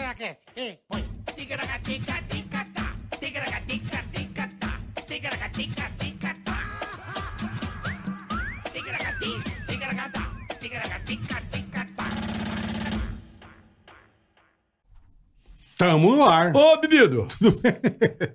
Ticaracast, e põe. Ticaracatica-ticatá, ticaracatica-ticatá, ticaracatica-ticatá. Ticaracati, ticaracatá, ticaracatica-ticatá. Tamo no ar. Ô, bebido!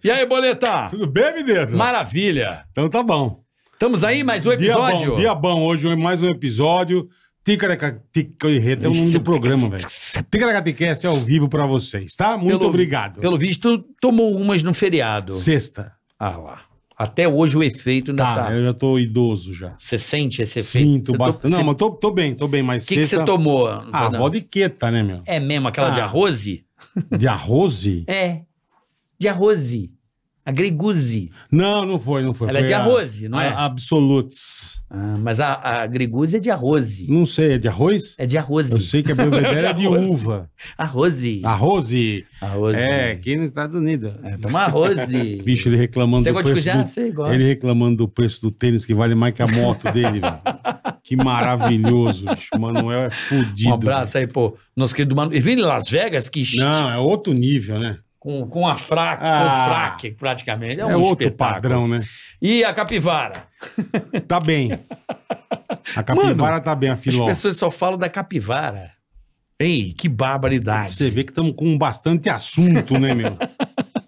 E aí, boleta? Tudo bem, Mineiro? Maravilha! Então tá bom. Estamos aí, mais um Dia episódio. bom, dia bom. Hoje mais um episódio. Ticaraca... Tica... Tem o nome do programa, velho. Ticaracatecast ao vivo pra vocês, tá? Muito Pelo- obrigado. Pelo visto, tu tomou umas no feriado. Sexta. Ah lá. Até hoje o efeito ainda Tá, tá. eu já tô idoso já. Você sente esse efeito? Sinto Você to- bastante. você- Não, mas tô, tô bem, tô bem, mas O que que você sexta... tomou? Ah, Não. vó de queta, né, meu? É mesmo aquela de Ah. arroz? De arroz? É. De arroz. A greguzi. Não, não foi, não foi. Ela é Foi de a- Ah. arroz, não é? a Absolutes. Ah, mas a, a greguzi é de arroz. Não sei, é de arroz? É de arroz. Eu sei que a Belvedere é de Arroz. uva. Arroz. Arroz. Arroz. É, aqui nos Estados Unidos. É, toma arroz. Bicho, ele reclamando Você do gosta de preço cozinhar? do... Você gosta. Ele é reclamando do preço do tênis que vale mais que a moto dele, velho. Que maravilhoso, bicho. O Manuel é fudido. Um abraço aí, pô. Nosso querido Manu. E vem de Las Vegas, que velho. Não, é outro nível, né? com, com a fraque, Ah. com fraque, praticamente. É, É, um outro espetáculo. padrão, né? E a capivara? Tá bem. A capivara tá bem, a filó. As pessoas só falam da capivara. Ei, que barbaridade. Você vê que estamos com bastante assunto, né, meu?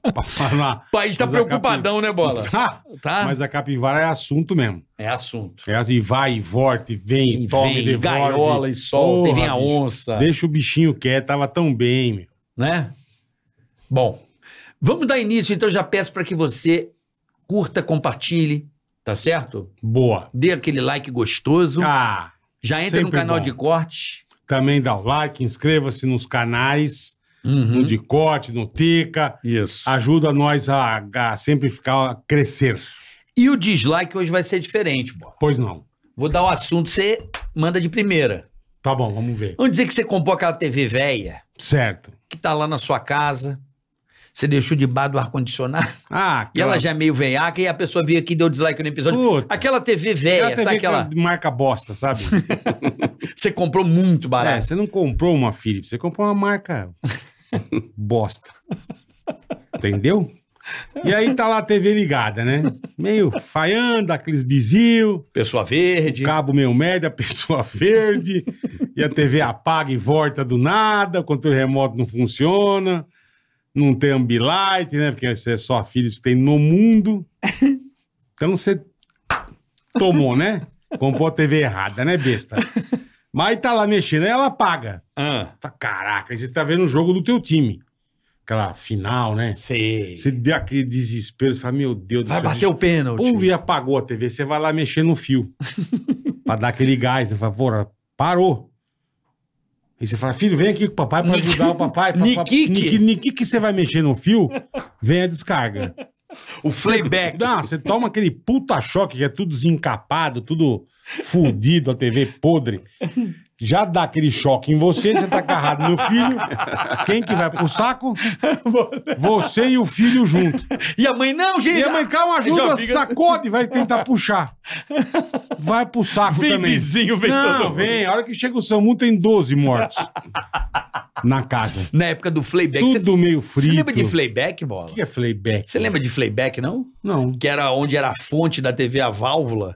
pra falar. O país tá Mas a preocupadão, né, Bola? Tá? Tá? Mas a capivara é assunto mesmo. É assunto. É assim, vai e volta, e vem, E e tome, vem, devolve. gaiola e solta, e Porra, vem a bicho. onça, Deixa o bichinho quieto, tava tão bem, meu. né? Bom, vamos dar início, então já peço para que você curta, compartilhe, tá certo? Boa. Dê aquele like gostoso. Ah, já entra no sempre canal bom. de corte. também dá o like, inscreva-se nos canais, Uhum. no de corte, no Tica. Isso. Ajuda nós a, a sempre ficar a crescer. E o dislike hoje vai ser diferente, bola. Pois não. Vou dar o assunto, você manda de primeira. Tá bom, vamos ver. Vamos dizer que você comprou aquela TV velha, Certo. que tá lá na sua casa, você deixou debaixo do ar-condicionado, Ah, e ela já é meio veiaca, e a pessoa veio aqui e deu dislike no episódio. Puta, Aquela TV aquela velha, TV é, sabe aquela? que marca bosta, sabe? Você comprou muito é, barato. você não comprou uma Philips, você comprou uma marca bosta. Entendeu? E aí tá lá a TV ligada, né? Meio faianda, aqueles bizil. Pessoa verde. Cabo meio merda, pessoa verde, e a TV apaga e volta do nada, o controle remoto não funciona, não tem ambilight, né? Porque isso é só filhos que tem no mundo. Então você tomou, né? Comprou a TV errada, né, besta? Mas tá lá mexendo, aí ela apaga. Ah, Tá, caraca, aí você tá vendo o jogo do teu time. Aquela final, né? sei. Você deu aquele desespero, você fala, meu Deus do Vai céu. bater o pênalti. Pum, e apagou a TV. Você vai lá mexer no fio. pra dar aquele gás. Né? Fala, porra, parou. Aí você fala, filho, vem aqui com o papai pra Niki- ajudar o papai. Nikiki. Niki que você vai mexer no fio, vem a descarga. O playback. Não, você toma aquele puta choque que é tudo desencapado, tudo fudido, a TV podre. Já dá aquele choque em você, você tá agarrado no filho. Quem que vai pro saco? Você e o filho junto. E a mãe, não, gente! E a mãe, calma, Já ajuda, fica- sacode, vai tentar puxar. Vai pro saco Vem também. vizinho, vem todo Não, mundo. vem. A hora que chega o SAMU tem 12 mortos na casa. Na época do playback. você- Tudo meio frito. Você lembra de O playback, bola? que é playback? Você lembra de playback, não? Não. Que era onde era a fonte da TV, a válvula,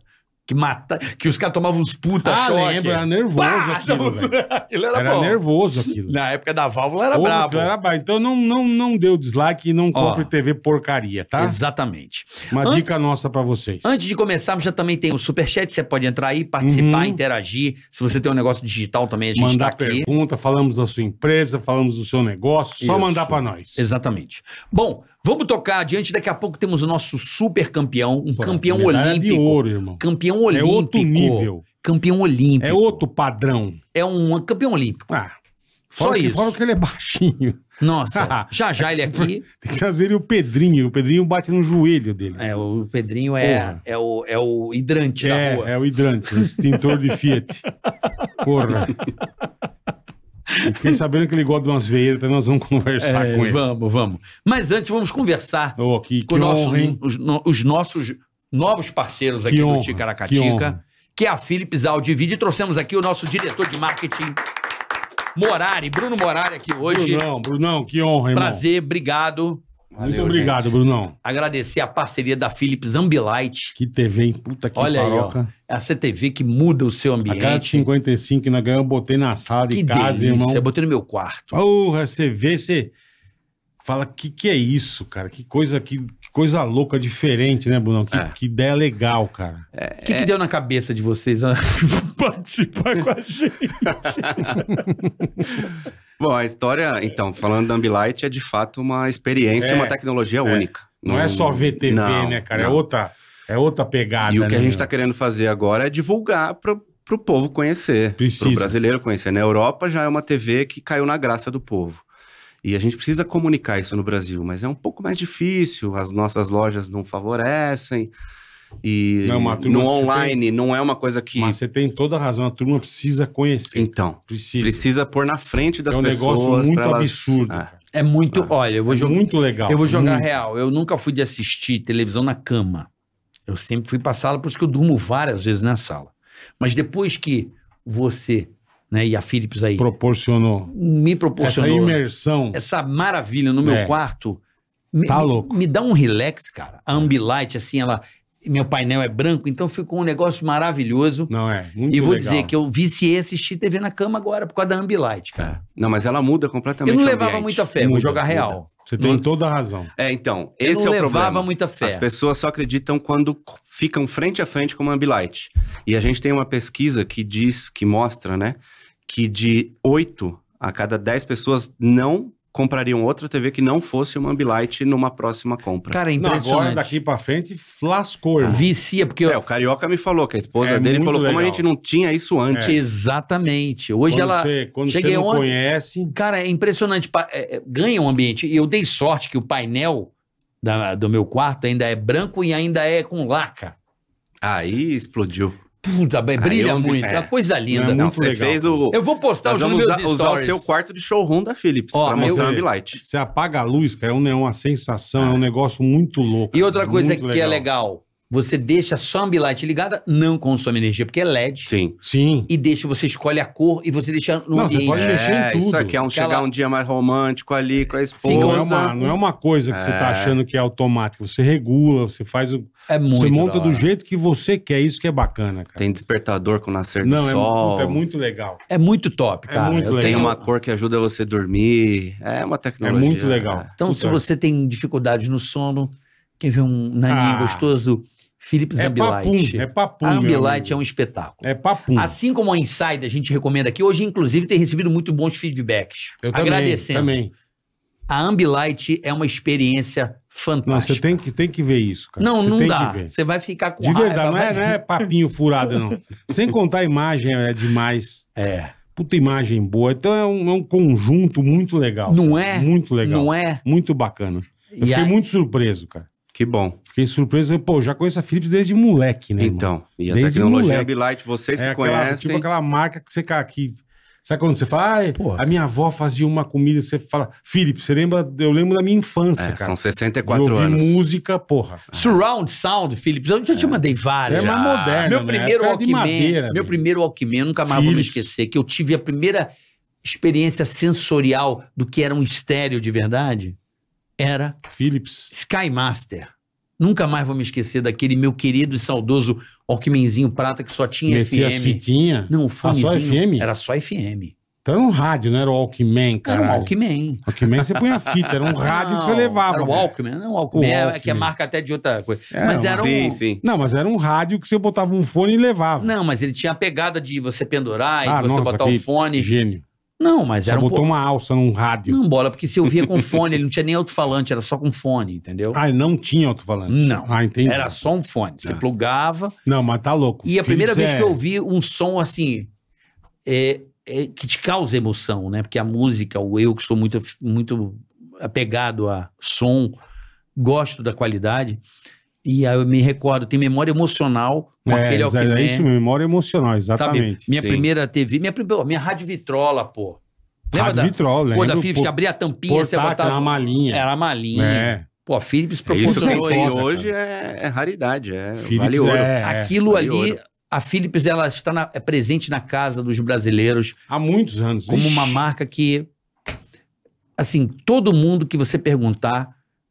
que mata, que os caras tomavam uns puta ah, choque. lembra. Era nervoso Pá! aquilo, Não, velho. aquilo era, Era bom. nervoso aquilo. Na época da válvula era Pô, brabo. aquilo Era brabo. Então não, não, não dê o dislike e não Ó. compre TV porcaria, tá? Exatamente. Uma Antes- dica nossa pra vocês. Antes de começarmos, já também tem o Superchat, você pode entrar aí, participar, Uhum. interagir. Se você tem um negócio digital também, a gente Mandar tá aqui. pergunta, falamos da sua empresa, falamos do seu negócio. Só Isso. mandar pra nós. Exatamente. Bom, vamos tocar adiante. Daqui a pouco temos o nosso super campeão, um Pô, campeão medalha é de olímpico. ouro, irmão. Campeão olímpico. É outro nível. Campeão olímpico. É outro padrão. É um campeão olímpico. Ah, Só fora que, isso. Fora que ele é baixinho. Nossa, já já ele aqui. Tem que trazer ele o Pedrinho. O Pedrinho bate no joelho dele. É, o Pedrinho é, Porra. é, o, é o hidrante da rua. É, é o hidrante, o extintor de Fiat. Porra. Eu Fiquei sabendo que ele gosta de umas veias, então nós vamos conversar com ele. É, vamos, vamos. Mas antes, vamos conversar Ô, que, Oh, que com o nosso- honra, hein? os, no- os nossos novos parceiros aqui Que do honra, que Ticaracatica, honra. que, é a Philips Audio e Vídeo. E trouxemos aqui o nosso diretor de marketing, Morari, Bruno Morari aqui hoje. Brunão, Brunão, que honra, irmão. Prazer, obrigado. Muito obrigado, Brunão. Agradecer a parceria da Philips Ambilight, Que TV, hein? Puta que Olha aí, paroca. essa TV que muda o seu a cada ambiente. 55 que nós ganhamos, eu botei na sala Que de casa, delícia, irmão. eu botei no meu quarto. Porra, você vê, você fala, que que é isso, cara? Que coisa, que, que coisa louca, diferente, né, Brunão? Que, É. que ideia legal, cara. O que, que deu na cabeça de vocês a participar com a gente? Bom, a história, então, falando da Ambilight, é de fato uma experiência, É, uma tecnologia única. Não, é só ver TV, não, né, cara? É não. outra, é outra pegada, E o que né, a gente tá meu? está querendo fazer agora é divulgar para o povo conhecer, Precisa. para o brasileiro conhecer. Na Europa já é uma TV que caiu na graça do povo. E a gente precisa comunicar isso no Brasil, mas é um pouco mais difícil, as nossas lojas não favorecem. E Não, mas a turma no que você online não é uma coisa que. Mas você tem toda a razão, a turma precisa conhecer. Então, Precisa. precisa pôr na frente das é um pessoas. negócio muito pra elas- absurdo. Ah, cara. É muito. Ah, Olha, eu vou, É jogar. muito legal. eu vou jogar muito. real. Eu nunca fui de assistir televisão na cama. Eu sempre fui pra sala, por isso que eu durmo várias vezes na sala. Mas depois que você né, e a Philips aí Proporcionou. me Essa proporcionou essa, imersão. maravilha no meu É. quarto, me, Tá me- louco. me dá um relax, cara. A Ambilight, assim, ela. Meu painel é branco, então ficou um negócio maravilhoso. Não é? Muito e vou legal. dizer que eu viciei assistir TV na cama agora por causa da Ambilight, É. cara. Não, mas ela muda eu completamente. não o levava ambiente. muita fé, vou Muda, jogar muda. real. Você tem Não- toda a razão. É, então, Eu esse não é o levava problema. muita As fé. pessoas só acreditam quando c- ficam frente a frente com uma Ambilight. E a gente tem uma pesquisa que diz, que mostra, né, que de 8 a cada 10 pessoas não comprariam outra TV que não fosse uma Ambilight numa próxima compra. Cara, é Não, agora, impressionante. daqui pra frente, flascou, irmão. Vicia, porque eu- É, o Carioca me falou que a esposa É dele muito falou como a legal. gente não tinha isso antes. Exatamente. Hoje quando ela. Você, quando você Cheguei não ontem- conhece... Cara, é impressionante. pa- é, é, ganha um ambiente. E eu dei sorte que o painel da- do meu quarto ainda é branco e ainda é com laca. Aí explodiu. Puta, bem, Ah, brilha eu- muito. é. É uma coisa linda. É não, muito você legal. fez o... Eu vou postar Nós os meus vamos usar, stories. usar o seu quarto de showroom da Philips Ó, pra meu- mostrar a Ambilight. Você apaga a luz, cara, é um- é uma sensação, é um negócio muito louco. E outra coisa que muito é legal. Você deixa só a Ambilight ligada, não consome energia, porque é LED. Sim. Sim. E deixa, você escolhe a cor e você deixa no Não, você ambiente. pode mexer em tudo. Isso aqui é um chegar um dia mais romântico ali com a esposa. Não é, uma, não é uma coisa que você tá É. achando que é automático. Você regula, você faz o. É muito. você monta da hora. do jeito que você quer. Isso que é bacana, cara. Tem despertador com o nascer não, do é, sol. puta, é muito legal. É muito top, É cara. muito Eu legal. Tem tenho- uma cor que ajuda você a dormir. É uma tecnologia. É muito legal. Então, se Puta, você tem dificuldade no sono, quer ver um naninho Ah. gostoso? Philips É Ambilight. papum, é papum. a meu Ambilight é amigo. um espetáculo. É papum. Assim como a Inside a gente recomenda aqui, hoje, inclusive, tem recebido muito bons feedbacks. Eu também, agradecendo. também. A Ambilight é uma experiência fantástica. Não, você tem que, tem que ver isso, cara. Não, você não tem dá. que ver. Você vai ficar com De raiva, né? verdade, não é, vai- não é papinho furado, não. Sem contar a imagem, é demais. É. Puta imagem boa. Então é um, é um conjunto muito legal. Não cara. é? Muito legal. Não é? Muito bacana. Eu E fiquei a- muito surpreso, cara. Que bom. Fiquei surpreso. eu, Pô, já conheço a Philips desde moleque, né? irmão? então, e a Desde tecnologia moleque. Ambilight, vocês é que aquela, conhecem. tipo aquela marca que você cara, que Sabe quando você fala, ah, Pô, a minha avó fazia uma comida, você fala, Philips, você lembra, eu lembro da minha infância, É, cara. são de 64 ouvir anos. música, porra. Surround Sound, Philips, eu já te mandei Você várias. Ah, é mais já. moderno, meu né? primeiro Época de Walkman, madeira, meu velho. primeiro Walkman, eu nunca mais vou me Philips. esquecer, que eu tive a primeira experiência sensorial do que era um estéreo de verdade, era Philips. Sky Master. Nunca mais vou me esquecer daquele meu querido e saudoso Walkmanzinho prata que só tinha Metia as FM. fitinhas. Ah, Não, o fonezinho FM? era só FM. Então era um rádio, não era o Walkman, cara. Era um Walkman. Walkman você põe a fita, era um rádio que você Não, levava. Era o Walkman, não, Walkman, O É, que é Walkman. marca até de outra coisa. É, mas um- era um... Sim, sim. Não, mas era um rádio que você botava um fone e levava. Não, mas ele tinha a pegada de você pendurar e Ah, você nossa, botar que o fone. Gênio. Não, mas Você era um botou pouco. uma alça num rádio. Não, bola, porque se eu via com fone, ele não tinha nem alto-falante, era só com fone, entendeu? Ah, ele não tinha alto-falante. Não. Ah, entendi. Era só um fone. Você Ah. plugava. Não, mas tá louco. E a primeira Philips vez que é- eu ouvi um som assim. é- é que te causa emoção, né? Porque a música, o eu que sou muito, muito apegado a som, gosto da qualidade. E aí eu me recordo, tem memória emocional com é, aquele exa- É Alckmin. isso, memória emocional, Sabe? exatamente. Minha Sim. primeira TV, minha, prim- minha rádio vitrola, pô. Lembra Rádio da, Vitrol, pô, lembra? da Philips que abria a tampinha, você portátil, botava. na malinha. Era a malinha. É, Pô, a Philips É isso que Isso é eu proporcionou tenho foda, hoje é, é raridade, é Philips vale ouro. é- Aquilo Vale ali, ouro. A Philips ela está na- é presente na casa dos brasileiros é, Há muitos anos. como uma Ixi, marca que, assim, todo mundo que você perguntar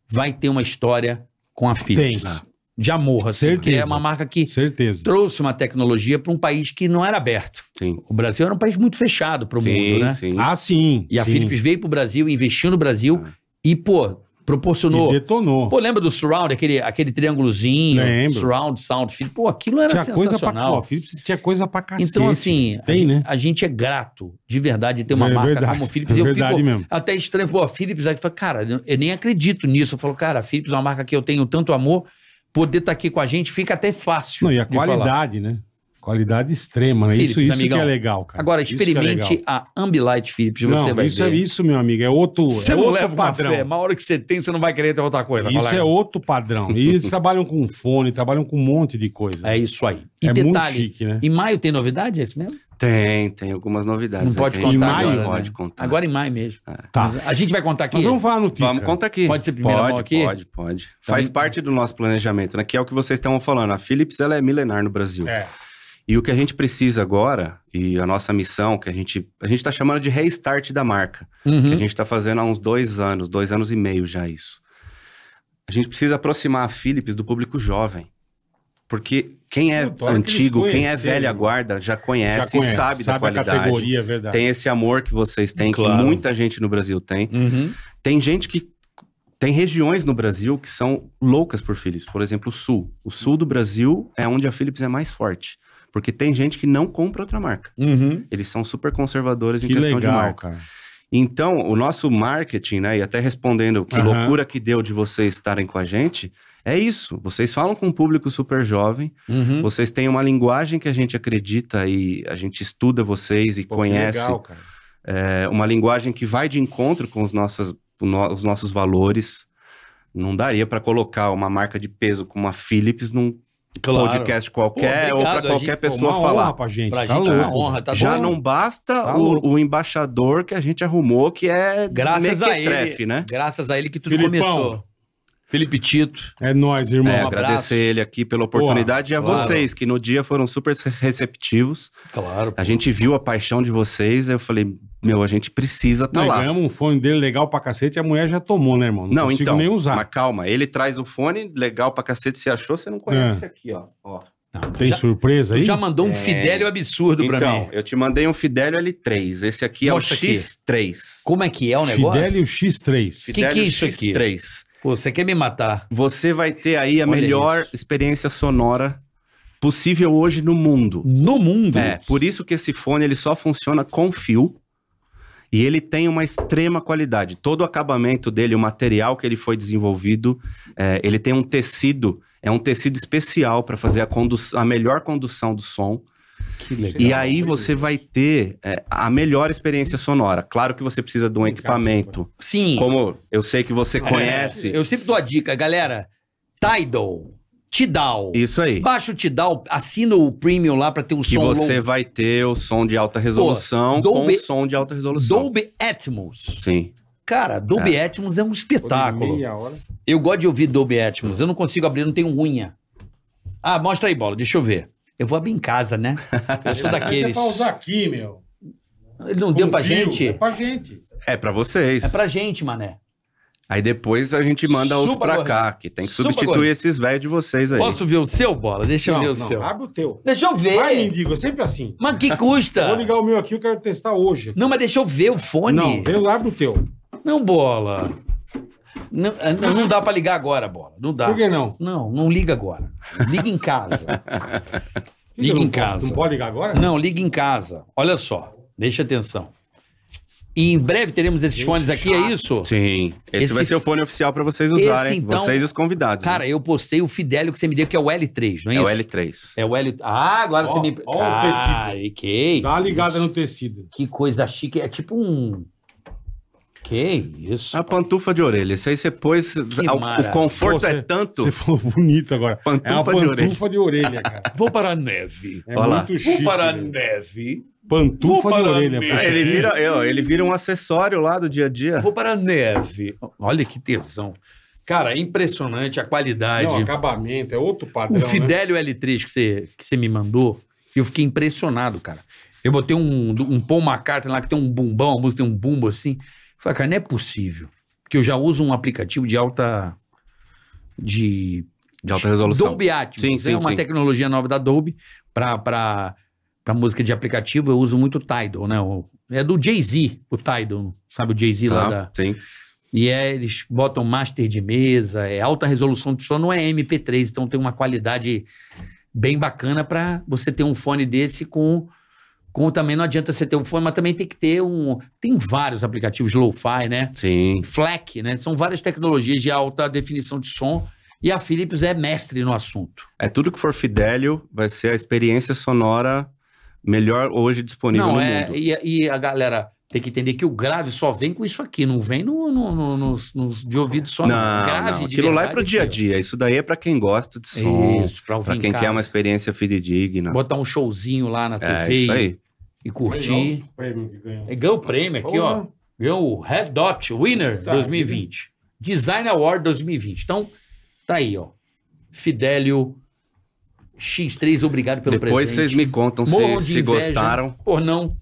vai ter uma história com a Philips. Tem. Ah. De amor, assim, porque Certeza. é uma marca que Certeza. trouxe uma tecnologia para um país que não era aberto. Sim. O Brasil era um país muito fechado para o sim, mundo, né? sim. Ah, sim. E a sim. Philips veio pro Brasil, investiu no Brasil Ah. e, pô, E proporcionou. detonou. Pô, lembra do surround, aquele, aquele triângulozinho? Lembro. Surround, sound, Philips. Pô, aquilo era tinha coisa pra pô, a sensacional. Philips tinha coisa pra cacete. então, assim, a, Tem, gente, né? a gente é grato, de verdade, de ter uma É marca verdade, como o Philips. É E eu verdade fico mesmo. até estranho, pô, a Philips, aí eu falo, cara, eu nem acredito nisso. Eu falo, cara, a Philips é uma marca que eu tenho tanto amor, poder estar aqui com a gente fica até fácil. Não, e a de falar. qualidade, né? Qualidade extrema, né? Philips, isso isso que amigão. é legal, cara. Agora, Isso que é legal. experimente a Ambilight Philips, você Não, vai isso ver. é isso, meu amigo. É outro, Você é não outro leva padrão. café, uma hora que você tem, você não vai querer ter outra coisa. tá Isso colega. é outro padrão. E eles trabalham com fone, trabalham com um monte de coisa. É isso aí. E É detalhe, muito chique, né? em maio tem novidade, é isso mesmo? Tem, tem algumas novidades. Não pode aqui. contar Em maio agora, né? tá pode contar. Agora em maio mesmo. Tá. Mas a gente vai contar aqui. Nós vamos falar no Tica. Vamos contar aqui. Pode ser primeira pode, mão aqui? Pode, pode. Faz Então- parte do nosso planejamento, né? Que é o que vocês estavam falando. A Philips, ela é milenar no Brasil. É. E o que a gente precisa agora, e a nossa missão, que a gente... A gente tá chamando de restart da marca. que a Uhum. gente está fazendo há uns dois anos, dois anos e meio já isso. A gente precisa aproximar a Philips do público jovem. Porque quem é Puta, a hora que antigo, eles quem é conhecerem, velha guarda, já É, conhece, assim, Já conhece, e sabe, da a qualidade. categoria, é verdade. Tem esse amor que vocês têm, Claro. que muita gente no Brasil tem. Uhum. Tem gente que. Tem regiões no Brasil que são loucas por Philips. Por exemplo, o sul. O sul do Brasil é onde a Philips é mais forte. Porque tem gente que não compra outra marca. Uhum. Eles são super conservadores em Que questão de marca. legal, cara. Então, o nosso marketing, né? E até respondendo que Aham. loucura que deu de vocês estarem com a gente, é isso. Vocês falam com um público super jovem, Uhum. vocês têm uma linguagem que a gente acredita e a gente estuda vocês e Pô, que conhece. legal, cara. É uma linguagem que vai de encontro com os, nossas, o no- os nossos valores. Não daria para colocar uma marca de peso como a Philips num podcast qualquer Pô, ou para obrigado, a qualquer gente- Pô, pessoa uma falar. honra pra gente. Pra tá gente é uma louco. honra, tá Já bom? não basta Tá o, louco. o embaixador que a gente arrumou, que é Graças a mequetrefe, ele. né? Graças a ele que tudo Filipão. começou. Felipe Tito. É nóis, É, irmão. um abraço. agradecer ele aqui pela oportunidade e a claro. vocês, que no dia foram super receptivos. Claro. A gente viu a paixão de vocês, eu falei, meu, a gente precisa Tá estar Nós lá. ganhamos um fone dele legal pra cacete, a mulher já tomou, né, irmão? Não, Não, consigo então, nem usar. mas calma, ele traz o fone, legal pra cacete, você achou, você não conhece É. esse aqui, ó. ó. Tem já, surpresa aí? já mandou um É. Fidélio absurdo pra Então, mim. eu te mandei um Fidelio L3, esse aqui Mostra é o aqui. X3. Como é que é o negócio? Fidelio X3. que é isso aqui? X3. Pô, você quer me matar? Você vai ter aí a Olha melhor isso. experiência sonora possível hoje no mundo. No mundo. É, por isso que esse fone ele só funciona com fio e ele tem uma extrema qualidade. Todo o acabamento dele, o material que ele foi desenvolvido, é, ele tem um tecido, é um tecido especial para fazer a, condu- a melhor condução do som. Que legal. E aí você vai ter é, a melhor experiência sonora. Claro que você precisa de um equipamento, Sim. como eu sei que você É. conhece. Eu sempre dou a dica, galera. Tidal. Tidal. Isso aí. Baixa o Tidal, assina o Premium lá pra ter o Que som você longo. vai ter o som de alta resolução com Dolby- som de alta resolução. Dolby Atmos. Sim. Cara, Dolby Atmos é um espetáculo. Meia hora. Eu gosto de ouvir Dolby Atmos. Eu não consigo abrir, não tenho unha. Ah, mostra aí, bola, deixa eu ver. Eu vou abrir em casa, né? Eu Isso sou é daqueles. pra usar aqui, meu. Ele não deu Com pra fio, gente? É pra gente. É pra vocês. É pra gente, mané. Aí depois a gente manda os Suba pra agora. cá, que tem que Suba substituir agora. esses velhos de vocês aí. Posso ver o seu, bola? Deixa eu Não, ver o não, seu. Abre o teu. Deixa eu ver. Vai, mendigo, é sempre assim. Mas que Vou custa? ligar o meu aqui, eu quero testar hoje. Não, mas deixa eu ver o fone. Não, vem lá, abre o teu. Não, bola. Não, ah, não não dá pra ligar agora, bola. Não dá. Por que não? Não, não liga agora. Liga em casa. Por que liga eu não em posso? casa. Não pode ligar agora? Não, liga em casa. Olha só. Deixa atenção. E em breve teremos esses fones aqui, é isso? Sim. Esse, Esse vai ser o f- fone oficial pra vocês usarem. Esse, então- Vocês e os convidados. né? Cara, eu postei o Fidelio que você me deu, que é o L3, não é, é o isso? L3. É o L. Ah, agora Ó, você me. ó o tecido. Ai, que Dá uma ligada isso. no tecido. Que coisa chique. É tipo um. Que isso. Ah, A É pantufa de orelha. Isso aí você pôs. o- mara. o conforto Pô, é tanto. Você falou bonito agora. Pantufa, É uma de orelha. pantufa de orelha, cara. Vou para a neve. É Olha lá. muito chique. velho. neve. Pantufa Vou de parar orelha. mesmo. pô. Ah, Ele vira, eu, ele vira um acessório lá do dia a dia. Vou para a neve. Olha que tesão. Cara, é impressionante a qualidade. Um Não, acabamento, é outro padrão. o né? Fidelio L3 que você, que você me mandou, E eu fiquei impressionado, cara. Eu botei um, um Paul McCartney lá que tem um bumbão, a música tem um bumbo assim. Falei, cara, não é possível. Porque eu já uso um aplicativo de alta. de De alta resolução. Dolby Atmos. Sim, sim, é uma sim. tecnologia nova da Dolby para música de aplicativo. Eu uso muito o Tidal, né? O- é do Jay-Z, o Tidal. Sabe o Jay-Z lá Tá, da... Sim. E é, eles botam master de mesa, é alta resolução de som, não é MP3, então tem uma qualidade bem bacana para você ter um fone desse com, com... Também não adianta você ter um fone, mas também tem que ter um... Tem vários aplicativos low-fi, né? Sim. FLAC, né? São várias tecnologias de alta definição de som e a Philips é mestre no assunto. É tudo que for Fidelio vai ser a experiência sonora melhor hoje disponível Não, no é. mundo. E, e a galera tem que entender que o grave só vem com isso aqui, não vem no, no- no- nos, nos de ouvido só. não, grave não. de Aquilo lá é verdade, pro dia a filho. dia. Isso daí é pra quem gosta de som, Isso, pra ouvir pra em quem casa. quer uma experiência fidedigna. Botar um showzinho lá na É TV isso e, aí. e Legal esse curtir. prêmio que ganhou. É, Ganhou o prêmio aqui, ó. Porra. Ganhou o Red Dot Winner Tá, 2020. Design Award 2020. Então, tá aí, ó. Fidelio X3, obrigado pelo Depois presente. vocês me contam Morram se, de se inveja. gostaram. Por não.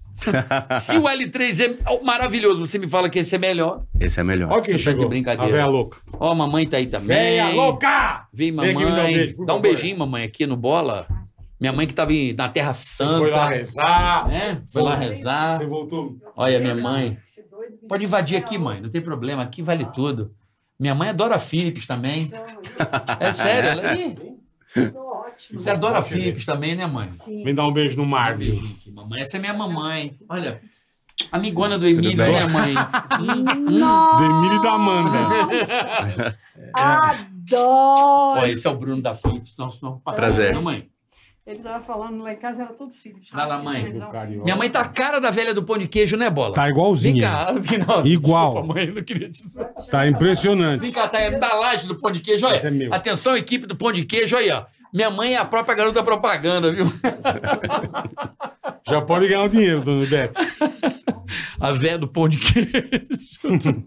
Se o L3 é maravilhoso, você me fala que esse é melhor. Esse é melhor. Olha quem Você tá de chegou. brincadeira. A velha louca. Ó, a mamãe tá aí também. Velha louca! Vem Vem, mamãe. aqui me dá dar um um, beijo, por favor. beijinho, mamãe, aqui no bola. Minha mãe que tava em- na Terra Santa. Você foi lá rezar. né? Foi lá rezar. Você voltou. Olha, minha mãe. Esse é doido me Pode invadir deu. aqui, mãe, não tem problema. Aqui vale tudo. Minha mãe adora Philips também. Então, É sério, ela... Ih, eu tô ótimo. você adora Philips também, né, mãe? Sim. Vem dar um beijo no Marvel. Beijinho aqui, mamãe. Essa é minha mamãe. Olha, amigona do Emílio, bem? né, mãe? Hum, hum. Nossa! Do Emílio e da Amanda. Adoro! Ó, esse é o Bruno da Philips, nosso novo patrão. Prazer. né, mãe? Ele tava falando lá em casa, era todos filhos. Vai lá, mãe. Eles eram filhos. Minha mãe tá a cara da velha do pão de queijo, né, Bola? Tá Vem igualzinha. cá, não, Igual. Desculpa, mãe, eu não queria dizer. Tá impressionante. Vem cá, tá aí, da laje do pão de queijo, olha. Esse é meu. Atenção, equipe do pão de queijo, aí, ó. Minha mãe é a própria garota propaganda, viu? Já pode ganhar o dinheiro, dona Beth. A véia do pão de queijo.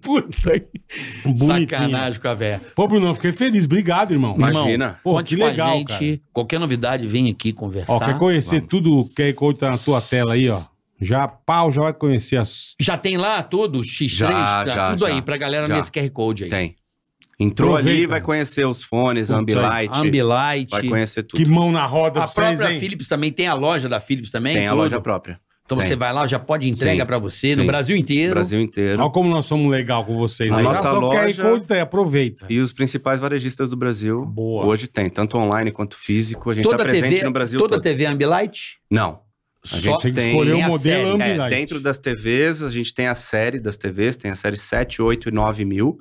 Puta que Bonitinho. sacanagem com a véia. Pô, Bruno, eu fiquei feliz. Obrigado, irmão. Mas- Imagina. Irmão, Pô, conte que com a legal, gente. Qualquer novidade, vem aqui conversar. Ó, quer conhecer Vamos. tudo o QR Code tá na tua tela aí, ó. Já, pau, já vai conhecer as... Já tem lá todo o X3, Já, tá já, tudo já. aí pra galera Já. nesse QR Code aí. Tem. Entrou ali, Aproveita. vai conhecer os fones, Putz, Ambilight, Ambilight. vai conhecer Que tudo. mão na roda A pra vocês, própria hein? Philips também tem a loja da Philips também. Tem a tudo. loja própria. Então Tem. você vai lá, já pode entrega Sim. pra você no Sim. Brasil inteiro. Brasil inteiro. Olha como nós somos legal com vocês. A aí. nossa Só o loja- QR Code tá aí, aproveita. É. E os principais varejistas do Brasil Boa. hoje tem, tanto online quanto físico. A gente Toda está presente TV, no Brasil toda todo. TV Ambilight, Não. A A só gente tem que tem- escolher tem o a modelo série. É, Ambilight. dentro das TVs, a gente tem a série das TVs, tem a série 7, 8 e 9 mil.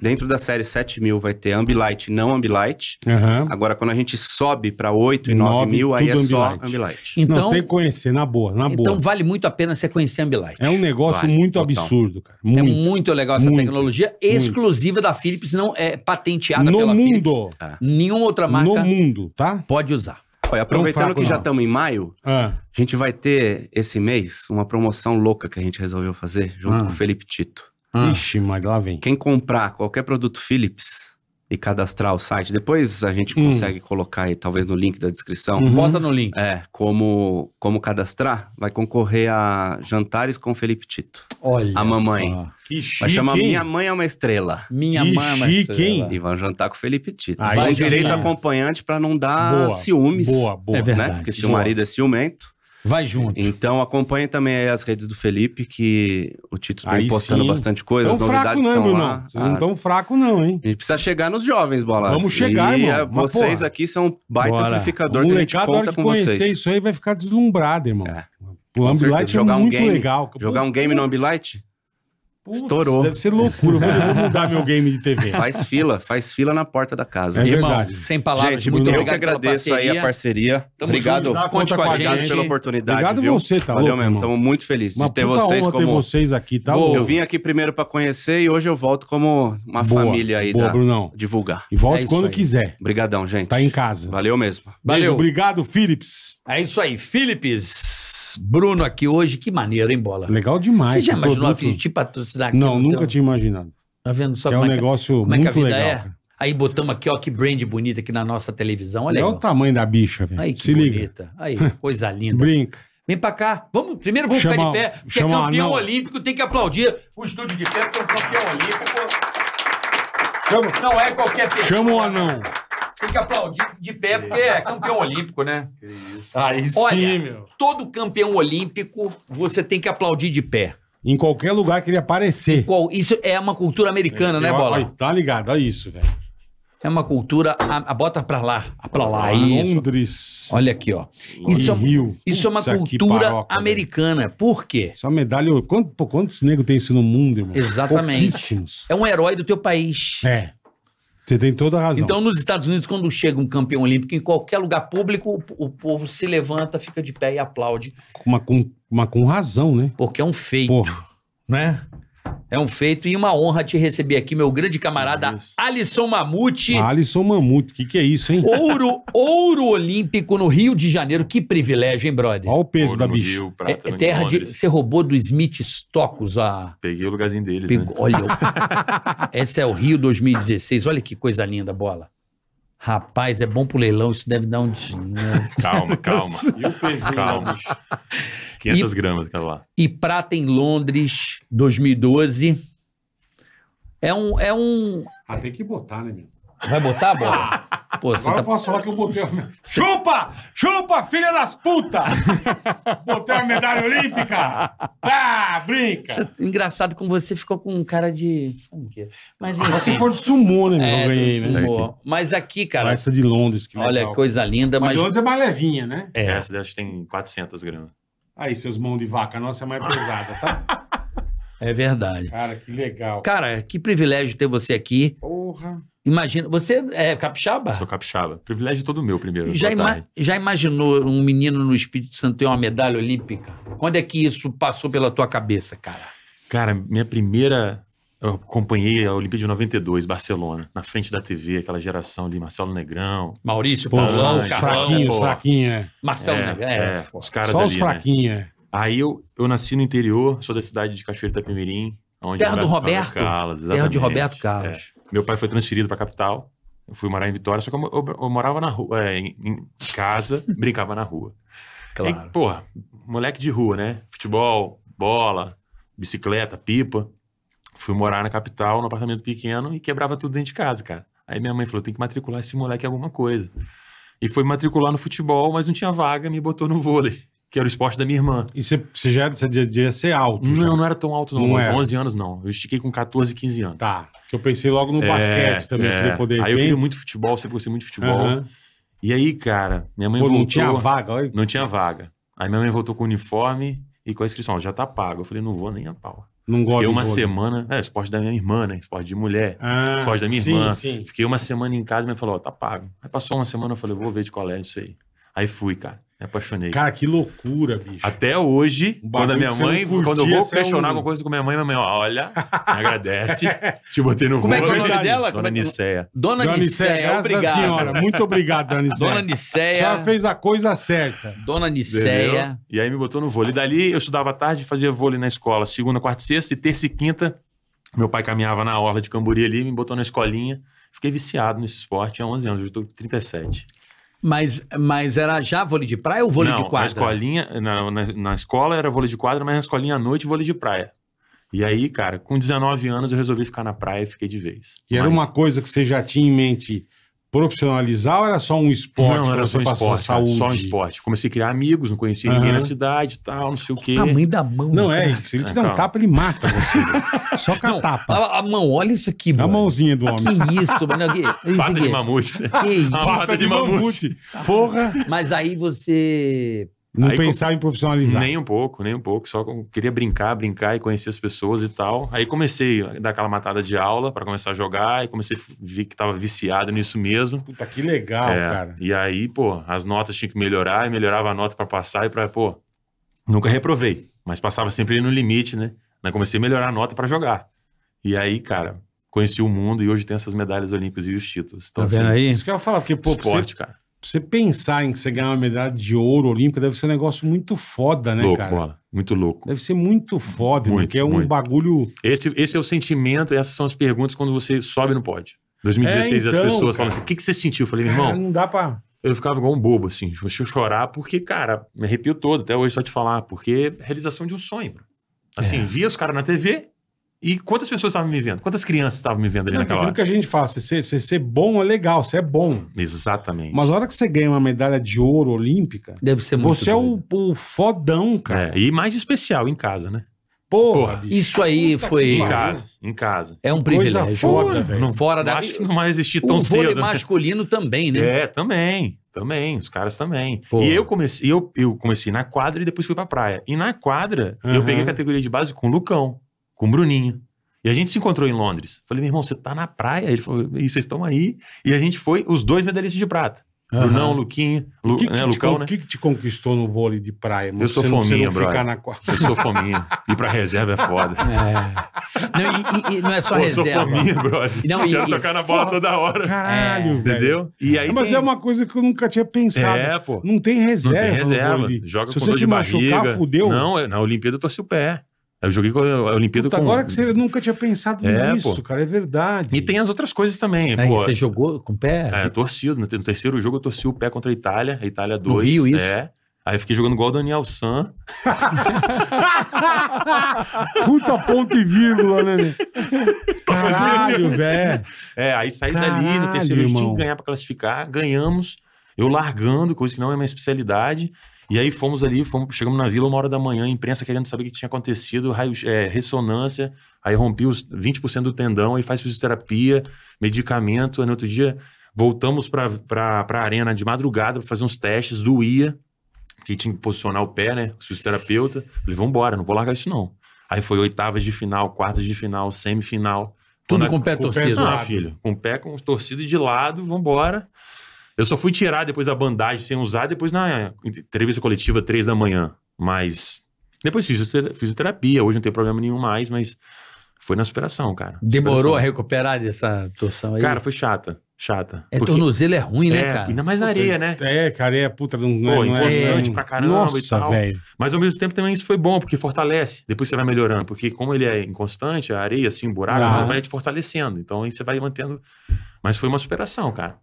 Dentro da série 7 mil vai ter Ambilight e não Ambilight. Aham. Agora, quando a gente sobe para 8 e 9, Nove, mil, aí é tudo só Ambilight. Ambilight. Nós Então, tem que conhecer, na boa, na então boa. vale muito a pena você conhecer Ambilight. É um negócio Vale, muito total. absurdo, cara. É Muito. muito legal essa muito, tecnologia exclusiva da Philips, não é patenteada no pela Philips. mundo. É. Nenhuma outra No marca mundo, tá? pode usar. Olha, aproveitando fraco, que já não. estamos em maio, Ah, a gente vai ter esse mês uma promoção louca que a gente resolveu fazer junto Ah. com o Felipe Tito. Ixi, mas lá vem. Quem comprar qualquer produto Philips e cadastrar o site, depois a gente Hum. consegue colocar aí, talvez no link da descrição, Uhum. Bota no link. é, como, como cadastrar, vai concorrer a jantares com Felipe Tito. Olha. A mamãe. só. Que chique, Vai chamar hein? Minha Mãe é uma Estrela. Minha Que mãe. chique, Marcela. hein? E vão jantar com o Felipe Tito. Aí né? com sim. direito a acompanhante para não dar Boa, ciúmes. Boa, boa. É né? verdade. Porque se o Boa. marido é ciumento. Vai junto. É Então acompanhe também aí as redes do Felipe, que o Tito vem Aí postando sim. bastante coisa, Tão as fraco novidades não, hein, estão Bruno? lá. Vocês não Ah, tão fraco não, hein? A gente precisa chegar nos jovens, bola. Vamos chegar, e, irmão. eh, Mas, Vocês porra, aqui são um baita bora. amplificador O que a gente molecado, a hora conta que com conhecer vocês. isso aí, vai ficar deslumbrado, irmão. É. O Ambilight certeza. é Jogar um muito game- legal. Jogar um game no Ambilight? Putz, estourou. Deve ser loucura. Eu vou- eu vou mudar meu game de TV. Faz fila, faz fila na porta da casa. É Irmão, verdade. sem palavras, gente, muito Bruno, eu que obrigado pela agradeço aí a parceria. parceria. Tamo obrigado, junto, já conte conta com a gente pela oportunidade, Obrigado viu? você, tá Valeu louco, mesmo, irmão. estamos muito felizes Uma de ter puta vocês honra ter como... vocês aqui, tá? Boa. louco? Eu vim aqui primeiro pra conhecer e hoje eu volto como uma Boa, família aí Boa, da... Brunão. divulgar. E volte É isso quando aí. quiser. Obrigadão, gente. Tá em casa. Valeu mesmo. Beijo, Valeu. Obrigado, Philips. É isso aí. Philips, Bruno aqui hoje. Que maneiro, hein, bola? Legal demais. Você já esse imaginou a produto. Philips te patrocinar aqui? Não, no nunca teu- tinha imaginado. Tá vendo só é um como é que- negócio como é que a muito vida legal. é? cara. Aí botamos aqui, ó, que brand bonita aqui na nossa televisão. Olha Olha aí. É o ó. tamanho da bicha, velho. Aí, que tá. Se liga. bonita. Aí, coisa linda. Brinca. Vem pra cá. Vamos, primeiro vamos Chama- ficar de pé, porque é chama o campeão anão. olímpico, tem que aplaudir o estúdio de pé, porque é um campeão olímpico. Chama, Não é qualquer pessoa. chama o anão. Tem que aplaudir de pé, porque é campeão olímpico, né? Aí Olha. meu. Todo campeão olímpico, você tem que aplaudir de pé. Em qualquer lugar que ele aparecer. Qual- isso é uma cultura americana, né, Eu- Bola? Olha, Tá ligado, olha isso, velho. É uma cultura. A, a- bota pra lá. A pra lá. Ah, Isso. Londres. Olha aqui, ó. Em Isso é, Rio. isso é uma Putz, que cultura paroca, velho. americana. Por quê? Isso é uma medalha. Quanto, pô, quantos negros tem isso no mundo, irmão? Exatamente. Pouquíssimos. É um herói do teu país. É. Você tem toda a razão. Então, nos Estados Unidos, quando chega um campeão olímpico, em qualquer lugar público, o, o povo se levanta, fica de pé e aplaude, Mas com, mas com razão, né? porque é um feito, Porra. né? É um feito e uma honra te receber aqui, meu grande camarada Isso. Ah. Alisson Mamute. Alisson Mamute, o que, que é isso, hein? Ouro, ouro olímpico no Rio de Janeiro. Que privilégio, hein, brother? Olha o peso Ouro da no bicha. Rio, É, prata é no terra de. Londres. Você roubou do Smith Stocos a. Peguei o lugarzinho deles, né? Pegou- Olha, o- esse é o Rio 2016. Olha que coisa linda, bola. Rapaz, é bom pro leilão, isso deve dar um dinheiro. Calma, calma. E o peso Calma. 500 gramas, aquela lá. E prata em Londres, 2012. É um, é um. Ah, tem que botar, né, meu? Vai botar, bola? Pô, você Agora tá. eu posso falar que eu botei. A... Chupa! Chupa, filha das putas! botei a medalha olímpica! Ah, brinca! Você- tá Engraçado como você ficou com um cara de. é? Mas Só enfim. se for de sumô, né, meu? assim. É, eu ganhei, né? humor. Mas aqui, cara, Essa de Londres, que legal. olha, coisa linda, Mas mas. de Londres é mais levinha, né? É. Essa delas tem 400 gramas. Aí, seus mãos de vaca, a nossa é mais pesada, tá? É verdade. Cara, que legal. Cara, que privilégio ter você aqui. Porra. Imagina, você é capixaba? Eu sou capixaba. Privilégio todo meu primeiro. Já, Boa ima- tarde. já imaginou um menino no Espírito Santo ter uma medalha olímpica? Quando é que isso passou pela tua cabeça, cara? Cara, minha primeira. Eu acompanhei a Olimpíada de 92, Barcelona, na frente da TV, aquela geração ali, Marcelo Negrão. Maurício, Pô, só Paulão, os Carlão, fraquinhos, pô. fraquinhos, é. Marcelo, né? É, pô. os caras Só ali, os né? fraquinhos, é. Aí eu, eu nasci no interior, sou da cidade de Cachoeiro da Pimirim. Onde Terra do Roberto. Carlos, Terra de exatamente. Roberto É. Carlos. Meu pai foi transferido pra capital. Eu fui morar em Vitória, só que eu, mo- eu- eu morava na rua, é, em, em casa, brincava na rua. Claro. E, porra, moleque de rua, né? Futebol, bola, bicicleta, pipa. Fui morar na capital, num apartamento pequeno, e quebrava tudo dentro de casa, cara. Aí minha mãe falou: tem que matricular esse moleque em alguma coisa. E foi matricular no futebol, mas não tinha vaga, me botou no vôlei, que era o esporte da minha irmã. E você, você já você devia devia ser alto. Não, já. não era tão alto, não. Não com era. 11 anos, não. Eu estiquei com 14, 15 anos. Tá. Que eu pensei logo no basquete também. É, Falei, pô, de Aí eu repente- queria muito futebol, sempre gostei muito de futebol. Aham. E aí, cara, minha mãe Pô, voltou. não tinha vaga. olha. não tinha vaga. Aí minha mãe voltou com o uniforme e com a inscrição, já tá pago. Eu falei, não vou nem a pau. Não gosto Fiquei de uma vôlei. semana. É, esporte da minha irmã, né? Esporte de mulher. Ah, Foge da minha irmã. Sim, sim. Fiquei uma semana em casa e minha mãe falou, ó, tá pago. Aí passou uma semana, eu falei, vou ver de qual é isso aí. Aí fui, cara. Me apaixonei. Cara, que loucura, bicho. Até hoje, Um bagulho quando a minha que você não mãe, curtia, quando eu você vou é um- questionar alguma coisa com minha mãe, minha mãe, ó, olha, me agradece, te botei no Como é que é o vôlei. nome dela? Como Dona é que é o- Niceia. Dona, Dona Nicéia, Nicéia, graças à obrigado. senhora. Muito obrigado, Dona Nicéia. Dona A senhora Nicéia, fez a coisa certa. Dona Entendeu? Nicéia. E aí me botou no vôlei. Dali eu estudava à tarde, fazia vôlei na escola, segunda, quarta, e sexta, e terça e quinta. Meu pai caminhava na orla de Camburi ali, me botou na escolinha. Fiquei viciado nesse esporte há 11 anos, hoje eu tô com 37. Mas, mas era já vôlei de praia ou vôlei Não, de quadra? Na escolinha, na, na, na escola era vôlei de quadra, mas na escolinha à noite vôlei de praia. E aí, cara, com 19 anos eu resolvi ficar na praia e fiquei de vez. E era Mas- uma coisa que você já tinha em mente profissionalizar ou era só um esporte? Não, pra era você só um passar esporte, cara, saúde? só um esporte. Comecei a criar amigos, não conhecia Aham. ninguém na cidade e tal, não sei o quê. Tamanho da mão. Não, cara. é isso. Ele te dá um Calma. tapa, ele mata você. só com a Não, tapa. A, a mão, olha isso aqui, A brother. mãozinha do homem. Que isso, mano. Que, Pata isso de aqui. mamute. né? Ah, Que isso. Pata de mamute. Porra! Mas aí você. Não Aí, pensava em profissionalizar. Nem um pouco, nem um pouco. Só com- queria brincar, brincar e conhecer as pessoas e tal. Aí comecei a dar aquela matada de aula pra começar a jogar e comecei a ver que tava viciado nisso mesmo. Puta, que legal, É, cara. E aí, pô, as notas tinham que melhorar e melhorava a nota pra passar e pra, pô, nunca reprovei, mas passava sempre no limite, né? Aí comecei a melhorar a nota pra jogar. E aí, cara, conheci o mundo e hoje tenho essas medalhas olímpicas e os títulos. Então, assim, Tá aí? Isso que eu ia falar, porque, Tá pô, pra você, esporte, cara. pra você pensar em que você ganhar uma medalha de ouro olímpica deve ser um negócio muito foda, né, louco, cara? bola. Muito louco. Deve ser muito foda, Muito, porque é um muito. bagulho. Esse, esse é o sentimento, essas são as perguntas quando você sobe no pódio. 2016 É, as então, cara. pessoas falam assim: o que, que você sentiu? Eu falei, meu Cara, irmão, não dá pra. eu ficava igual um bobo, assim. Deixa eu chorar, porque, cara, me arrepio todo, até hoje só te falar, porque é realização de um sonho. bro. É. Assim, via os caras na TV e quantas pessoas estavam me vendo? Quantas crianças estavam me vendo ali Não, naquela aquilo hora? que a gente fala, você ser, você ser bom é legal, você é bom. Exatamente. Mas a hora que você ganha uma medalha de ouro olímpica, Deve ser muito você é doido. o, o fodão, cara. É, e mais especial, em casa, né? Porra, bicho. Isso aí Puta foi. que Em Claro. casa, em casa. É um Coisa privilégio. foda, velho. Não, Fora da. Acho que não vai existir o tão vôlei cedo. né? masculino também, né? É, também. Também, os caras também. Pô. E eu comecei, eu, eu comecei na quadra e depois fui pra praia. E na quadra, Aham. eu peguei a categoria de base com o Lucão, com o Bruninho. E a gente se encontrou em Londres. Falei, meu irmão, você tá na praia? Ele falou, e vocês estão aí? E a gente foi os dois medalhistas de prata. Brunão, Luquinho, Lu, O que, que né, te Lucão, con- né? que que te conquistou no vôlei de praia? mano? Eu sou Você não- você fominha, não ficar brother. na quadra. Eu sou fominha. Ir pra reserva é foda. É. Não, e- e, e não é só Pô, eu sou reserva. fominha, brother. Não, e- Quero e- tocar na bola Porra. toda hora. Caralho, velho. É. Entendeu? E aí É, Mas tem- é uma coisa que eu nunca tinha pensado. É, pô. Não tem Não reserva. tem no reserva. vôlei. Joga Se com você dor te de machucar, barriga. fudeu. Não, eu- na Olimpíada eu torci o pé. Eu joguei com a Olimpíada Puta, com... agora que você eu nunca tinha pensado É, nisso, pô. cara, é verdade. E tem as outras coisas também, Aí pô. você jogou com o pé? É, torcido. No te- no terceiro jogo eu torci o pé contra a Itália. A Itália 2. Rio, isso? É. Aí eu fiquei jogando igual o Daniel San. Puta ponto e vírgula, né? meu? assim? Caralho, velho. É, aí saí dali, Caralho, no terceiro jogo tinha irmão. que ganhar pra classificar. Ganhamos. Eu largando, coisa que não é minha especialidade. E aí fomos ali, fomos, chegamos na vila uma hora da manhã, a imprensa querendo saber o que tinha acontecido, raio, é, ressonância, aí rompi os 20% do tendão, aí faz fisioterapia, medicamento. Aí no outro dia voltamos pra, pra, pra arena de madrugada pra fazer uns testes, doía, porque tinha que posicionar o pé, né? O fisioterapeuta. Falei, vambora, não vou largar isso não. Aí foi oitavas de final, quartas de final, semifinal. Tudo Quando a- com o pé com o pé torcido. zoado. ah, filho, com o pé com torcido de lado, vambora. Eu só fui tirar depois a bandagem sem usar, depois na entrevista coletiva, três da manhã. Mas depois fiz fisiotera- fisioterapia, hoje não tem problema nenhum mais, mas foi na superação, cara. Demorou a Superação. recuperar dessa torção aí? Cara, foi chata, chata. é Porque- tornozelo é ruim, né, é, cara? Ainda mais na areia, né? É, cara, é puta, não, não Pô, é- não é. importante não- pra caramba e Nossa, tal. velho. Mas ao mesmo tempo também isso foi bom, porque fortalece. Depois você vai melhorando, porque como ele é inconstante, a areia, assim, o buraco, Ah. ela vai te fortalecendo. Então aí você vai mantendo. Mas foi uma superação, cara.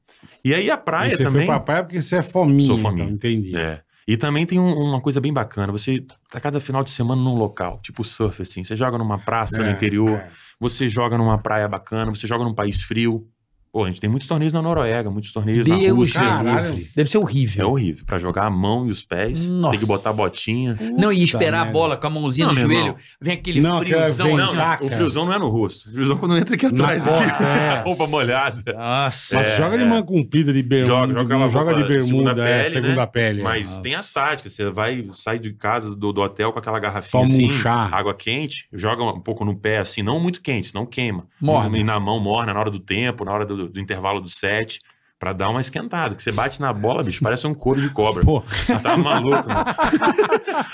E aí a Aí praia você também. foi pra praia porque você é fominha. Sou fominha. então, entendi. É. E também tem um- uma coisa bem bacana. Você tá cada final de semana num local, tipo surf, assim. Você joga numa praça no É, interior, é. você joga numa praia bacana, você joga num país frio. Pô, a gente tem muitos torneios na Noruega, muitos torneios na Deus Rússia. caralho. livre. Deve ser É horrível. horrível. Pra jogar a mão e os pés, Nossa. tem que botar botinha. Não, e esperar merda. a bola com a mãozinha Não, no meu joelho. irmão. Vem aquele Não, aquela friozão vem- assim. ó. Ah, o cara. friozão não é no rosto. O friozão quando entra aqui Na atrás, aqui, costa, é. roupa molhada. Nossa. Mas É, joga de é. mão comprida de bermuda. Joga, joga não aquela joga de roupa de segunda bermuda, é, pele, segunda né? pele. é. Mas Nossa. tem as táticas. Você vai, sai de casa, do, do hotel com aquela Toma garrafinha um assim, chá. água quente, joga um pouco no pé assim, não muito quente, senão queima. Morna. E na mão morna, na hora do tempo, na hora do, do intervalo do set, pra dar uma esquentada. Que você bate na bola, bicho, parece um couro de cobra. Pô, Tá maluco, mano.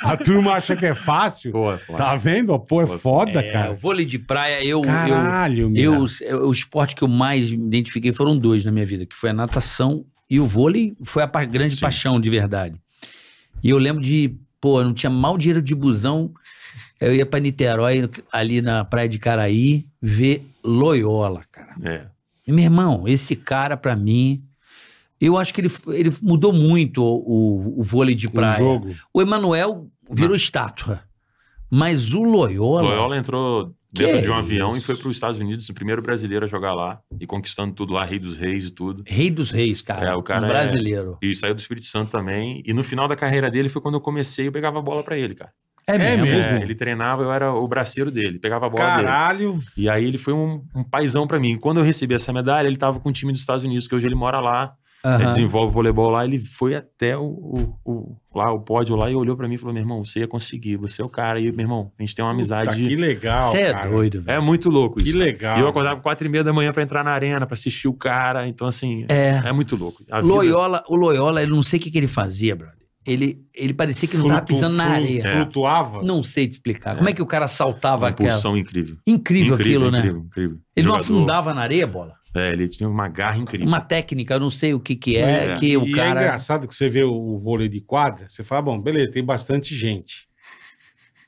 a turma acha que é fácil. Pô, pô. Tá vendo? Pô, é foda, É, o cara. vôlei de praia, eu, eu, Caralho, É. Eu, é, meu. o o esporte que eu mais me identifiquei foram dois na minha vida, que foi a natação e o vôlei foi a pa- grande Sim. paixão de verdade. E eu lembro de, pô, eu não tinha mal dinheiro de busão, eu ia pra Niterói, ali na praia de Caraí, ver Loyola, cara. É. E, meu irmão, esse cara pra mim, eu acho que ele, f- ele mudou muito o, o vôlei de Um praia. jogo. O Emanuel virou estátua, mas o Loyola... Ah. Loyola entrou dentro Que de um avião e isso? foi para os Estados Unidos, o primeiro brasileiro a jogar lá e conquistando tudo lá, rei dos reis e tudo. Rei dos reis, cara. É, o cara um é- brasileiro. E saiu do Espírito Santo também. E no final da carreira dele foi quando eu comecei eu pegava a bola pra ele, cara. É, mesmo? É, ele treinava, eu era o braceiro dele, pegava a bola dele. Caralho. E aí ele foi um, um paizão pra mim. Quando eu recebi essa medalha, ele tava com o time dos Estados Unidos, que hoje ele mora lá, Aham. né, desenvolve voleibol lá. Ele foi até o, o- o- lá, o pódio lá e olhou pra mim e falou: meu irmão, você ia conseguir, você é o cara. E, meu irmão, a gente tem uma Puta, amizade. que legal. Você é cara. doido, É velho. muito louco Que isso. cara. legal. E eu acordava quatro e meia da manhã pra entrar na arena, pra assistir o cara. Então, assim, é, É. muito louco. A vida- Loyola, o Loyola, eu não sei o que, que ele fazia, brother. Ele, ele parecia que não tava Flutu- pisando na flu- areia. É. Flutuava. Não sei te explicar. Como é que o cara saltava uma aquela. pulsão incrível. Incrível, aquilo, né? Incrível, incrível. Ele não Jogador- afundava na areia, bola. É, ele tinha uma garra incrível. Uma técnica, eu não sei o que que é, É. que o e é cara... engraçado que você vê o vôlei de quadra, você fala, bom, beleza, tem bastante gente.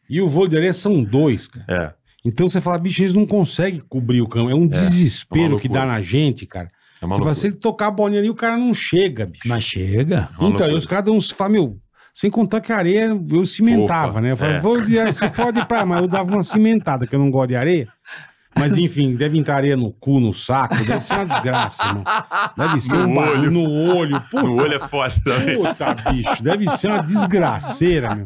E o vôlei de areia são dois, cara. É. Então você fala, bicho, eles não conseguem cobrir o campo. É um desespero que loucura. dá na gente, cara. É uma Tipo, assim, loucura. se ele tocar a bolinha ali, o cara não chega, bicho. Mas chega. É Então, e uma loucura. os caras dão uns. fa- Meu, sem contar que a areia eu cimentava, Fofa, né? Eu falava, é. vou de areia, você pode ir pra. Mas eu dava uma cimentada, que eu não gosto de areia. Mas enfim, deve entrar areia no cu, no saco, deve ser uma desgraça, mano. Deve ser No um barulho olho. no olho, puta. O olho é foda também. Puta, bicho, deve ser uma desgraceira, meu.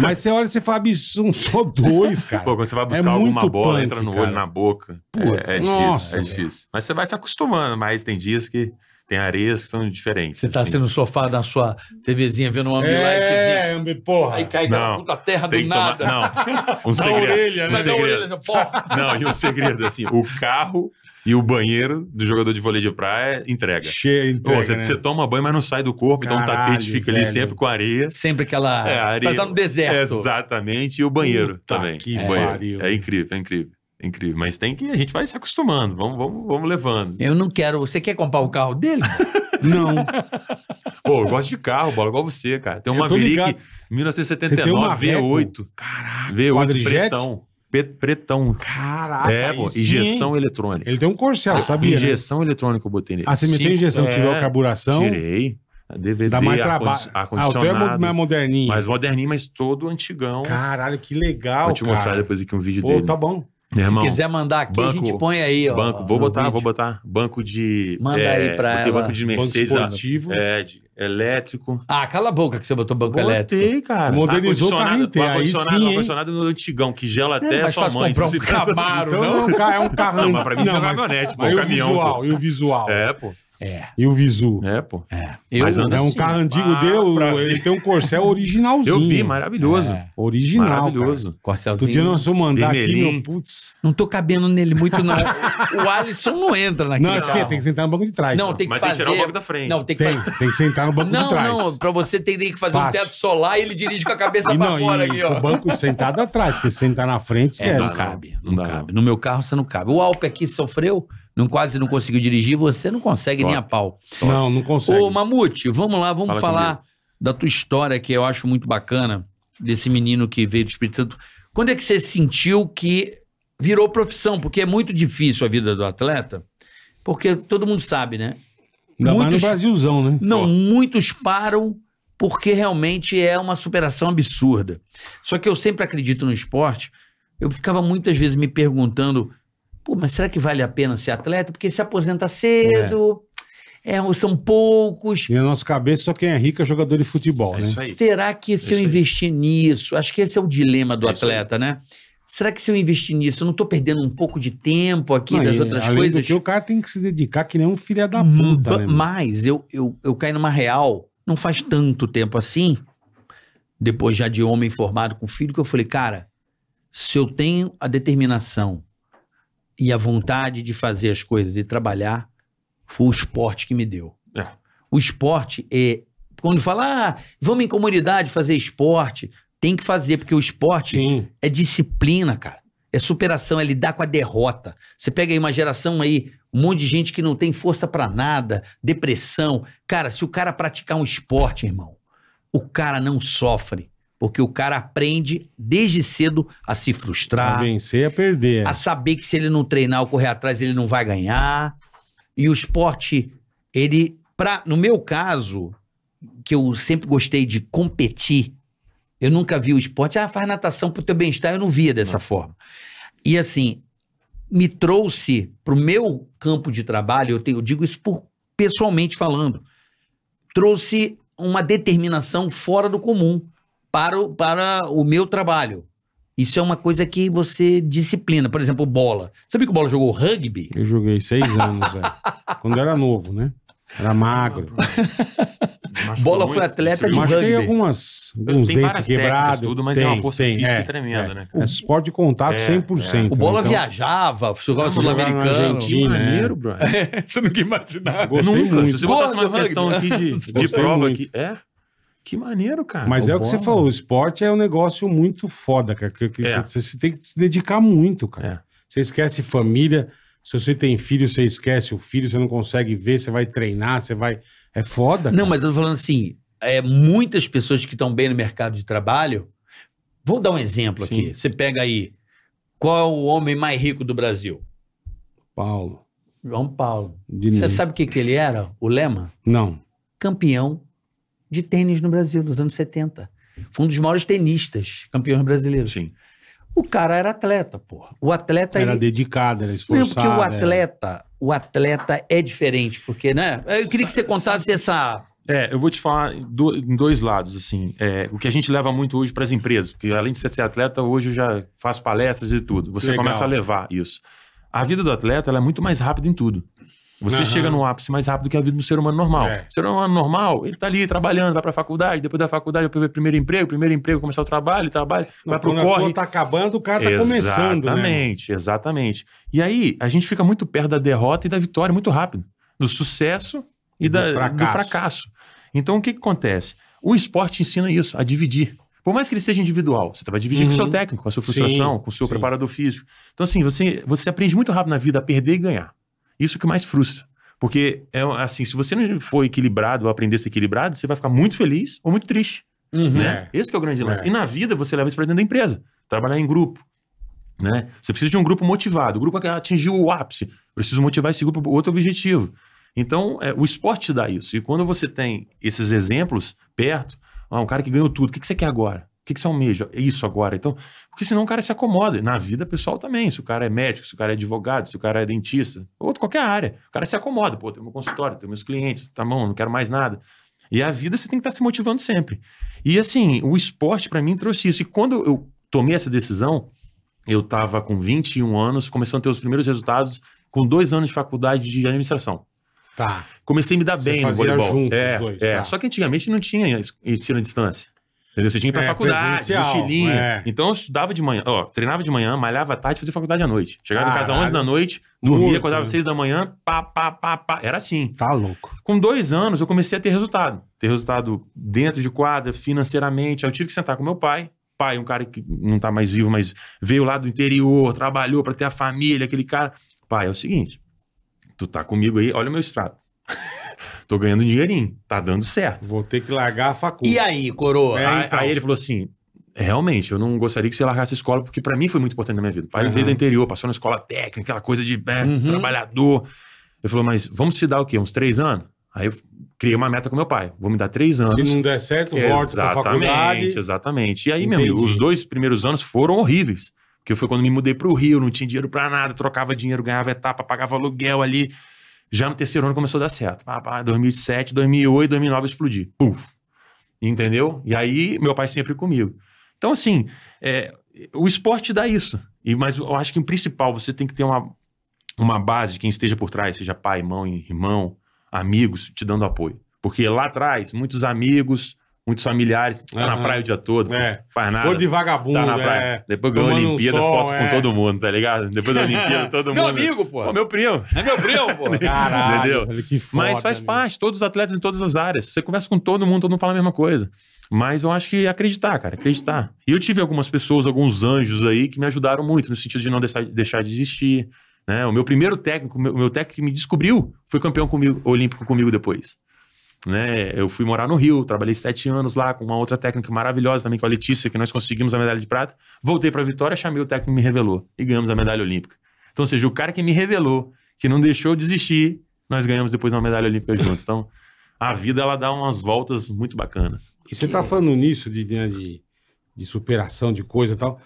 Mas você olha e você fala, bicho, são só dois, cara. Pô, quando você vai buscar É alguma muito bola, punk, entra no cara. olho, na boca. Puta, é, é difícil, nossa, é difícil. Mas você vai se acostumando, mas tem dias que tem areias que são diferentes. Você tá assim. sendo no sofá da sua TVzinha vendo um uma ambilightzinha. É, ambi- porra. Aí cai Não. da puta terra Tem do que tomar- nada. Não, um Da segredo. orelha, um né? Sai da segredo. orelha, já, pô. Não, e um segredo, assim, o carro e o banheiro do jogador de vôlei de praia entrega. Cheia, Pô, entrega, você, né? você toma banho, mas não sai do corpo, então o Caralho, tapete fica ali velho. sempre com areia. Sempre aquela. É, a ela areia- tá no deserto. Exatamente, e o banheiro Puta também. que O banheiro. pariu. É incrível, é incrível. é incrível. Mas tem que. A gente vai se acostumando, vamos, vamos, vamos levando. Eu não quero. Você quer comprar o carro dele? Não. Pô, eu gosto de carro, bola, igual você, cara. Tem Eu uma tô Maverick ligado. um Você tem uma 1979 V8. Caraca, V8 quadrijet? pretão. Pe- Pretão. Caraca. é, aí pô, sim, injeção hein? eletrônica. Ele tem um corcel, sabia? né? Injeção eletrônica eu botei nele. Ah, você meteu Cinco- injeção, é, tirou a carburação. Tirei. DVD, Dá mais ar trabalho. Ah, o teu é mo- condicionado. mais moderninho. mas moderninho, mas todo antigão. Caralho, que legal. Vou te mostrar cara. depois aqui um vídeo Pô, dele. tá bom. Meu irmão, Se quiser mandar aqui, a banco- gente põe aí, ó. banco, vou no botar, vídeo. vou botar. Banco de. é, Manda aí pra botei ela. banco de Banco Mercedes. ah, esportivo. É, de elétrico. Ah, cala a boca que você botou banco elétrico. Botei, cara. Tá Modernizou o carro Ar-condicionado- inteiro, aí ar-condicionado- sim, hein? ar-condicionado no antigão, que gela Não, até É, mas sua faz mãe. comprar um Não precisa- Camaro, Então não. não, cara, é um carrão. Não, mas pra mim isso é mas- caminhonete, pô, mas um e o caminhão, visual, pô. e o visual. É, pô. É, E o visu. É, pô. é. Eu, Mas anda É um assim, carro ó. antigo Ah, deu, pra ele tem um corcel originalzinho. Eu vi, maravilhoso. É, Original, Maravilhoso. maravilhoso. Outro dia Corcelzinho. nós vamos mandar aqui, Vermelhinho. meu putz. Não tô cabendo nele muito, não. o Alisson não entra naquele Não, esquece, carro. tem que sentar no banco de trás. Não, tem que Mas tem que fazer... tirar o banco da frente. Não, tem que tem, fazer... tem que sentar no banco de Não, trás. não, pra você tem que fazer Fácil. um teto solar e ele dirige com a cabeça E pra não, fora e aqui, o ó. banco sentado atrás, porque se sentar na frente, É, não esquece. cabe, não não dá, cabe. No meu carro você não cabe. O Alpe aqui sofreu, não, quase não conseguiu dirigir, você não consegue Top. nem a pau. não, não consegue. Ô, Mamute, vamos lá, vamos Fala falar da tua história, que eu acho muito bacana, desse menino que veio do Espírito Santo. Quando é que você sentiu que virou profissão? Porque é muito difícil a vida do atleta, porque todo mundo sabe, né? Ainda mais no muitos- Brasilzão, né? Não, Pô. muitos param porque realmente é uma superação absurda. Só que eu sempre acredito no esporte. Eu ficava muitas vezes me perguntando, pô, mas será que vale a pena ser atleta? Porque se aposenta cedo, é, são poucos. E na nossa cabeça, só quem é rico é jogador de futebol, É né? isso aí. Será que se Isso eu aí. investir nisso? Acho que esse é o dilema do É isso aí. atleta, né? Será que se eu investir nisso, eu não estou perdendo um pouco de tempo aqui Não, das e outras além coisas? Do que, o cara tem que se dedicar que nem um filho da puta, né? Ba- meu? Mas eu, eu, eu caí numa real, não faz tanto tempo assim, depois já de homem formado com filho, que eu falei, cara, se eu tenho a determinação e a vontade de fazer as coisas e trabalhar, foi o esporte que me deu. É. O esporte é. Quando fala, ah, vamos em comunidade fazer esporte, tem que fazer, porque o esporte Sim. é disciplina, cara. É superação, é lidar com a derrota. Você pega aí uma geração aí, um monte de gente que não tem força pra nada, depressão. Cara, se o cara praticar um esporte, irmão, o cara não sofre. Porque o cara aprende desde cedo a se Pra frustrar, vencer é perder. a saber que se ele não treinar ou correr atrás, ele não vai ganhar. E o esporte, ele, pra, no meu caso, que eu sempre gostei de competir, eu nunca vi o esporte, ah, faz natação pro teu bem-estar, eu não via dessa forma. E assim, me trouxe pro meu campo de trabalho, eu, tenho- eu digo isso por, pessoalmente falando, trouxe uma determinação fora do comum para o, para o meu trabalho. Isso é uma coisa que você disciplina. Por exemplo, bola. Sabia que o bola jogou rugby? Eu joguei seis anos, velho. Quando eu era novo, né? Era magro. Machucou Bola foi muito, atleta de destruiu. Machuquei rugby. algumas, alguns Tem dentes várias técnicas, quebrados. tudo, mas é uma força física tremenda, né, É cara? esporte de contato É, 100%. O bola né? Então, viajava, jogava Vamos jogar na sul-americano. Argentina. Que Sim, né? maneiro, bro. Você nunca imaginava. Gostei Nunca. muito. Se você botasse uma Gordo, questão né? aqui de, de Gostei prova muito. aqui. É? Que maneiro, cara. Mas é o que você bola. falou, o esporte é um negócio muito foda, cara. que- que É. Você você tem que se dedicar muito, cara. É. Você esquece família. Se você tem filho, você esquece o filho, você não consegue ver, você vai treinar, você vai. É foda. Não, cara. mas eu tô falando assim, é, muitas pessoas que estão bem no mercado de trabalho, vou dar um exemplo Sim. aqui. Você pega aí Qual é o homem mais rico do Brasil? Paulo. João Paulo. Diniz. Você sabe o que, que ele era? O Lema? Não. Campeão de tênis no Brasil, nos anos 70. Foi um dos maiores tenistas, campeões brasileiros. Sim. O cara era atleta, porra. O atleta Era né? ele- dedicado, era esforçado. Não, porque o era- atleta, o atleta é diferente, porque, né? Eu queria que você contasse essa. É, eu vou te falar em do- em dois lados, assim. É, o que a gente leva muito hoje para as empresas, porque além de você ser atleta, hoje eu já faço palestras e tudo. Você Legal. começa a levar isso. A vida do atleta ela é muito mais rápida em tudo. Você Aham. chega no ápice mais rápido que a vida do ser humano normal. É. O ser humano normal, ele tá ali trabalhando, vai pra faculdade, depois da faculdade, vai pro primeiro emprego, primeiro emprego, começar o trabalho, trabalho, Não, vai pro quando a corre. tua tá acabando, o cara tá começando, né? mano? Exatamente, exatamente. E aí, a gente fica muito perto da derrota e da vitória muito rápido. Do sucesso e E do da- do, fracasso. fracasso. Então, o que, que acontece? O esporte ensina isso, a dividir. Por mais que ele seja individual, você vai dividir com o seu Uhum. técnico, com a sua frustração, Sim, com o seu sim. preparador físico. Então, assim, você, você aprende muito rápido na vida a perder e ganhar. Isso que mais frustra. Porque, é assim, se você não for equilibrado ou aprender a ser equilibrado, você vai ficar muito feliz ou muito triste né? Esse que é o grande lance. Uhum. É. E na vida você leva isso para dentro da empresa, trabalhar em grupo, né? Você precisa de um grupo motivado, o grupo que atingiu o ápice, preciso motivar esse grupo para outro objetivo. Então, é, o esporte te dá isso. E quando você tem esses exemplos perto, ah, um cara que ganhou tudo, o que, que você quer agora? O que, que você almeja? É Isso agora. Então, porque senão o cara se acomoda. Na vida pessoal também. Se o cara é médico, se o cara é advogado, se o cara é dentista, ou qualquer área. O cara se acomoda. Pô, tenho meu consultório, tenho meus clientes, tá bom, não quero mais nada. E a vida você tem que estar se motivando sempre. E assim, o esporte pra mim trouxe isso. E quando eu tomei essa decisão, eu tava com 21 anos, começando a ter os primeiros resultados com dois anos de faculdade de administração. Tá. Comecei a me dar Você bem no fazia voleibol. junto é, os dois, é. tá. Só que antigamente não tinha es- ensino à distância. Entendeu? Você tinha que ir pra É, faculdade, presencial, mochilinha. é. Então eu estudava de manhã, ó, treinava de manhã, malhava à tarde, fazia faculdade à noite. Chegava em casa às Caralho. 11 da noite, dormia, Muito, acordava às né? 6 da manhã, pá, pá, pá, pá. Era assim. Tá louco. Com dois anos, eu comecei a ter resultado. Ter resultado dentro de quadra, financeiramente. Aí eu tive que sentar com meu pai. Pai, um cara que não tá mais vivo, mas veio lá do interior, trabalhou pra ter a família, aquele cara. Pai, é o seguinte. Tu tá comigo aí, olha o meu extrato. Tô ganhando um dinheirinho, tá dando certo. Vou ter que largar a faculdade. E aí, coroa? É, aí, então. aí ele falou assim: realmente, eu não gostaria que você largasse a escola, porque pra mim foi muito importante na minha vida. Pai Aham. veio do interior, passou na escola técnica, aquela coisa de é, Uhum. trabalhador. Ele falou, mas vamos te dar o quê? Uns três anos? Aí eu criei uma meta com meu pai. Vou me dar três anos. Se não der certo, volta pra faculdade. Exatamente, exatamente. E aí, meu amigo, Entendi. os dois primeiros anos foram horríveis. Porque foi quando me mudei pro Rio, não tinha dinheiro pra nada, trocava dinheiro, ganhava etapa, pagava aluguel ali. Já no terceiro ano começou a dar certo. Pá, pá, 2007, 2008, 2009 explodir. Puf. Entendeu? E aí, meu pai sempre comigo. Então, assim, é, o esporte dá isso. E, mas eu acho que o principal, você tem que ter uma, uma base de quem esteja por trás, seja pai, mãe, irmão, amigos, te dando apoio. Porque lá atrás, muitos amigos, muitos familiares, tá na Aham. praia o dia todo, É. faz nada. Ou de vagabundo, Tá na praia. é. Depois ganhou a Tomando um Olimpíada, sol, foto é. com todo mundo, tá ligado? Depois da Olimpíada, todo Meu mundo. amigo, pô. Pô, meu primo. É meu primo, pô. Caralho, Entendeu? Falei, que foda, né? Mas faz meu. parte, todos os atletas em todas as áreas. Você conversa com todo mundo, todo mundo fala a mesma coisa. Mas eu acho que é acreditar, cara, acreditar. E eu tive algumas pessoas, alguns anjos aí que me ajudaram muito, no sentido de não deixar, deixar de existir. Né? O meu primeiro técnico, o meu, o meu técnico que me descobriu, foi campeão comigo, olímpico comigo depois. Né? Eu fui morar no Rio, trabalhei sete anos lá com uma outra técnica maravilhosa também, com a Letícia, que nós conseguimos a medalha de prata. Voltei para Vitória, chamei o técnico que me revelou e ganhamos a medalha olímpica. Então, ou seja, o cara que me revelou, que não deixou eu desistir, nós ganhamos depois uma medalha olímpica juntos. Então, a vida ela dá umas voltas muito bacanas. E você tá falando nisso de, né, de, de superação, de coisa e tal.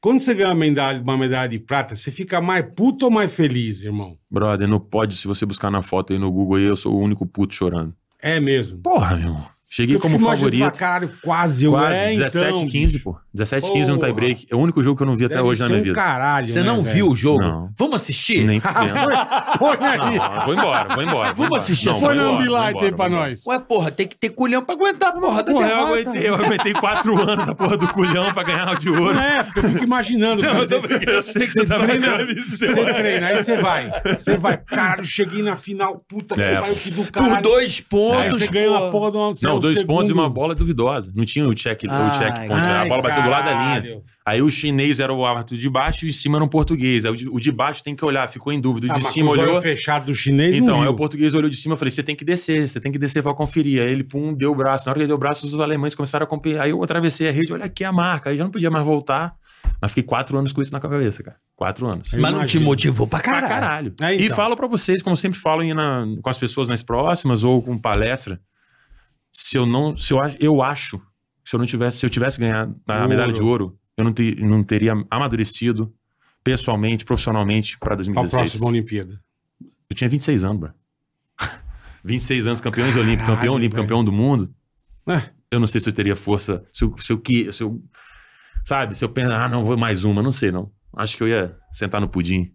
Quando você ganha uma medalha, uma medalha de prata, você fica mais puto ou mais feliz, irmão? Brother, não pode, se você buscar na foto aí no Google aí, eu sou o único puto chorando. É mesmo. Porra, meu. irmão. Cheguei Eu como fico imaginando, favorito. Caralho, quase, eu Quase, é, 17, então, 15, bicho. pô. 17, 15 no Porra. tie-break. É o único jogo que eu não vi até Deve hoje na ser minha um Ah, vida. Caralho, Você né, não velho? viu o jogo? Não. Vamos assistir? Nem pensa. Põe aí. Não, vou embora, vou embora. Vamos assistir essa Põe Não, um vou bilhete aí pra nós. Ué, porra, tem que ter culhão pra aguentar a porra da Porra, eu derrota. aguentei, eu aguentei quatro anos a porra do culhão pra ganhar o de ouro. É, porque eu fico imaginando. cara, você- Eu é Você sei que você tá treina- brincando isso. Você treina, aí você vai. Você vai, caralho, cheguei na final, puta que É. pariu, que do Por caralho. dois Aí pontos, você ganha uma porra. porra de uma. você é Não, o dois segundo. pontos e uma bola duvidosa. Não tinha o, check, Ai, o checkpoint. né? Ai, a bola bateu do lado da linha. caralho. Ah, Aí o chinês era o árbitro de baixo e em cima era um português. Aí o de, o de baixo tem que olhar, ficou em dúvida. O Ah, de mas cima com o um olho olhou. fechado do chinês, não Então, aí viu. o português olhou de cima e falei: você tem que descer, você tem que descer pra conferir. Aí ele, pum, deu o braço. Na hora que ele deu o braço, os alemães começaram a competir. Aí eu atravessei a rede, olha aqui a marca. Aí eu não podia mais voltar. Mas fiquei quatro anos com isso na cabeça, cara. Quatro anos. Eu Mas não te imagino. motivou pra Pra caralho. caralho. É, então. E falo pra vocês, como eu sempre falo em- na- com as pessoas mais próximas ou com palestra, se eu não, se eu, ach- eu acho, que se eu não tivesse, se eu tivesse ganhado a Ouro. medalha de ouro, eu não, te- não teria amadurecido pessoalmente, profissionalmente pra Pra 2016. próxima Olimpíada. Eu tinha 26 anos, bro. 26 anos, campeões olímpicos, Caralho, campeão olímpico, velho. campeão do mundo. É. Eu não sei se eu teria força, se eu, se eu que, se eu, sabe, se eu pensar, ah, não, vou mais uma, não sei não. Acho que eu ia sentar no pudim.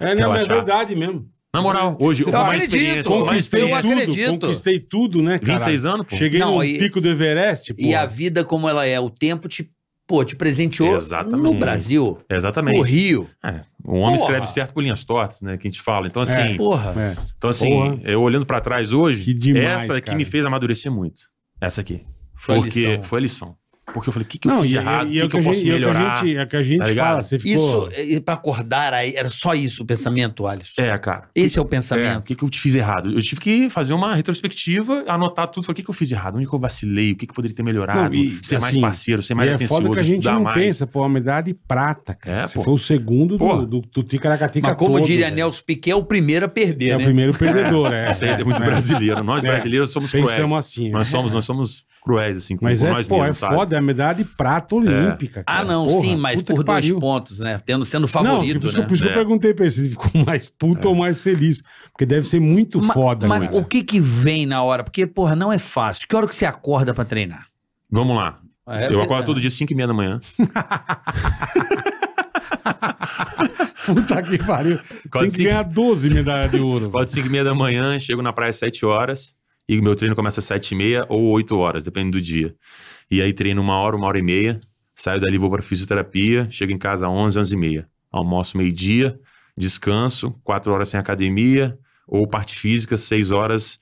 É, não, é Relaxar. verdade mesmo. Na moral, hoje eu Eu vou mais acredito. experiência, Eu com mais Conquistei eu experiência. tudo, acredito. conquistei tudo, né, cara? 26 anos, pô. Cheguei Não, no e- pico do Everest, pô. E a vida como ela é, o tempo te, pô, te presenteou Exatamente. no Brasil, Exatamente. no Rio. É, o Porra. homem escreve certo com linhas tortas, né, que a gente fala. Então assim, Porra. É. então assim, Porra. eu olhando pra trás hoje, Que demais, essa aqui cara. me fez amadurecer muito. Essa aqui. Foi a Porque lição. foi a lição. Porque eu falei, o que, que eu Não, e, fiz de errado? O e, e é que, o que eu posso gente, e é o que a melhorar? gente- é o que a gente tá ligado? fala, você ficou... um Isso, é, pra acordar aí, era só isso o pensamento, Alisson. É, cara. Esse é o É, o pensamento. que, que eu te fiz errado? Eu tive que fazer uma retrospectiva, anotar tudo. Falei, o que, que eu fiz errado? Onde que eu vacilei? O que, que eu poderia ter melhorado? Não, e, ser mais assim, parceiro, ser mais e é foda atencioso, que a gente estudar não mais. pensa, pô, a medalha de prata, cara. É, Você pô. foi o segundo do, Pô. do, do Ticaracatica Mas como todo, diria velho. Nelson Piquet, é o primeiro a perder, É o né? primeiro perdedor, é. Isso aí é muito É. brasileiro. Nós É. brasileiros somos cruéis. Pensamos assim. é. Nós somos, nós somos cruéis, assim, com, Mas com é, nós pô, mesmos, é sabe? foda, é a medalha de prata olímpica. Ah, cara. não, Porra, sim, mas puta por que dois pariu. pontos, né? Tendo, sendo não, favorito, por isso, né? por isso que eu É. perguntei pra ele se ele ficou mais puto ou mais feliz. Porque deve ser muito Ma- foda, mas cara. o que que vem na hora? Porque, porra, não é fácil. Que hora que você acorda pra treinar? Vamos lá. É, eu porque- acordo todo dia 5 e meia da manhã. Puta que pariu. Tem Acordo que cinco- ganhar 12 medalhas de ouro. Acordo 5 e meia da manhã, chego na praia às 7 horas. E meu treino começa às 7 e meia ou 8 horas, depende do dia. E aí treino uma hora, uma hora e meia. Saio dali, vou pra fisioterapia. Chego em casa às 11, 11 e meia. Almoço meio-dia, descanso. 4 horas sem academia. Ou parte física, 6 horas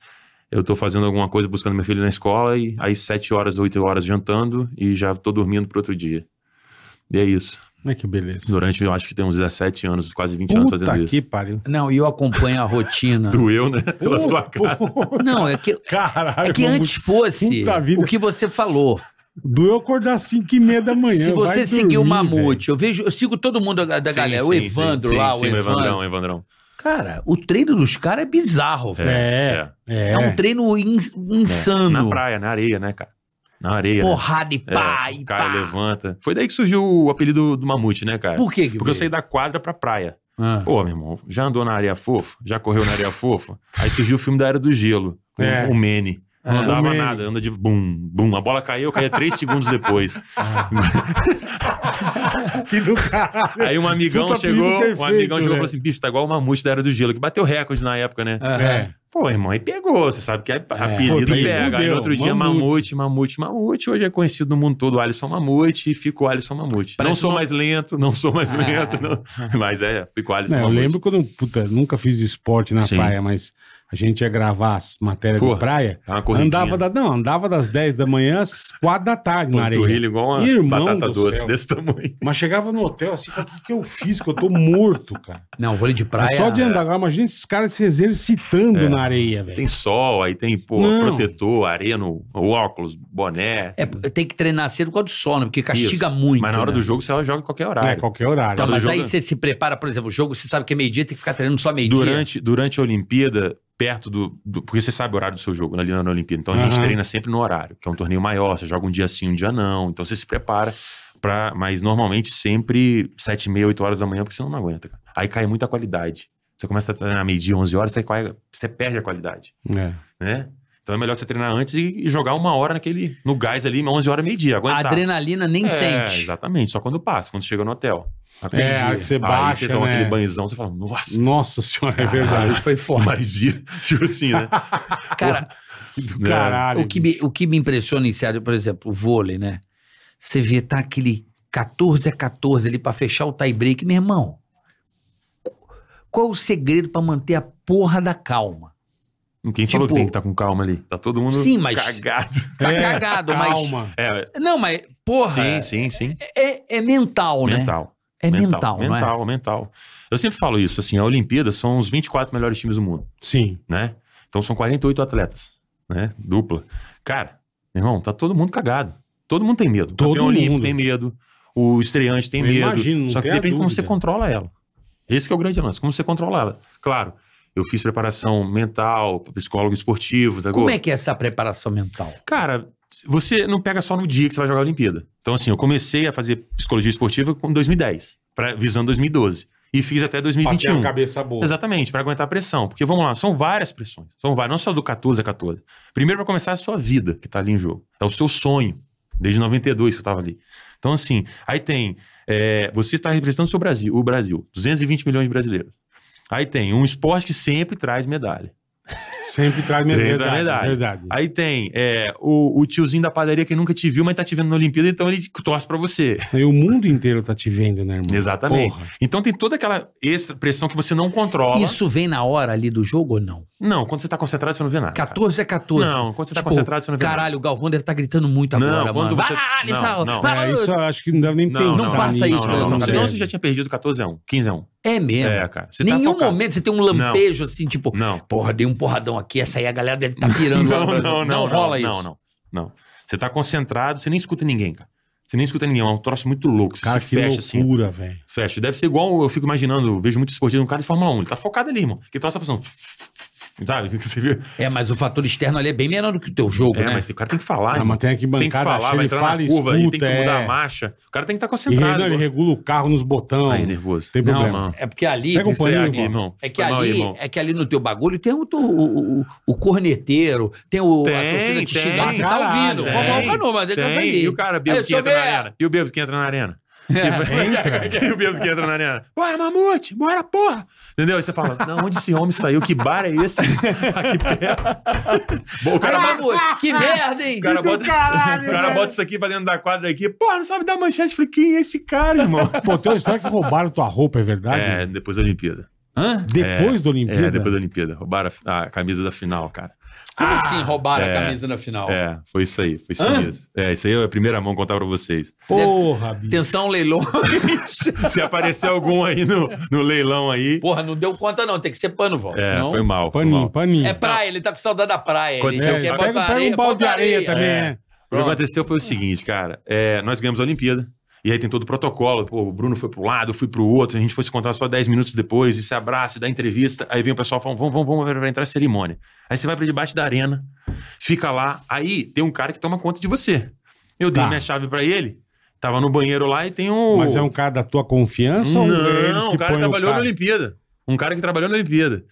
eu tô fazendo alguma coisa, buscando meu filho na escola. E aí 7 horas, 8 horas jantando. E já tô dormindo pro outro dia. E é isso. Olha que beleza. Durante, eu acho que tem uns 17 anos, quase 20 anos Puta fazendo que isso. pariu. Não, e eu acompanho a rotina. Doeu, né? Pela Pô, sua cara. pô, Não, é que, Caralho. é que vamos- antes fosse Puta vida. o que você falou. Doeu acordar às 5 e meia da manhã. Se vai você seguir o dormir, Mamute, eu vejo, eu sigo todo mundo da, da Sim, galera, o sim, Evandro sim, lá, sim, o Evandro. Evandrão, Evandrão. Cara, o treino dos caras é bizarro, velho. É, velho. É. É. um treino ins- Na insano. praia, é. na areia, né, cara? Na areia. né? Porrada e É, pá, o e cara pá. levanta. Foi daí que surgiu o apelido do Mamute, né, cara? Por que que Porque eu veio? saí da quadra pra praia. Ah. Pô, meu irmão, já andou na areia fofa? Já correu na areia fofa? Aí surgiu o filme da Era do Gelo, com É. o Mene. Não Ah, o andava Mene. nada, anda de bum, bum. A bola caiu, eu caía três segundos depois. tá Que do caralho. Aí um amigão Puta apelido chegou, perfeito, né? um amigão chegou velho. e falou assim: bicho, tá igual o Mamute da Era do Gelo, que bateu recorde na época, né? É. Pô, irmão, aí pegou. Você sabe que é apelido Pô, aí pega. aí fudeu, no outro dia, Mamute. Mamute, Mamute, Mamute. Hoje é conhecido no mundo todo Alisson Mamute e fico Alisson Mamute. Parece não sou um- mais lento, não sou mais lento. não. Mas é, fico Alisson É. Não, eu Mamute. lembro quando, puta, nunca fiz esporte na Sim. praia, mas a gente ia gravar as matérias de Porra, praia. Dá É uma corridinha. Andava, da, não, andava das 10 da manhã às 4 da tarde na areia. Panturrilha igual uma Irmão batata do doce céu. desse tamanho. Mas chegava no hotel assim, falava, o que, que eu fiz? Que eu tô morto, cara. Não, vôlei de praia. É. É só de andar agora, imagina esses caras se exercitando na areia, velho. É, Tem sol, aí tem, pô, Não. protetor, areia no o óculos, boné. É, tem que treinar cedo por causa do sono, porque castiga Isso. muito. Mas na hora né? do jogo, você joga em qualquer horário. É, qualquer horário. Tá, do mas jogo- aí você se prepara, por exemplo, o jogo, você sabe que é meio-dia, tem que ficar treinando só meio-dia. Durante, durante a Olimpíada, perto do, do- Porque você sabe o horário do seu jogo ali na Olimpíada. Então a gente Aham. treina sempre no horário, que é um torneio maior, você joga um dia sim, um dia não. Então você se prepara para Mas normalmente sempre 7, meia, 8 horas da manhã, porque senão não aguenta, cara. Aí cai muita qualidade. Você começa a treinar meio-dia, 11 horas, você, cai- você perde a qualidade, É. né? Então é melhor você treinar antes e, e jogar uma hora naquele, no gás ali, 11 horas, meio-dia. A Aguentar. adrenalina nem É, sente. exatamente, só quando passa, quando chega no hotel. É, a hora que você Aí baixa, você toma né? aquele banhezão, você fala, nossa, Nossa senhora, é verdade. Hoje foi que forte. maresia. Tipo assim, né? Cara, Do caralho. o que, me, o que me impressiona em sério, por exemplo, o vôlei, né? Você vê, tá aquele 14 a 14 ali pra fechar o tie-break. Meu irmão, qu- qual o segredo pra manter a porra da calma? Quem falou Tipo- que tem que estar com calma ali? Tá todo mundo Sim, mas- cagado. Tá É, cagado, mas... Calma. É, Não, mas, porra, sim, sim, sim. é, é mental, né? Mental. É mental, não é? mental, mental. Eu sempre falo isso, assim, a Olimpíada são os 24 melhores times do mundo, Sim. né? Então são 48 atletas, né? Dupla. Cara, meu irmão, tá todo mundo cagado. Todo mundo tem medo. O Todo Campeão olímpico mundo. tem medo. o estreante tem Eu medo. imagino, não só que tenha depende de como dúvida. você controla ela. Esse que é o grande lance, como você controla ela. Claro, eu fiz preparação mental, psicólogo esportivo, tá Como é que é essa preparação mental? Cara, você não pega só no dia que você vai jogar a Olimpíada. Então, assim, eu comecei a fazer psicologia esportiva em 2010, pra, visando 2012. E fiz até Pra ter 2021. uma cabeça boa. Exatamente, para aguentar a pressão. Porque vamos lá, são várias pressões. São várias, não só do 14 a 14. Primeiro, para começar, é a sua vida que tá ali em jogo. É o seu sonho. Desde 92 que eu tava ali. Então, assim, aí tem. é, você está representando o seu Brasil, o Brasil, 220 milhões de brasileiros. Aí tem um esporte que sempre traz medalha. Sempre traz minha Sempre verdade. traz Verdade. verdade. Aí tem é, o, o tiozinho da padaria que nunca te viu, mas tá te vendo na Olimpíada, então ele torce pra você. E o mundo inteiro tá te vendo, né, irmão? Exatamente. Porra. Então tem toda aquela extra pressão que você não controla. Isso vem na hora ali do jogo ou não? Não, quando você tá concentrado, você não vê nada. cara. 14 é 14. Não, quando você tá Tipo, concentrado, você não vê Caralho, o Galvão deve estar gritando muito Não, agora, quando mano. você- Vai, Não, Alisson! não. Vai, É, isso eu acho que não deve nem nada. Não, pensar não, não nisso, passa isso, né, não, não, Alexandre. Senão velho? você já tinha perdido 14 a 1, 15 a 1. é mesmo. É, cara. Você tá Nenhum focado. momento você tem um lampejo assim, tipo, Não. porra, dei um porradão aqui, essa aí a galera deve estar pirando lá. Não, no não, Brasil. não, não rola isso. Não, não, não. Você tá concentrado, você nem escuta ninguém, cara. Você nem escuta ninguém, é um troço muito louco. Você Cara, se que fecha assim. ó. loucura, velho. Fecha. Deve ser igual, eu fico imaginando, eu vejo muito esportivo, um cara de Fórmula 1. Ele tá focado ali, irmão. Que troça a pressão. Sabe? Que Você viu? É, mas o fator externo ali é bem menor do que o teu jogo, É, né? mas o cara tem que Ah, falar, irmão. mas tem aqui Tem que bancada falar, cheia, vai ele entrar fala na e curva, escuta, aí tem que mudar é. a marcha. O cara tem que estar E ele, concentrado. não, ele irmão. regula o carro nos botões. Aí, né? nervoso. Tem Não, problema. não. É porque ali. Pega um Isso aí, paninho, vó. irmão. É que, Foi mal, ali, irmão. é que ali no teu bagulho tem o, tu- o, o, o corneteiro, tem o, a Tem, torcida te tem, xingando, você tá caralho, ouvindo. tem, Fórmula 1 não, mas é que eu Tem, falei. E o cara Aí, bêbado que só entra na vê- arena. E o bêbado que entra na arena. É. E o bêbado que entra na arena. Ué, mamute, bora, porra. Entendeu? Aí você fala, não, onde esse homem saiu? Que bar é esse? Aqui perto. Bom, o Cara, cara mas, moço, que merda, hein? O cara, do bota, caralho, o cara velho. bota isso aqui pra dentro da quadra aqui. Porra, não sabe dar manchete. Eu Falei, quem é esse cara, irmão? Pô, tem uma história que roubaram tua roupa, é verdade? É, depois da Olimpíada. Hã? Depois da Olimpíada? É, depois da Olimpíada. Roubaram a, a camisa da final, cara. Como assim roubaram a é. camisa na final? É, foi isso aí. Foi isso Hã? mesmo. É, isso aí é a primeira mão contar pra vocês. Porra, bicho. Atenção, leilão. Se aparecer algum aí no, no leilão aí. Porra, não deu conta não, tem que ser pano, Val. É, senão... foi mal. Foi Paninho, mal. paninho. É praia, ele tá com saudade da praia. Ele Aconteceu. quer É, Pega- Então, botar pega, pega areia, um balde de falta areia, areia. né? também. É. é. O que aconteceu foi o seguinte, cara. é, nós ganhamos a Olimpíada. E aí tem todo o protocolo. Pô, o Bruno foi pro lado, eu fui pro outro. A gente foi se encontrar só 10 minutos depois. E se abraça, e dá entrevista. Aí vem o pessoal falando, vamos, vamos, vamos, vai entrar a cerimônia. Aí você vai pra debaixo da arena. Fica lá. Aí tem um cara que toma conta de você. Eu dei Tá. minha chave pra ele. Tava no banheiro lá e tem um... Mas é um cara da tua confiança ou eles Não, que o cara põem trabalhou cara? na Olimpíada. Um cara que trabalhou na Olimpíada.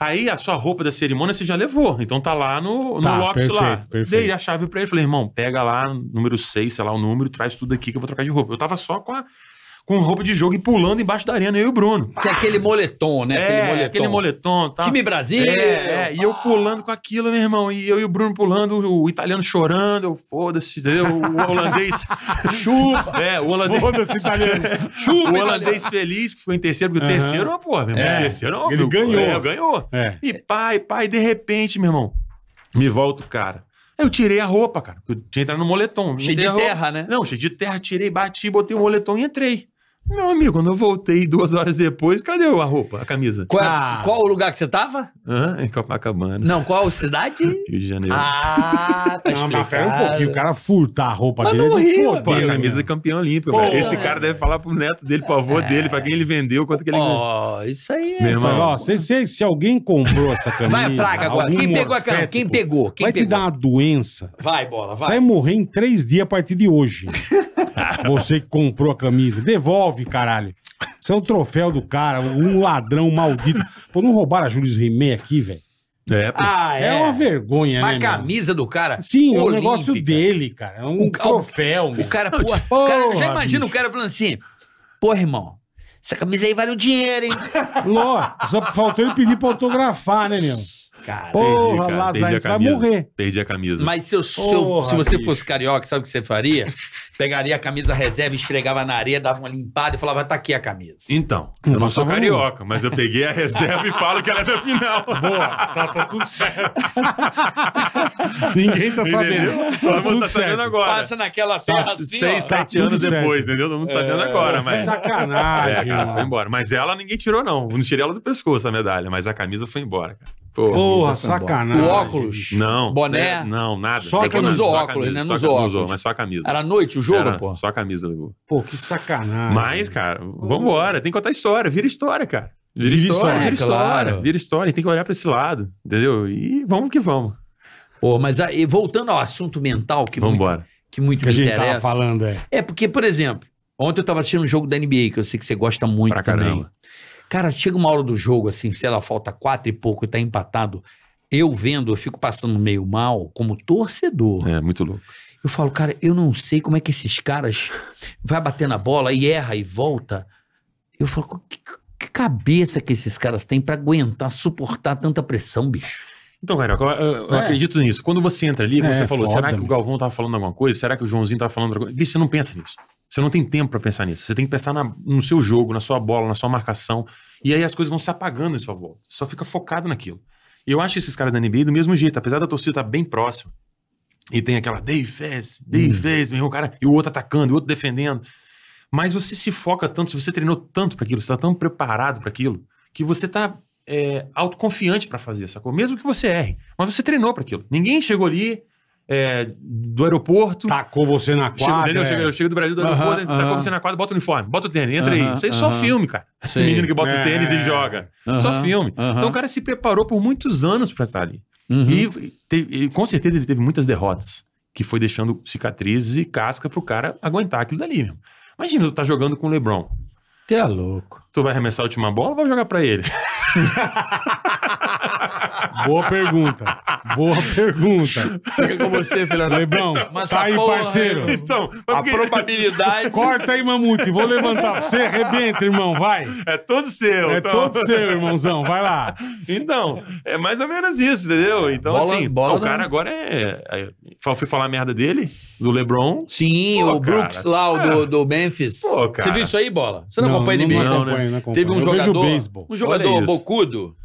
Aí a sua roupa da cerimônia você já levou. Então tá lá no, no Tá, Lopes lá. perfeito, perfeito. Dei a chave pra ele. Falei, irmão, pega lá, número 6, sei lá o número, traz tudo aqui que eu vou trocar de roupa. Eu tava só com, a, com roupa de jogo e pulando embaixo da arena, eu e o Bruno. Que é aquele moletom, né? É, aquele moletom tá. Time né? Brasil. É, é, e eu pulando com aquilo, meu irmão. E eu e o Bruno pulando, o, o italiano chorando, eu foda-se, entendeu? O holandês. Chuva! É, o holandês. Foda-se, italiano. O holandês feliz, que ficou em terceiro, porque o Aham. terceiro é uma porra, meu irmão. É, O terceiro é uma- ele ganhou. É, ganhou. É. E pai, pai, de repente, meu irmão, me volta o cara. Aí eu tirei a roupa, cara. Eu tinha entrado no moletom. Cheio Tirei de a roupa. terra, né? Não, cheio de terra, tirei, bati, botei o moletom e entrei. Meu amigo, quando eu voltei duas horas depois, cadê a roupa, a camisa? Qual, é- Ah. qual o lugar que você tava? Hã? Em Copacabana, Não, qual cidade? Rio de Janeiro. Ah, tá Não, mas pera um explicado. pouquinho. O cara furtar a roupa Mas dele. não é de ri, foder, Pô, a né? camisa de campeão olímpico, Pô, velho. Esse é. cara deve falar pro neto dele, pro avô dele, pra quem ele vendeu, quanto que ele ganhou. Ó, isso aí Meu é. irmão, Fala, Então, ó, se, se, se alguém comprou essa camisa. Vai, praga agora. algum Quem pegou a cara? morfético, Quem pegou? Quem vai pegou? te dar uma doença. Vai, bola, Você vai vai. morrer em três dias a partir de hoje. Você que comprou a camisa. Devolve, caralho. Isso é um troféu do cara, um ladrão maldito. Pô, não roubaram a Julius Rimet aqui, velho? É, pô. Ah, É. uma vergonha, Mas né? a meu? camisa do cara. Sim, é um olímpica. negócio dele, cara. É um O ca- troféu, meu. O cara, porra, Porra, cara, já imagina bicho. o cara falando assim: porra, irmão, essa camisa aí vale um dinheiro, hein? Ló, só faltou ele pedir pra autografar, né, meu? Cara. Entendi, Porra, cara, Lazar, entendi a você vai camisa. morrer. Perdi a camisa. Mas se, eu, se, eu- Porra, se você bicho. fosse carioca, sabe o que você faria? Pegaria a camisa reserva, esfregava na areia, dava uma limpada e falava: tá aqui a camisa. Então, eu não mas sou tava carioca, mas eu peguei a reserva e falo que ela é da final. Boa, tá, tá tudo certo. Ninguém tá sabendo. Entendeu? Todo mundo tá tudo certo. sabendo agora. Passa naquela terra assim. Seis, ó. sete Tá anos tudo depois, certo. É, entendeu? Todo mundo sabendo agora, mas. Sacanagem, É, cara, mano. foi embora. Mas ela ninguém tirou, não. Eu Não tirei ela do pescoço, a medalha, mas a camisa foi embora, cara. Porra, Camisa Sambódromo. sacanagem. O óculos. Não. Boné? né? Não, nada. Só Tem que não camisa, usou só a óculos, camisa, né? Não só a usou camisa, óculos. mas só a camisa. Era à noite o jogo, Era pô? Ah, é. Só a camisa levou. Pô, que sacanagem. Mas, cara, vambora. Tem que contar história. Vira história, cara. Vira, Vira história, história, vira claro. história. Vira história. Tem que olhar pra esse lado, entendeu? E vamos que vamos. Pô, mas aí, voltando ao assunto mental que muito, Vambora. que muito que a me gente interessa. tava falando, é. É porque, por exemplo, ontem eu tava assistindo um jogo da NBA, que eu sei que você gosta muito Pra também. caramba. Cara, chega uma hora do jogo, assim, sei lá, falta quatro e pouco e tá empatado. Eu vendo, eu fico passando meio mal como torcedor. É, muito louco. Eu falo, cara, eu não sei como é que esses caras vai bater na bola e erra e volta. Eu falo, que, que cabeça que esses caras têm pra aguentar, suportar tanta pressão, bicho? Então, Carioca, eu, eu- eu É. acredito nisso. Quando você entra ali, como É, você falou, foda, será que o meu. Galvão tava falando alguma coisa? Será que o Joãozinho tava falando alguma coisa? Bicho, você não pensa nisso. Você não tem tempo pra pensar nisso. Você tem que pensar na- no seu jogo, na sua bola, na sua marcação. E aí as coisas vão se apagando em sua volta. Você só fica focado naquilo. E eu acho esses caras da NBA do mesmo jeito, apesar da torcida estar bem próxima. E tem aquela, Dave fez, Dave fez, meu irmão, o cara, e o outro atacando, e o outro defendendo. Mas você se foca tanto, se você treinou tanto pra aquilo, você tá tão preparado pra aquilo, que você tá é, autoconfiante pra fazer, sacou? Mesmo que você erre. Mas você treinou pra aquilo. Ninguém chegou ali é, do aeroporto. Tacou você Tá na Chega, quadra. entendeu? é. Chega- eu chego do Brasil, do Aham, aeroporto, tá aham. com você na quadra, bota o uniforme, bota o tênis, entra Aham, aí. Isso aí é só aham. filme, cara. Menino que bota É. o tênis e joga. Só filme. Então o cara se preparou por muitos anos pra estar ali. Uhum. Uhum. E, teve- e com certeza ele teve muitas derrotas, que foi deixando cicatrizes e casca pro cara aguentar aquilo dali mesmo. Imagina, tu tá jogando com o Lebron. Até é louco. Tu vai arremessar a última bola ou vai jogar pra ele? Boa pergunta. Boa pergunta. Fica com você, filha da... Lebrão, Mas tá essa aí, porra, parceiro. meu. Então, mas A porque- probabilidade... Corta aí, Mamute. Vou levantar pra você. Arrebenta, irmão. Vai. é todo seu. É então. todo seu, irmãozão. Vai lá. Então, é mais ou menos isso, entendeu? Então, Bola- assim, bola o cara não- agora é. é eu fui falar a merda dele, do Lebron. Sim, Pô, o Brooks cara. lá, o do, do Memphis. Pô, cara. Você viu isso aí, bola? Você não, acompanha não, não, NBA? não, né? acompanho, não acompanho. Teve um Eu jogador, Vejo beisebol. um jogador Olha isso. bocudo,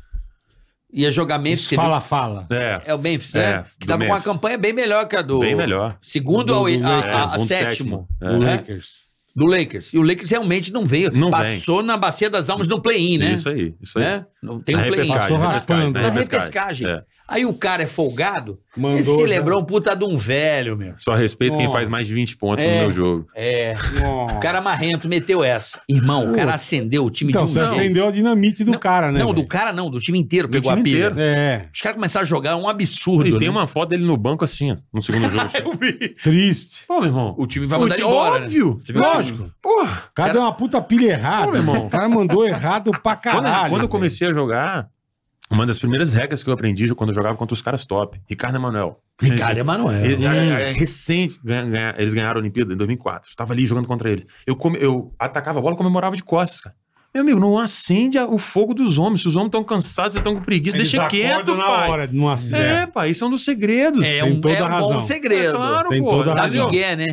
ia jogar Memphis, que Fala, fala. É, é o Memphis, É, né? Que do tava com uma Memphis. campanha bem melhor que a do... bem melhor. Segundo Do- ao, do É a, a- Lakers. a É, sétimo, um sétimo. Do É. Lakers. do Lakers. E o Lakers realmente não veio. Não Passou na bacia das almas no play-in, né? É, Isso aí, isso aí. né? Não tem Na um play-in. repescagem, Passou na raspando. repescagem, Na na repescagem. É. Aí o cara é folgado, Mandou. esse já- Lebrão puta de um velho, meu. Só respeito quem Ó. faz mais de 20 pontos É. no meu jogo. É, Nossa. o cara marrento meteu essa. Irmão, o cara acendeu o time Então, de um você acendeu a dinamite do cara, né? Não, do velho? cara não, do time inteiro Do pegou time a pilha. inteiro. É, Os caras começaram a jogar é um absurdo. E tem né? uma foto dele no banco assim, ó, no segundo jogo. Eu vi. triste. Pô, meu irmão. O time vai mandar ele time- embora. né? Óbvio. Você viu? Lógico. Porra. O cara deu uma puta pilha errada. Pô, meu irmão. O cara mandou errado pra Quando, caralho. quando eu velho. comecei a jogar, uma das primeiras regras que eu aprendi quando eu jogava contra os caras top, Ricardo Emanuel. Ricardo Emanuel. Ele- é- é- é recente, ganha- ganha- eles ganharam a Olimpíada em 2004. Tava ali jogando contra eles. Eu, come- eu atacava a bola e comemorava de costas, cara. Meu amigo, não acende a- o fogo dos homens. Se os homens estão cansados, vocês estão com preguiça, Eles deixa acordam quieto, na pai. hora de uma acidente. É, pai, isso é um dos segredos. É tem um, toda é a um razão. bom segredo. É claro, Tem pô. toda a Da razão. Miguel, né?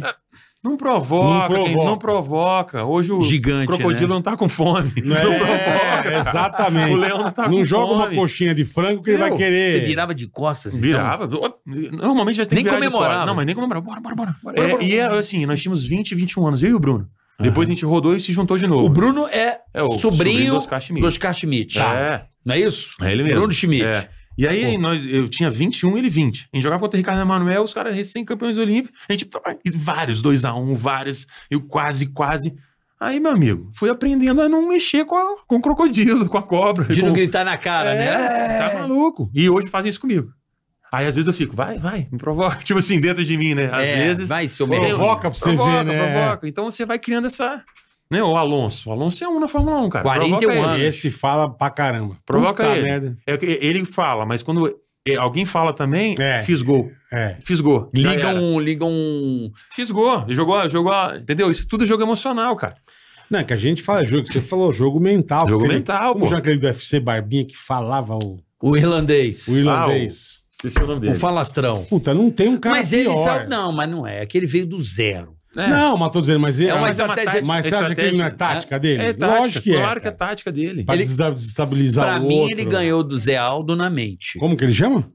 Não provoca, Não não provoca. provoca. Não provoca. Hoje o Gigante, crocodilo né? não tá com fome. Não Não provoca. É, exatamente. O leão não tá Não com joga uma fome. coxinha de frango que ele vai Meu, querer. Você virava de costas. então? Virava. Normalmente já tem Nem que virar de comemorava. fora. Não, mas nem comemorava. Bora, bora, bora. bora, Bora, É, bora, E é, assim, nós tínhamos 20, 21 anos, eu e o Bruno. Depois a gente rodou e se juntou de novo. O Bruno é, É o sobrinho sobrinho do do Oscar Oscar Schmidt. Schmidt. É, Não é isso? é ele mesmo. Bruno Schmidt. É. E aí, nós, eu tinha 21 e um, ele 20. A gente jogava contra o Ricardo Emanuel, os caras recém-campeões olímpicos. A gente, e vários, 2x1, vários. Eu quase, quase. Aí, meu amigo, fui aprendendo a não mexer com, a- com o crocodilo, com a cobra. De com... não gritar na cara, né? É, Tá maluco. E hoje fazem isso comigo. Aí às vezes eu fico, vai, vai, me provoca. Tipo assim, dentro de mim, né? Às É, vezes. Vai, seu merda. Provoca pra você ver, né? provoca. Então você vai criando essa. Né, o Alonso. O Alonso é um na Fórmula 1, cara. 41 Provoca ele. anos. Esse fala pra caramba. Provoca Puta ele. merda. É que ele fala, mas quando é, alguém fala também, É. fiz gol. É. Fiz gol. Já Liga era. um, liga um. Fiz gol. Jogou, jogou. Entendeu? Isso tudo é jogo emocional, cara. Não, é que a gente fala jogo. Você falou jogo Ah, mental. Jogo Aquele- mental, Como pô. já aquele do UFC Barbinha que falava o, O irlandês. o irlandês. Esqueci o nome O dele. falastrão. Puta, não tem um cara mas pior. ele saiu. Não, mas não é. É que ele veio do zero. É. Não, mas tô dizendo, mas ele... É uma mas, estratégia. tática. você acha que ele não é estratégia. tática dele? É tática, Lógico que é. claro que é cara. tática dele. Pra Ele- desa- desestabilizar Pra o mim, outro. ele ganhou do Zé Aldo na mente. Como que ele chama?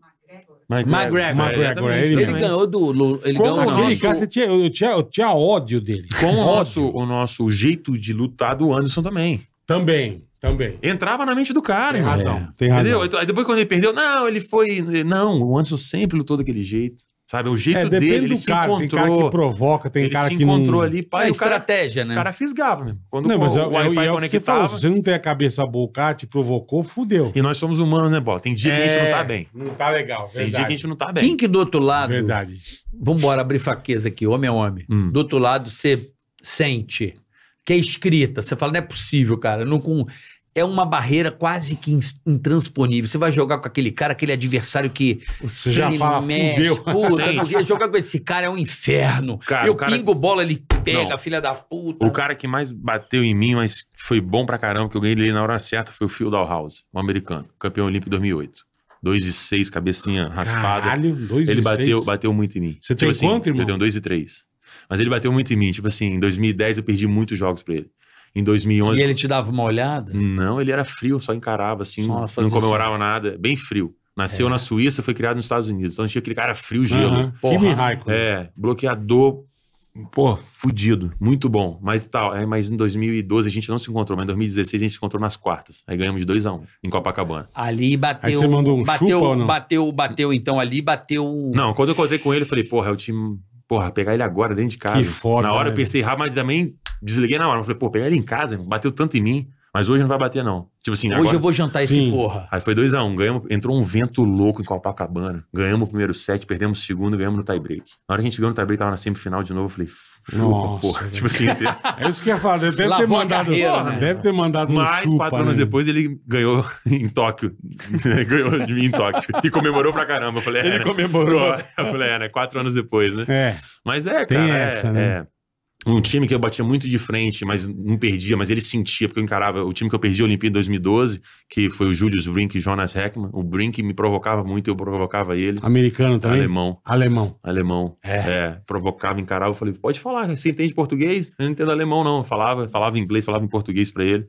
McGregor. McGregor, é ele Ele mesmo. ganhou do. Lu- Ele Como ganhou Aquele do nosso- cara, você tinha, eu, tinha, eu tinha ódio dele. Com o Ódio. nosso, o nosso jeito de lutar do Anderson também. Também. Também. Entrava na mente do cara, Tem irmão. razão. Tem razão. É, Entendeu? Aí depois quando ele perdeu, não, ele foi. Não, o Anderson sempre lutou daquele jeito. Sabe? O jeito É, depende dele, ele do se cara. Tem cara que encontrou. provoca, tem ele cara se que não... encontrou ali, pai, É o cara, estratégia, né? o cara fisgava mesmo. Quando Não, mas o, é, é, o Wi-Fi é o que você falou. conectava. Se você não tem a cabeça boca, te provocou, fudeu. E nós somos humanos, né, Bola? Tem dia que a gente não tá bem. Não tá legal, Tem verdade. dia que a gente não tá bem. Quem que do outro lado. Verdade. Vambora abrir fraqueza aqui, homem a homem. Hum. Do outro lado, você sente que é escrita. Você fala, não é possível, cara. Não com... É uma barreira quase que ins- intransponível. Você vai jogar com aquele cara, aquele adversário que Você já fala, fudeu. Puta, Sim. não sei, jogar com esse cara é um inferno. Cara, Eu o cara- pingo bola, ele pega, Não. filha da puta. O cara que mais bateu em mim, mas foi bom pra caramba, que eu ganhei ele na hora certa, foi o Phil Dalhouse, um americano, campeão olímpico 2008. 2 e 6, cabecinha raspada. Caralho, dois ele e bateu, seis. bateu muito em mim. Você tem assim, quanto, irmão? Eu tenho 2 e 3. Mas ele bateu muito em mim. Tipo assim, em 2010 eu perdi muitos jogos pra ele. Em 2011... E ele te dava uma olhada. Hum. Não, ele era frio, só encarava assim, Só fazia não comemorava nada, bem frio. Nasceu na Suíça, foi criado nos Estados Unidos. Então tinha aquele cara frio, gelo. É. Aham. Porra. Kimi Raikkonen. É, bloqueador, pô, fudido, muito bom. Mas tal, é, mas em 2012 a gente não se encontrou, mas em 2016 a gente se encontrou nas quartas. Aí ganhamos de 2 a 1 um, em Copacabana. Ali bateu. Aí você mandou um bateu, chupa ou não? Bateu, bateu, então ali bateu. Não, quando eu encontrei com ele, eu falei, porra, é o time. Porra, pegar ele agora dentro de casa. Que foda, Na hora né, eu pensei rápido, mas também desliguei na hora. Eu falei, pô, pegar ele em casa, bateu tanto em mim, mas hoje não vai bater, não. Tipo assim, Hoje agora. eu vou jantar esse Sim. porra. Aí foi 2x1, um, ganhamos- entrou um vento louco em Copacabana. Ganhamos o primeiro set, perdemos o segundo, ganhamos no tie-break. Na hora que a gente ganhou no tie-break, tava na semifinal de novo, eu falei, chupa, Nossa, porra. velho. Tipo assim, entre- É isso que eu ia falar. Deve ter Lavou a mandado. carreira, né? Deve ter mandado um Mas chupa, quatro anos né? depois ele ganhou em Tóquio. ganhou de mim em Tóquio. E comemorou pra caramba. Eu falei, é, né? comemorou. Eu falei, é, né? Quatro anos depois, né? É. Mas é, cara. Tem é- essa, né? é. Um time que eu batia muito de frente, mas não perdia, mas ele sentia, porque eu encarava. O time que eu perdi a Olimpíada em 2012, que foi o Julius Brink e Jonas Heckman. O Brink me provocava muito, eu provocava ele. Americano Ah, também? Alemão. Alemão, alemão. É, provocava, encarava. Eu falei, pode falar, você entende português? Eu não entendo alemão, não. Eu falava, falava inglês, falava em português pra ele.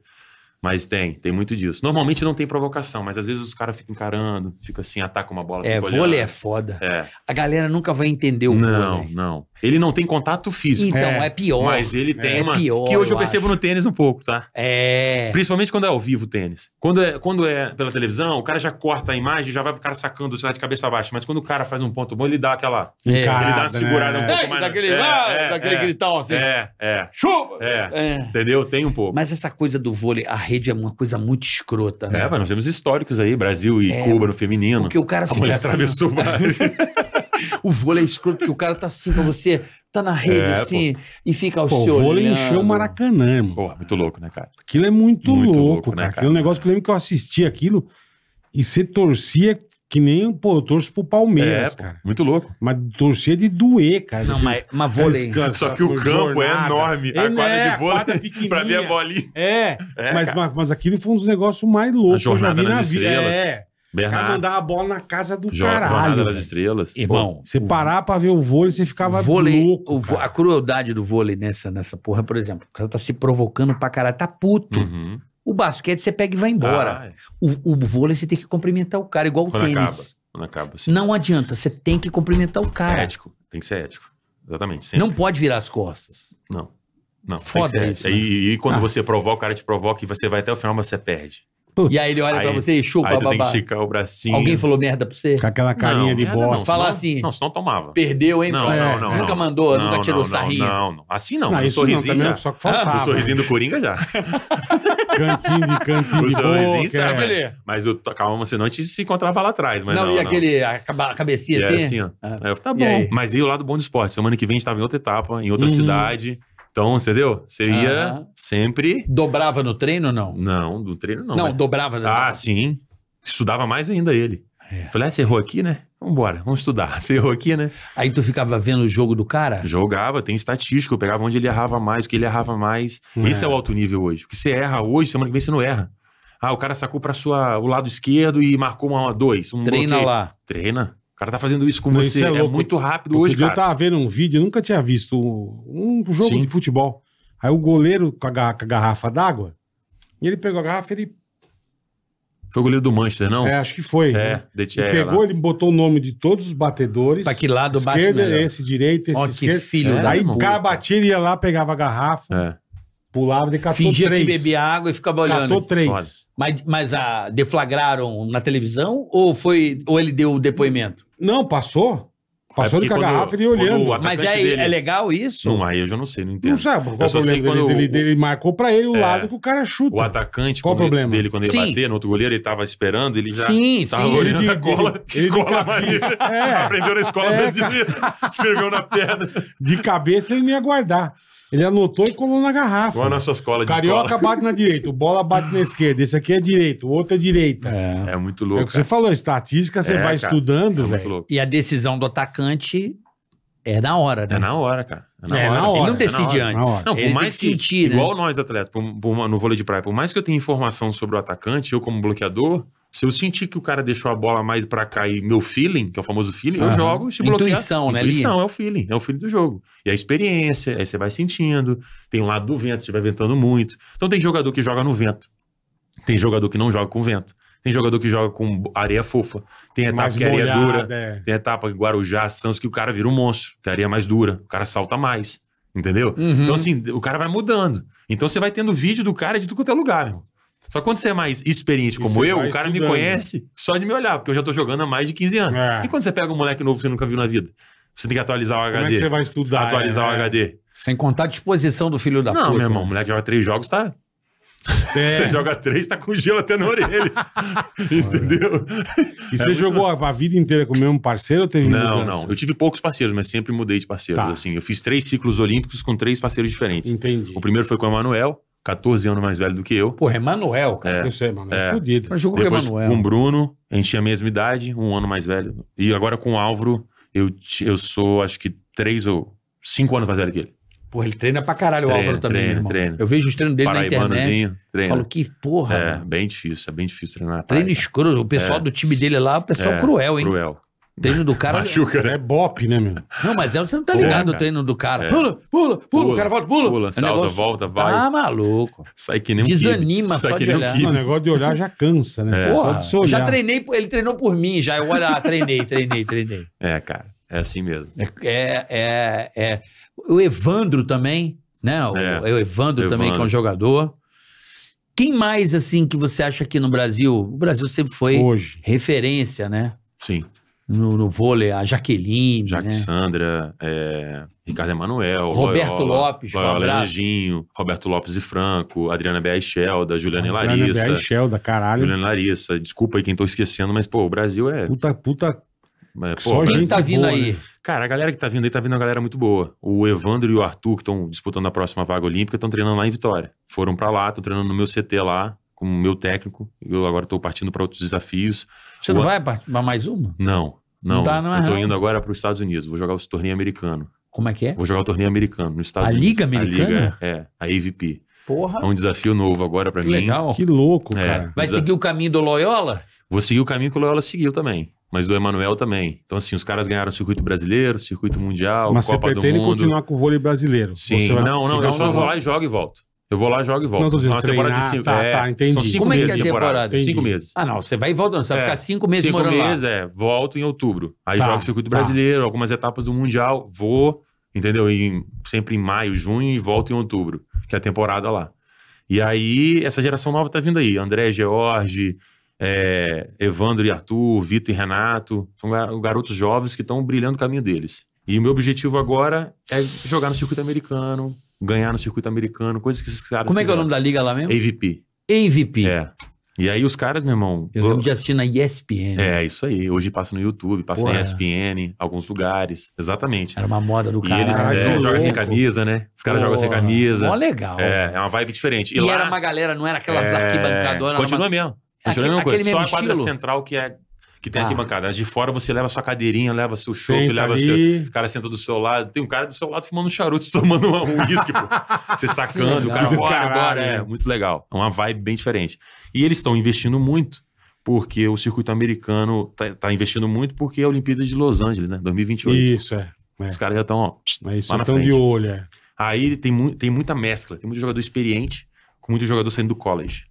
Mas tem, tem muito disso. Normalmente não tem provocação, mas às vezes os caras ficam encarando, fica assim, ataca uma bola. É, fica olhando. vôlei é foda. É. A galera nunca vai entender o Não, vôlei. não. Ele não tem contato físico, Então, É, é, pior. mas ele tem É uma. pior, que hoje eu, eu percebo acho. no tênis um pouco, tá? É. Principalmente quando é ao vivo o tênis. Quando é, quando é pela televisão, o cara já corta a imagem e já vai pro cara sacando tá de cabeça abaixo. Mas quando o cara faz um ponto bom, ele dá aquela. É, Encarada, ele dá uma segurada um né? pouco mais. é, é, é, gritão assim. É, é. Chupa! É. Entendeu? Tem um pouco. Mas essa coisa do vôlei, a rede é uma coisa muito escrota, É, né? mas nós temos históricos aí, Brasil e Cuba no feminino. Porque o cara A fica mulher assim, atravessou vários. ó, o vôlei é escroto, porque o cara tá assim pra você, tá na rede É, assim, e fica ao Pô, seu o vôlei olhando. encheu o Maracanã, irmão. Porra, muito louco, né, cara? Aquilo é muito, Muito louco, louco, né, cara. cara? Aquilo é um negócio que eu lembro que eu assisti aquilo e você torcia que nem, pô, eu torço pro Palmeiras, é, pô, cara. muito louco. Mas torcia de doer, cara. Não, De- mas, mas vôlei. Descanso, Só que o jornada. campo é enorme. É, A quadra né? A de vôlei, quadra pequenininha. pra ver a bolinha. É, É, mas, cara. mas, mas aquilo foi um dos negócios mais loucos que eu já Jornada vi na nas vida. Estrelas. É, o cara Bernardo, mandava a bola na casa do jo- Jornada caralho. das velho. Estrelas. Irmão, Você parar pra ver o vôlei, você ficava vôlei, louco. o vô- cara. a crueldade do vôlei nessa, nessa porra, por exemplo, o cara tá se provocando pra caralho, tá puto. Uhum. O basquete você pega e vai embora. Ah, é. O, o vôlei você tem que cumprimentar o cara, igual o Quando tênis. acaba. Quando acaba, assim. Não adianta, você tem que cumprimentar o É cara. ético. Tem que ser ético. Exatamente. Sempre. não pode virar as costas. Não. Não. tem Foda que ser isso, ético. E, e quando Ah. você provoca, o cara te provoca e você vai até o final, mas você perde. E aí ele olha pra Aí- você e chupa, Aí tu tem que babá. esticar o bracinho. Alguém falou merda pra você? Com aquela carinha Não, de merda bosta. não, Falar senão- assim. Não, senão tomava. Perdeu, hein? Não, pai? não, não, Nunca não. mandou, Não, nunca tirou não, sarrinho. Não, não, Assim não. Não, mas o isso não, sorrisinho também já. é só que faltava, Ah, o sorrisinho do Coringa já. Cantinho de cantinho O de sorrisinho boca. sabe, é. ele- Mas eu, to- calma, senão a gente se encontrava lá atrás. Mas não, não, e aquele, a caba- a cabecinha E assim? era assim, ó. Ah. Aí eu, tá E bom. aí? Mas aí o lado bom do esporte. Semana que vem a gente tava em outra etapa, em outra Uhum. cidade. Então, entendeu? Seria Aham. sempre. Dobrava no treino ou não? Não, do treino não. Não, mas- dobrava. no Ah, sim. Estudava mais ainda ele. É. Falei, ah, você errou aqui, né? Vambora, vamos estudar. Você errou aqui, né? Aí tu ficava vendo o jogo do cara? É. Jogava, tem estatística, eu pegava onde ele errava mais, o que ele errava mais. É. Esse é o alto nível hoje. O que você erra hoje, semana que vem você não erra. Ah, o cara sacou pra sua, o lado esquerdo e marcou uma, uma dois. Um Treina bloqueio. lá. Treina. O cara tá fazendo isso com Não, você. isso é é, louco. muito rápido Outro hoje, dia cara. eu tava vendo um vídeo, eu nunca tinha visto um, um jogo Sim. de futebol. Aí o goleiro com a, ga- com a garrafa d'água, e ele pegou a garrafa, ele. Foi o goleiro do Manchester, não? tá- é, acho que foi. É, né? de- Ele é, pegou, lá. ele botou o nome de todos os batedores. Pra que lado bate esquerda, é melhor? esse direito, esse Ó, que esquerdo. filho É, da Aí o irmão. cara batia, ele ia lá, pegava a garrafa. É. Pulava de catou Fingia três. que bebia água e ficava olhando. Catou três. Olha. Mas, mas a, deflagraram na televisão ou foi ou ele deu o depoimento? Não, passou. Passou porque ele com a quando- garrafa e quando olhando. o Mas atacante é, dele- é legal isso? Não, aí eu já não sei, não entendo. Não sabe qual é Eu o só sei problema dele. quando Ele, o- ele marcou pra ele o É. lado que o cara chuta. O atacante Qual o quando ele- problema? dele, quando ele Sim. bater no outro goleiro, ele tava esperando, ele já tá Sim, tava sim. olhando Ele a de- cola. ele- que ele de cola capinha. maneira. É. Aprendeu na escola É, brasileira. Escreveu na pedra. De cabeça ele não ia guardar. Ele anotou e colou na garrafa. Igual é a nossa escola de Carioca escola. bate na direita, o bola bate na esquerda. Esse aqui é direito, o outro é direita. É, É muito o louco. que você cara. falou, estatística, você É, vai cara. estudando, É muito velho. louco. E a decisão do atacante é na hora, né? É na hora, cara. É na hora. Ele não É decide antes. na antes. hora. Não, por ele mais tem que, que sentir, né? igual nós atletas, por- por- no vôlei de praia, por mais que eu tenha informação sobre o atacante, eu como bloqueador, se eu sentir que o cara deixou a bola mais pra cá e meu feeling, que é o famoso feeling, eu Aham. jogo e se bloquear. Intuição, né, Intuição, é o feeling, é o feeling do jogo. E a experiência, aí você vai sentindo, tem um lado do vento, se vai ventando muito. Então tem jogador que joga no vento, tem jogador que não joga com vento, tem jogador que joga com areia fofa, tem etapa Mais que é areia dura. molhada, é. Tem etapa em Guarujá, Santos, que o cara vira um monstro, que a areia é mais dura, o cara salta mais, entendeu? Uhum. Então, assim, o cara vai mudando. Então, você vai tendo vídeo do cara de tudo quanto é lugar, irmão. Só que quando você é mais experiente E como você eu, vai o cara me estudando. conhece só de me olhar, porque eu já tô jogando há mais de 15 anos. É. E quando você pega um moleque novo que você nunca viu na vida? Você tem que atualizar o Como é que você HD. vai estudar? atualizar é, o Tá HD. Sem contar a disposição do filho da Não, puta. meu irmão, o moleque joga três jogos, tá? é. Você joga três, tá com gelo até na orelha. Entendeu? E você jogou a a vida inteira com o mesmo parceiro ou teve é Não, mudança? não. Eu tive poucos parceiros, mas sempre mudei de parceiros. Tá. Assim, eu fiz três ciclos olímpicos com três parceiros diferentes. Entendi. O primeiro foi com o Emanuel, 14 anos mais velho do que eu. Porra, é Manuel, cara. Eu sei, mano. É, É. fudido. Mas jogou com o Depois um- com o Emanuel. Bruno, a gente tinha a mesma idade, um ano mais velho. E agora com o Álvaro, eu, ti- eu sou acho que três ou cinco anos mais velho que ele. Porra, ele treina pra caralho o Treina, Álvaro também, treina, meu irmão. treina. Eu vejo os treinos dele na internet. Paraibanozinho, treina. Falo, que porra, é, mano. bem difícil, é bem difícil treinar. na Treino praia. escroto. O pessoal do time dele lá, o pessoal É, cruel, hein? Cruel. Treino do cara. Machuca, né? É bop, né, meu? Não, mas é, você não tá Porra, ligado o cara. treino do cara. É. Pula, pula, pula, Pula, o cara volta, pula. Pula, É um salta, negócio- volta, vai. Tá maluco. Sai que nem um quibe. Desanima Só só que de nem um olhar. quibe. Não, o negócio de olhar já cansa, né? É. Só de você Porra, já olhar. treinei, ele treinou por mim, já. Eu olho, ah, treinei, treinei, treinei. É, cara. É assim mesmo. É, é, é. O Evandro também, né? O, É. é o Evandro, também, que é um Evandro. jogador. Quem mais, assim, que você acha aqui no Brasil? O Brasil sempre foi Hoje. referência, né? Sim. No, no vôlei, a Jaqueline, Jaque né? Sandra, é, Ricardo Emanuel, Roberto Lopes, um Loyola é abraço. Leginho, Roberto Lopes e Franco, Adriana Bea e Shelda, Juliana e Bia Larissa. e Shelda, caralho. Juliana e Larissa, desculpa aí quem tô esquecendo, mas pô, o Brasil é. Puta, puta. é, só pô, gente Quem tá vindo boa, aí? né? Cara, a galera que tá vindo aí tá vindo uma galera muito boa. O Evandro e o Arthur, que estão disputando a próxima vaga olímpica, estão treinando lá em Vitória. Foram pra lá, estão treinando no meu CT lá, com o meu técnico. Eu agora tô partindo pra outros desafios. Você não O- vai participar mais uma? Não, não. Não dá, não é eu tô não. indo agora pros Estados Unidos, vou jogar o torneio americano. Como é que é? Vou jogar o torneio americano nos Estados A Unidos. Liga Americana? Tá A Liga, é, é, a AVP. Porra, É um desafio novo agora pra que mim. legal. Que louco, É. cara. Vai seguir o caminho do Loyola? Vou seguir o caminho que o Loyola seguiu também, mas do Emanuel também. Então, assim, os caras ganharam o circuito brasileiro, circuito mundial, Mas você Copa do pretende Mundo. continuar com o vôlei brasileiro? Sim, Você vai não, não, ficar eu só um- vou lá e jogo e volto. Eu vou lá, jogo e volto. Não, tô dizendo, É uma temporada treinar, de cinco. tá, é, tá, entendi. São cinco Como é que meses é de a temporada. temporada? Cinco Entendi. meses. Ah, não, você vai e volta, não. Você vai É, ficar cinco meses cinco morando meses, lá. é. Volto em outubro. Aí Tá, jogo o circuito tá. brasileiro, algumas etapas do Mundial, vou, entendeu? Em- sempre em maio, junho e volto em outubro, que é a temporada lá. E aí, essa geração nova tá vindo aí. André, George, é, Evandro e Arthur, Vitor e Renato. São gar- garotos jovens que estão brilhando o caminho deles. E o meu objetivo agora é jogar no circuito americano, ganhar no circuito americano, coisas que esses caras Como é que é o nome da liga lá mesmo? AVP. AVP. É. E aí os caras, meu irmão... Eu lembro de assistir na ESPN. É, isso aí. Hoje passa no YouTube, passa Ué. na ESPN, alguns lugares. Exatamente. Era uma moda É do E cara. eles Caralho, é, que jogam sem louco. camisa, né? Os caras jogam sem Mó camisa. legal. É, é uma vibe diferente. E, lá, era uma galera, não era aquelas é, arquibancadoras. Continua era mesmo. Aquele- Continua a mesma coisa. aquele Só a mesmo quadra estilo? central que é que tem Tá. arquibancada. As de fora você leva sua cadeirinha, leva seu chopp, Senta leva seu. ali. O cara senta do seu lado, tem um cara do seu lado fumando um charuto, tomando uma- um uísque, pô. Você Que sacando, o cara, legal. bora, Caralho, bora. É né? muito legal. É uma vibe bem diferente. E eles estão investindo muito, porque o circuito americano tá, tá investindo muito, porque é a Olimpíada de Los Angeles, né? 2028. Isso, é. Os caras já estão, ó. Mas isso Tá Lá na então de frente. olho, é. Aí tem, mu- tem muita mescla, tem muito jogador experiente com muito jogador saindo do college.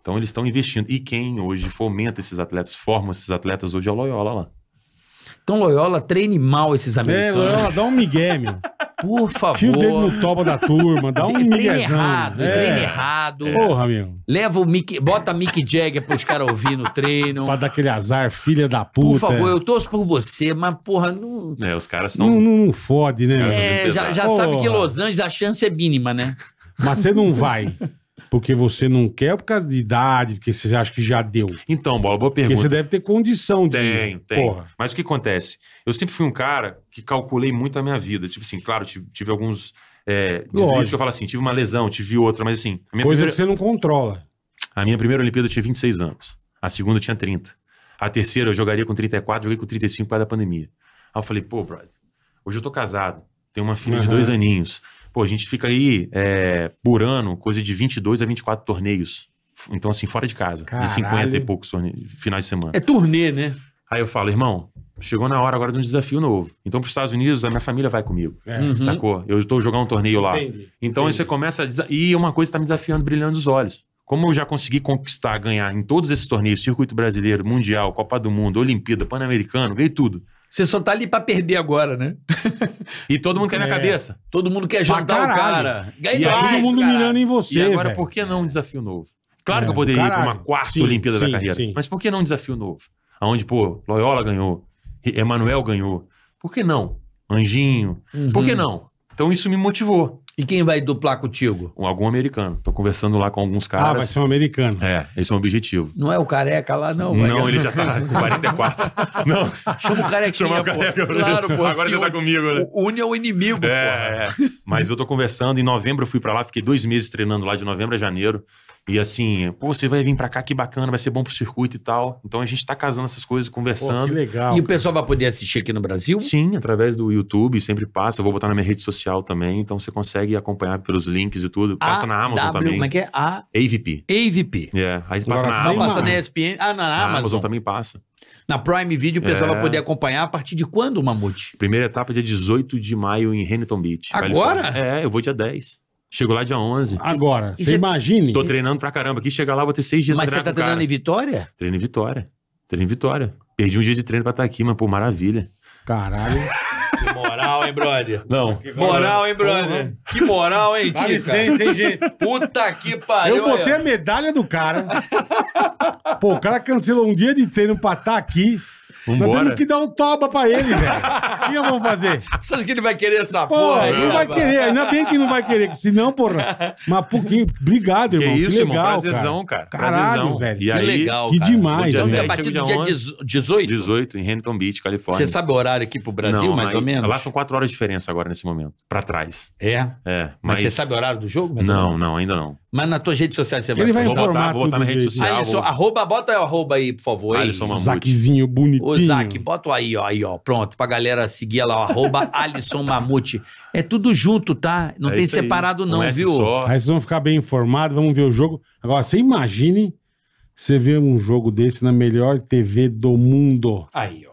Então eles estão investindo. E quem hoje fomenta esses atletas, forma esses atletas hoje é o Loyola lá. uma- Então Loyola treine mal esses É, americanos. Loyola, dá um migué, meu. Por Tá favor. Fio dele no toba da turma, dá é um treino miguezão. errado, É. treino errado. Porra, meu. Leva o Mick, bota Mick Jagger pros caras ouvir no treino. Pra dar aquele azar, filha da puta. Por favor, eu torço por você, mas porra, não. É, os caras Não, estão. não, não fode, né? É. É, já já Porra. sabe que Los Angeles a chance é mínima, né? Mas você não vai. Porque você não quer por causa de idade, porque você acha que já deu. Porque Então, bola, boa pergunta. você deve ter condição de. Tem, tem. Porra. Mas o que acontece? Eu sempre fui um cara que calculei muito a minha vida. Tipo assim, claro, tive, tive alguns. É, deslizes Lógico. que eu falo assim, tive uma lesão, tive outra, mas assim. A minha, Coisa primeira, que você não controla. a minha primeira Olimpíada eu tinha 26 anos. A segunda eu tinha 30. A terceira eu jogaria com 34, joguei com 35 por causa da pandemia. Aí eu falei, pô, brother, hoje eu tô casado, tenho uma filha de Aham. dois aninhos. Pô, a gente fica aí é, por ano, coisa de 22 a 24 torneios. Então, assim, fora de casa. Caralho. De 50 e poucos torneios, finais de semana. É turnê, né? Aí eu falo, irmão, chegou na hora agora de um desafio novo. Então, para os Estados Unidos, a minha família vai comigo. É. Uhum. Sacou? Eu estou jogando um torneio lá. Entendi. Hum, Então, aí você começa a. desa- E uma coisa está me desafiando, brilhando os olhos. Como eu já consegui conquistar, ganhar em todos esses torneios circuito brasileiro, mundial, Copa do Mundo, Olimpíada, Pan-Americano, ganhei tudo. Você só tá ali pra perder agora, né? E todo mundo quer minha É. cabeça. Todo mundo quer Pra jantar o caralho. cara. Ganha E aí mais, Todo mundo caralho. mirando em você. é e agora, velho. por que não um desafio novo? Claro É, que eu poderia ir para uma caralho. quarta Sim, Olimpíada sim, da carreira. sim. Mas por que não um desafio novo? Onde, pô, Loyola ganhou, Emanuel ganhou. Por que não? Anjinho, Uhum. Por que não? Então isso me motivou. E quem vai duplar contigo? Um, algum americano. Tô conversando lá com alguns Ah, vai caras. ser um americano. É, esse é o objetivo. Não é o careca lá, não. Não, vai. ele já tá com 44. não, Chama o carequinha, chamar o é, pô. careca. pra- Claro, pô. Agora se ele tá o- comigo, né? O Uni é o inimigo, porra. É, é. mas eu tô conversando. Em novembro eu fui pra lá, fiquei dois meses treinando lá, de novembro a janeiro. E assim, pô, você vai vir pra cá, que bacana, vai ser bom pro circuito e tal. Então a gente tá casando essas coisas, Pô, que conversando. legal. E o pessoal vai poder assistir aqui no Brasil? Sim, através do YouTube, sempre passa. Eu vou botar na minha rede social também, então você consegue acompanhar pelos links e tudo. Passa na Amazon AW, também. Como é que é? A AVP. AVP. É, aí passa Agora, Não na Amazon. passa Amazon. na ESPN. Ah, na A Amazon. Amazon também passa. Na Prime Video o pessoal É. vai poder acompanhar a partir de quando, Mamute? Primeira etapa dia 18 de maio em Hamilton Beach. Agora? Califórnia. É, eu vou dia 10. Chego lá dia 11. Agora, E você cê- imagine. Tô treinando pra caramba. Aqui chegar lá, vou ter seis dias Mas pra você tá treinar com o treinando um cara. em Vitória? Treino em Vitória. Treino em Vitória. Perdi um dia de treino pra estar aqui, mas pô, maravilha. Caralho. Que moral, hein, brother? Não. Moral, hein, brother? Que moral, hein, Dá licença, hein, gente? Puta que pariu. Eu botei a medalha do cara. Pô, o cara cancelou um dia de treino pra estar aqui. Nós Vambora. temos que dar um toba pra ele, velho. O que nós vamos fazer? Você acha que ele vai querer essa Porra, aí, ele não vai rapaz? querer. Ainda bem que não vai querer, que senão, porra. Mas por quê? Obrigado, Que irmão. Que isso, irmão. legal, Prazerzão, cara. Caralho, Prazerzão. velho. E Que aí, legal, Que cara. demais, Então, né? a partir do Chega dia dia 18? 18? 18 em Hamilton Beach, Califórnia. Você sabe o horário aqui pro Brasil, Não, mais aí- ou menos? Lá são quatro horas de diferença agora, nesse momento. Pra trás. É. É, Mas, você sabe o horário do jogo? mais ou menos? Não, não, ainda não. Mas nas tuas redes sociais você Ele vai postar? Vou informar botar, vou botar tudo na rede direitinho. social. Alisson, vou- arroba, bota o arroba aí, por favor. hein? Alisson Mamute. Zaquezinho bonitinho. Ô, Zac, bota o aí, ó, aí, ó. Pronto, pra galera seguir lá, ó, arroba Alisson Mamute. É tudo junto, tá? Não É tem isso aí. separado, não, Um S viu? Só. Aí vocês vão ficar bem informados, vamos ver o jogo. Agora, você imagine você ver um jogo desse na melhor TV do mundo. Aí, ó.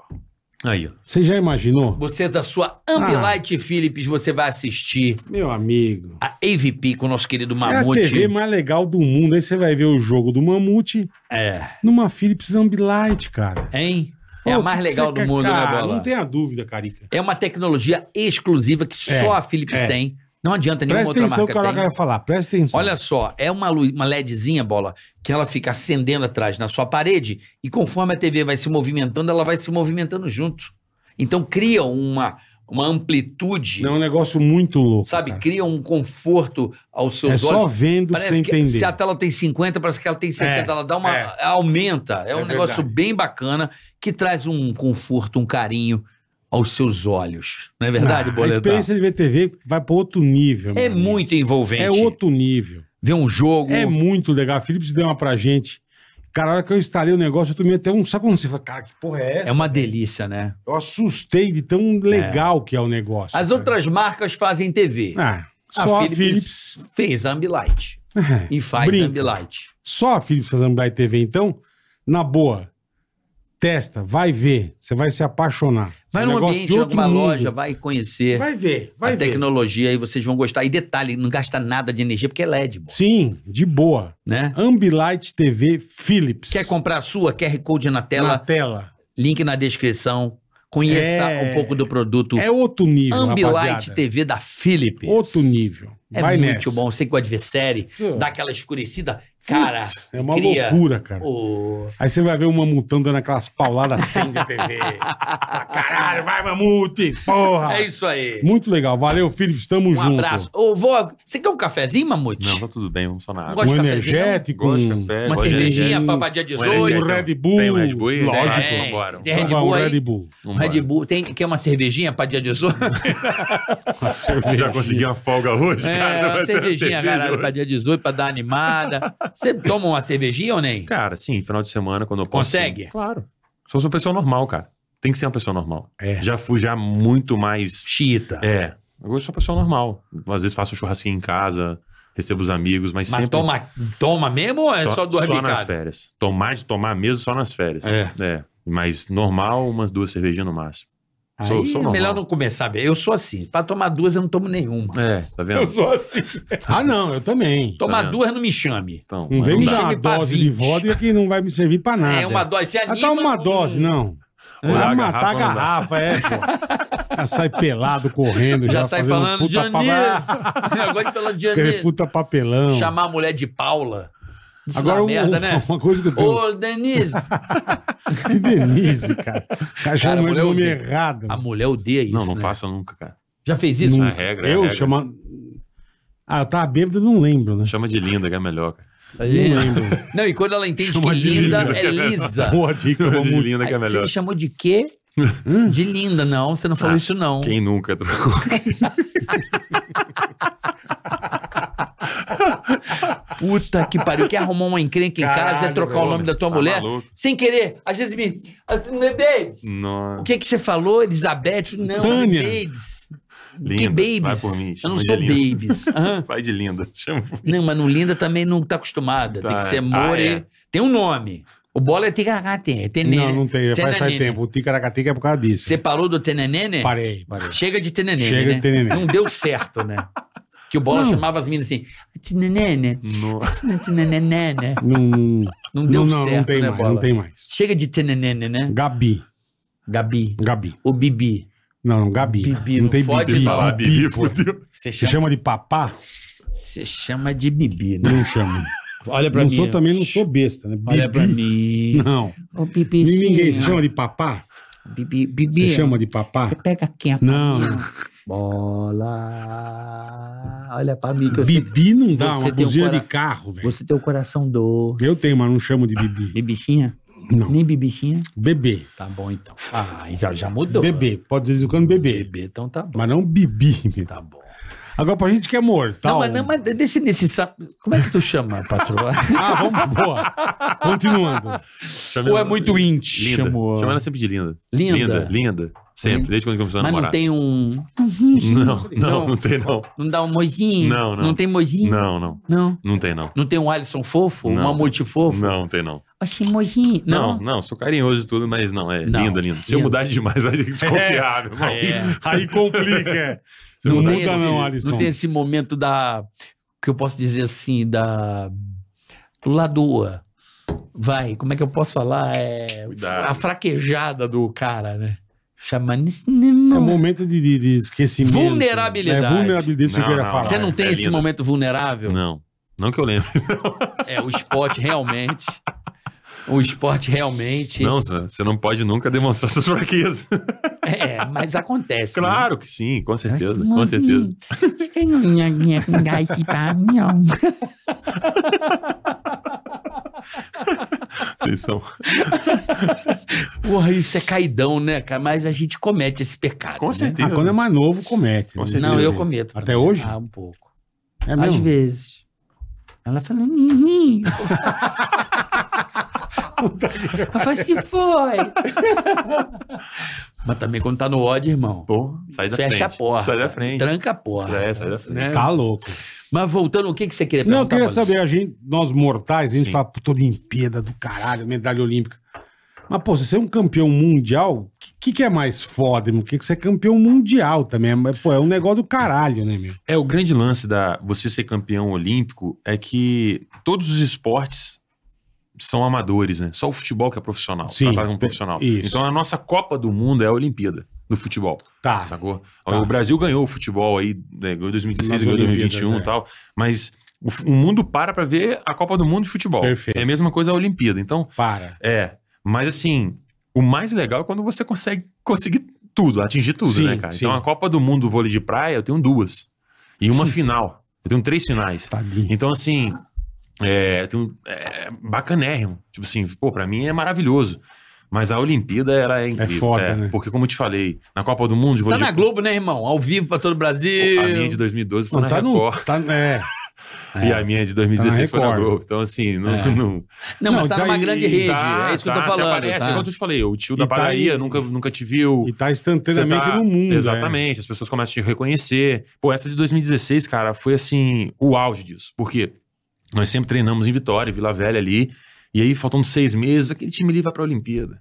Aí, ó. Você já imaginou? Você da sua Ambilight Ah. Philips, você vai assistir Meu amigo. a AVP com o nosso querido É a TV Mamute. mais legal do mundo. Aí você vai ver o jogo do Mamute É, numa Philips Ambilight, cara. hein? É a Pô, mais que legal você do quer, mundo, cara, né, Bola? Não tenha dúvida, Carica. É uma tecnologia exclusiva que só a Philips é. tem. Não adianta nenhuma Presta outra atenção que o marca tem. Caraca vai falar. Presta atenção. Olha só, é uma, luz, uma LEDzinha, bola, que ela fica acendendo atrás na sua parede e conforme a TV vai se movimentando, ela vai se movimentando junto. Então cria uma, uma amplitude, Não, é um negócio muito louco. sabe? cara. Cria um conforto aos É seus só olhos. vendo pra você Parece que entender. se a tela tem 50, parece que ela tem 60, É, ela dá uma. é. aumenta. É, É um negócio verdade. bem bacana que traz um conforto, um carinho aos seus olhos. Não é verdade, Ah, A Boletão? experiência de ver TV vai pra outro nível. meu É amigo. muito envolvente. É outro nível. Ver um jogo. É muito legal. A Philips deu uma pra gente. Cara, a hora que eu instalei o negócio, eu tomei até um. Sabe quando você fala, cara, que porra é essa? é uma delícia, né? Eu assustei de tão legal que é o negócio. As cara. outras marcas fazem TV. Ah, só a Philips. fez Ambilight. É. E faz Brinca. É Ambilight. Só a Philips fazendo Blind TV, então, na boa, testa, vai ver. Você vai se apaixonar. Vai É um num negócio ambiente, de em outro alguma mundo. loja, vai conhecer Vai ver, vai a ver. tecnologia e vocês vão gostar. E detalhe, não gasta nada de energia porque é LED, bom, Sim, de boa. né? Ambilight TV Philips. Quer comprar a sua? QR Code na tela, Na tela. link na descrição. conheça Ah. É. um pouco do produto É outro nível, Ambilight rapaziada. TV da Philips. Outro nível. É Vai muito nessa. bom. Você que gosta de ver série, Pô, dá aquela escurecida. Cara, putz, é uma cria- loucura, cara. o... Aí você vai ver uma mamutão dando aquelas pauladas sem da TV. Pra Caralho, vai, mamute! Porra! é isso aí. Muito legal. Valeu, Felipe. Tamo Um junto. abraço. Ô, vó, você quer um cafezinho, Mamute? Não, tá tudo bem, vamos só na água. Gosto Um de cafezinho, energético, Gosto de um- café, Uma gosto é de é cervejinha, energético. papadinha 18. um Red Bull. Tem um Red Bull? aí? Lógico. Tem, vambora. Tem Red Vai, Bull um aí? Red Bull. Vambora. Red Bull. Tem, quer uma cervejinha pra dia 18? Uma cervejinha. Já consegui uma folga hoje, é, uma cara. Vai ter uma cervejinha, cerveja caralho, hoje. pra dia 18, pra dar animada. Você toma uma cervejinha ou nem? Cara, sim, final de semana, quando eu posso. Consegue? sim. Claro. Sou uma pessoa normal, cara. Tem que ser uma pessoa normal. É. Já fui já muito mais. Chita. É. Agora eu sou uma pessoa normal. Às vezes faço um churrasquinho em casa, recebo os amigos, mas, Mas sempre. toma, toma mesmo ou é só, duas Só nas bicadas? férias. Tomar de tomar mesmo só nas férias. É. Mas normal, umas duas cervejinhas no máximo. Sou- Aí sou é normal. melhor não começar bem. Eu sou assim. Pra tomar duas, eu não tomo nenhuma. É, tá vendo? sou assim. Ah, não, eu também. Tomar É, tá vendo? duas, não me chame. Então, Não mas vem me dá. dar uma Chega pra dose 20. de vodka que não vai me servir pra nada. É uma É. dose. Você Ah, anima. tá uma com- dose, não. Olhar Vai a matar a garrafa, garrafa, é, pô. Já sai pelado correndo, já, Já sai fazendo um falando puta Dionísio. papa- Eu gosto de falar de Aquele Dionísio. puta papelão. Chamar a mulher de Paula. Isso Agora, Agora, um- merda, né? uma coisa que eu tenho. Ô, Denise. Que Denise, cara. Tá chamando mulher o nome odeia. errado. A mulher odeia isso. Não, não né? faça nunca, cara. Já fez isso? Não. É regra, é Eu regra. chamando. Ah, eu tava bêbado, não lembro, né? Chama de linda, que é melhor, cara. Não Não, lembro. e quando ela entende Chama que de linda linda. é lisa. Boa dica, Chama de vamos. linda, que é Aí, Você melhor. Hum? me chamou de quê? De linda, não. Você não falou Ah, isso, não. Quem nunca trocou? Puta que pariu. Quer arrumar uma encrenca em casa é Caralho, trocar o velho. nome da tua Tá mulher? maluco? Hum. Sem querer. Às vezes me. Assim, né, babes? Nossa. O que que você falou, Elizabeth? Não, Tânia. babes. que Linda, babes? vai por mim, Eu não chama de sou linda. babes. Aham. Vai de linda. Chama por Não, mas no Linda também não tá acostumada. Tem Tá, que ser é. More. Ah, é. Tem um nome. O bola é Ticaracatê. É Tenene. Não, não tem. Faz, faz Tenenene. tempo. O ticaracatica é por causa disso. Você parou do né? Tenenene? Parei, parei. Chega de Tenenene, Chega né? de Tenenene. Não deu certo, né? Que o Bola Não. chamava as meninas assim, Tenenene, No... Tenenene. Não, não, Não deu não, certo, não tem né, mais, Bola? não tem mais. Chega de Tenenene, né? Gabi, Gabi, Gabi. o Bibi. Não, não, Gabi. Bibi, não, não tem pode Bibi. falar Bibi, pô. fudeu. Você Você chama, chama de papá? você chama de Bibi, né? Não chama. Olha pra Não mim. sou também, não sou besta, né? Olha pra Bibi. mim. Não. Ô, Bibi, Ninguém se chama de papá? Bibi, Bibi, Você chama de papá? você pega quieto. Não. Bola. Olha pra mim que eu sei. Bibi não dá, Você uma tem um buzina cora- de carro, velho. Você tem o coração doce. Eu tenho, mas não chamo de Bibi. Bibichinha? Não. Nem bibichinha? Bebê. Tá bom então. Ah, já, já mudou. Bebê. Pode dizer quando bebê. Bebê, então tá bom. Mas não Bibi. meu. Tá bom. Agora, pra gente que é mortal. Não, mas, não, mas deixa nesse sapo. Como é que tu chama, patroa? Ah, vamos, boa. Continuando. Chama é ela- íntimo? Linda. Chama ela sempre de linda. Linda. Hum. Linda, linda. Sempre, desde quando começou a Mas não namorar. tem um. Não, não, não tem não. Não dá um mojinho? Não, não. Não tem mojinho? Não, não. Não. Não tem não. Não tem um Alisson fofo? Um Não. Mamute fofo? Não, tem não. Oxi, mojinho. Não, não, sou carinhoso e tudo, mas não, é Não. linda, linda. Se eu Linda. mudar demais, vai ter que desconfiar, meu irmão. É. Aí complica. é. Se eu Não mudar tem muda, esse- não, Alisson. Não tem esse momento da. Que eu posso dizer assim, da. Ladoa. Vai, como é que eu posso falar? É. Cuidado. A fraquejada do cara, né? Chamando. É um momento de, de- de esquecimento. Vulnerabilidade. É vulnerabilidade, isso Não, que eu ia não, falar. Você não é tem esse linda. momento vulnerável? Não, não que eu lembre. É, o esporte realmente. O esporte realmente. Não, Sam, você não pode nunca demonstrar suas fraquezas. É, mas acontece. né? Claro que sim, com certeza, Oxi, com certeza. mojinho. Você tem um nhoquinha com gás de paminhão. Vocês são- Porra, isso é caidão, né, cara? Mas a gente comete esse pecado. Com né? certeza. Ah, quando é mais novo, comete. Com né? certeza. Não, eu cometo. Até hoje? Ah, um pouco. É Às mesmo? vezes. Ela falou, "Nhin, nhin." Ela falou, se foi. Mas também quando tá no ódio, irmão. Pô, sai da fecha frente. a porta. Sai da frente. Tranca a porta. É, sai da frente. né? Tá louco. Mas voltando, o que, que você queria Não, eu queria Bola? saber, a gente, nós mortais, a gente Sim. fala, puta, Olimpíada do caralho, medalha olímpica. Mas, pô, você ser um campeão mundial, o que, que é mais foda, irmão? O que, que você é campeão mundial também? É, pô, é um negócio do caralho, né, meu? É, o grande lance da você ser campeão olímpico é que todos os esportes são amadores, né? Só o futebol que é profissional. Sim. Tá um profissional. Isso. Então a nossa Copa do Mundo é a Olimpíada do futebol, Tá. Ah, sacou? Tá. O Brasil ganhou o futebol aí, né, ganhou em 2016, Nas ganhou em 2021 e Olimpíadas, é. tal, mas o, f- o mundo para pra ver a Copa do Mundo de futebol. Perfeito. É a mesma coisa a Olimpíada. Então, Para. é, mas assim, o mais legal é quando você consegue conseguir tudo, atingir tudo, Sim, né, cara? sim. Então a Copa do Mundo do vôlei de praia, eu tenho duas. E uma final. Eu tenho três finais. Tadinho. Então, assim, é, tem um- é bacanérrimo. Tipo assim, pô, pra mim é maravilhoso. Mas a Olimpíada, ela é incrível. foda, né? Porque, como eu te falei, na Copa do Mundo de Tá vôlei na de Globo, né, irmão? Ao vivo pra todo o Brasil. a minha de 2012 foi Não, na tá no. Record. Tá, é. E a minha de 2016 Tá foi na na Record. Globo. Então, assim, não... É. não- então Não, Não, mas tá tá numa aí, grande rede. Tá, é isso que eu tá, tô você falando. Aparece, tá. igual eu te falei, o tio da E tá Bahia aí- nunca, nunca te viu. E é. tá Você instantaneamente tá- no mundo. né? Exatamente, as pessoas começam a te reconhecer. Pô, essa de 2016, cara, foi assim, o auge disso. Porque nós sempre treinamos em Vitória, Vila Velha ali. E aí, faltando seis meses, aquele time ali vai pra Olimpíada.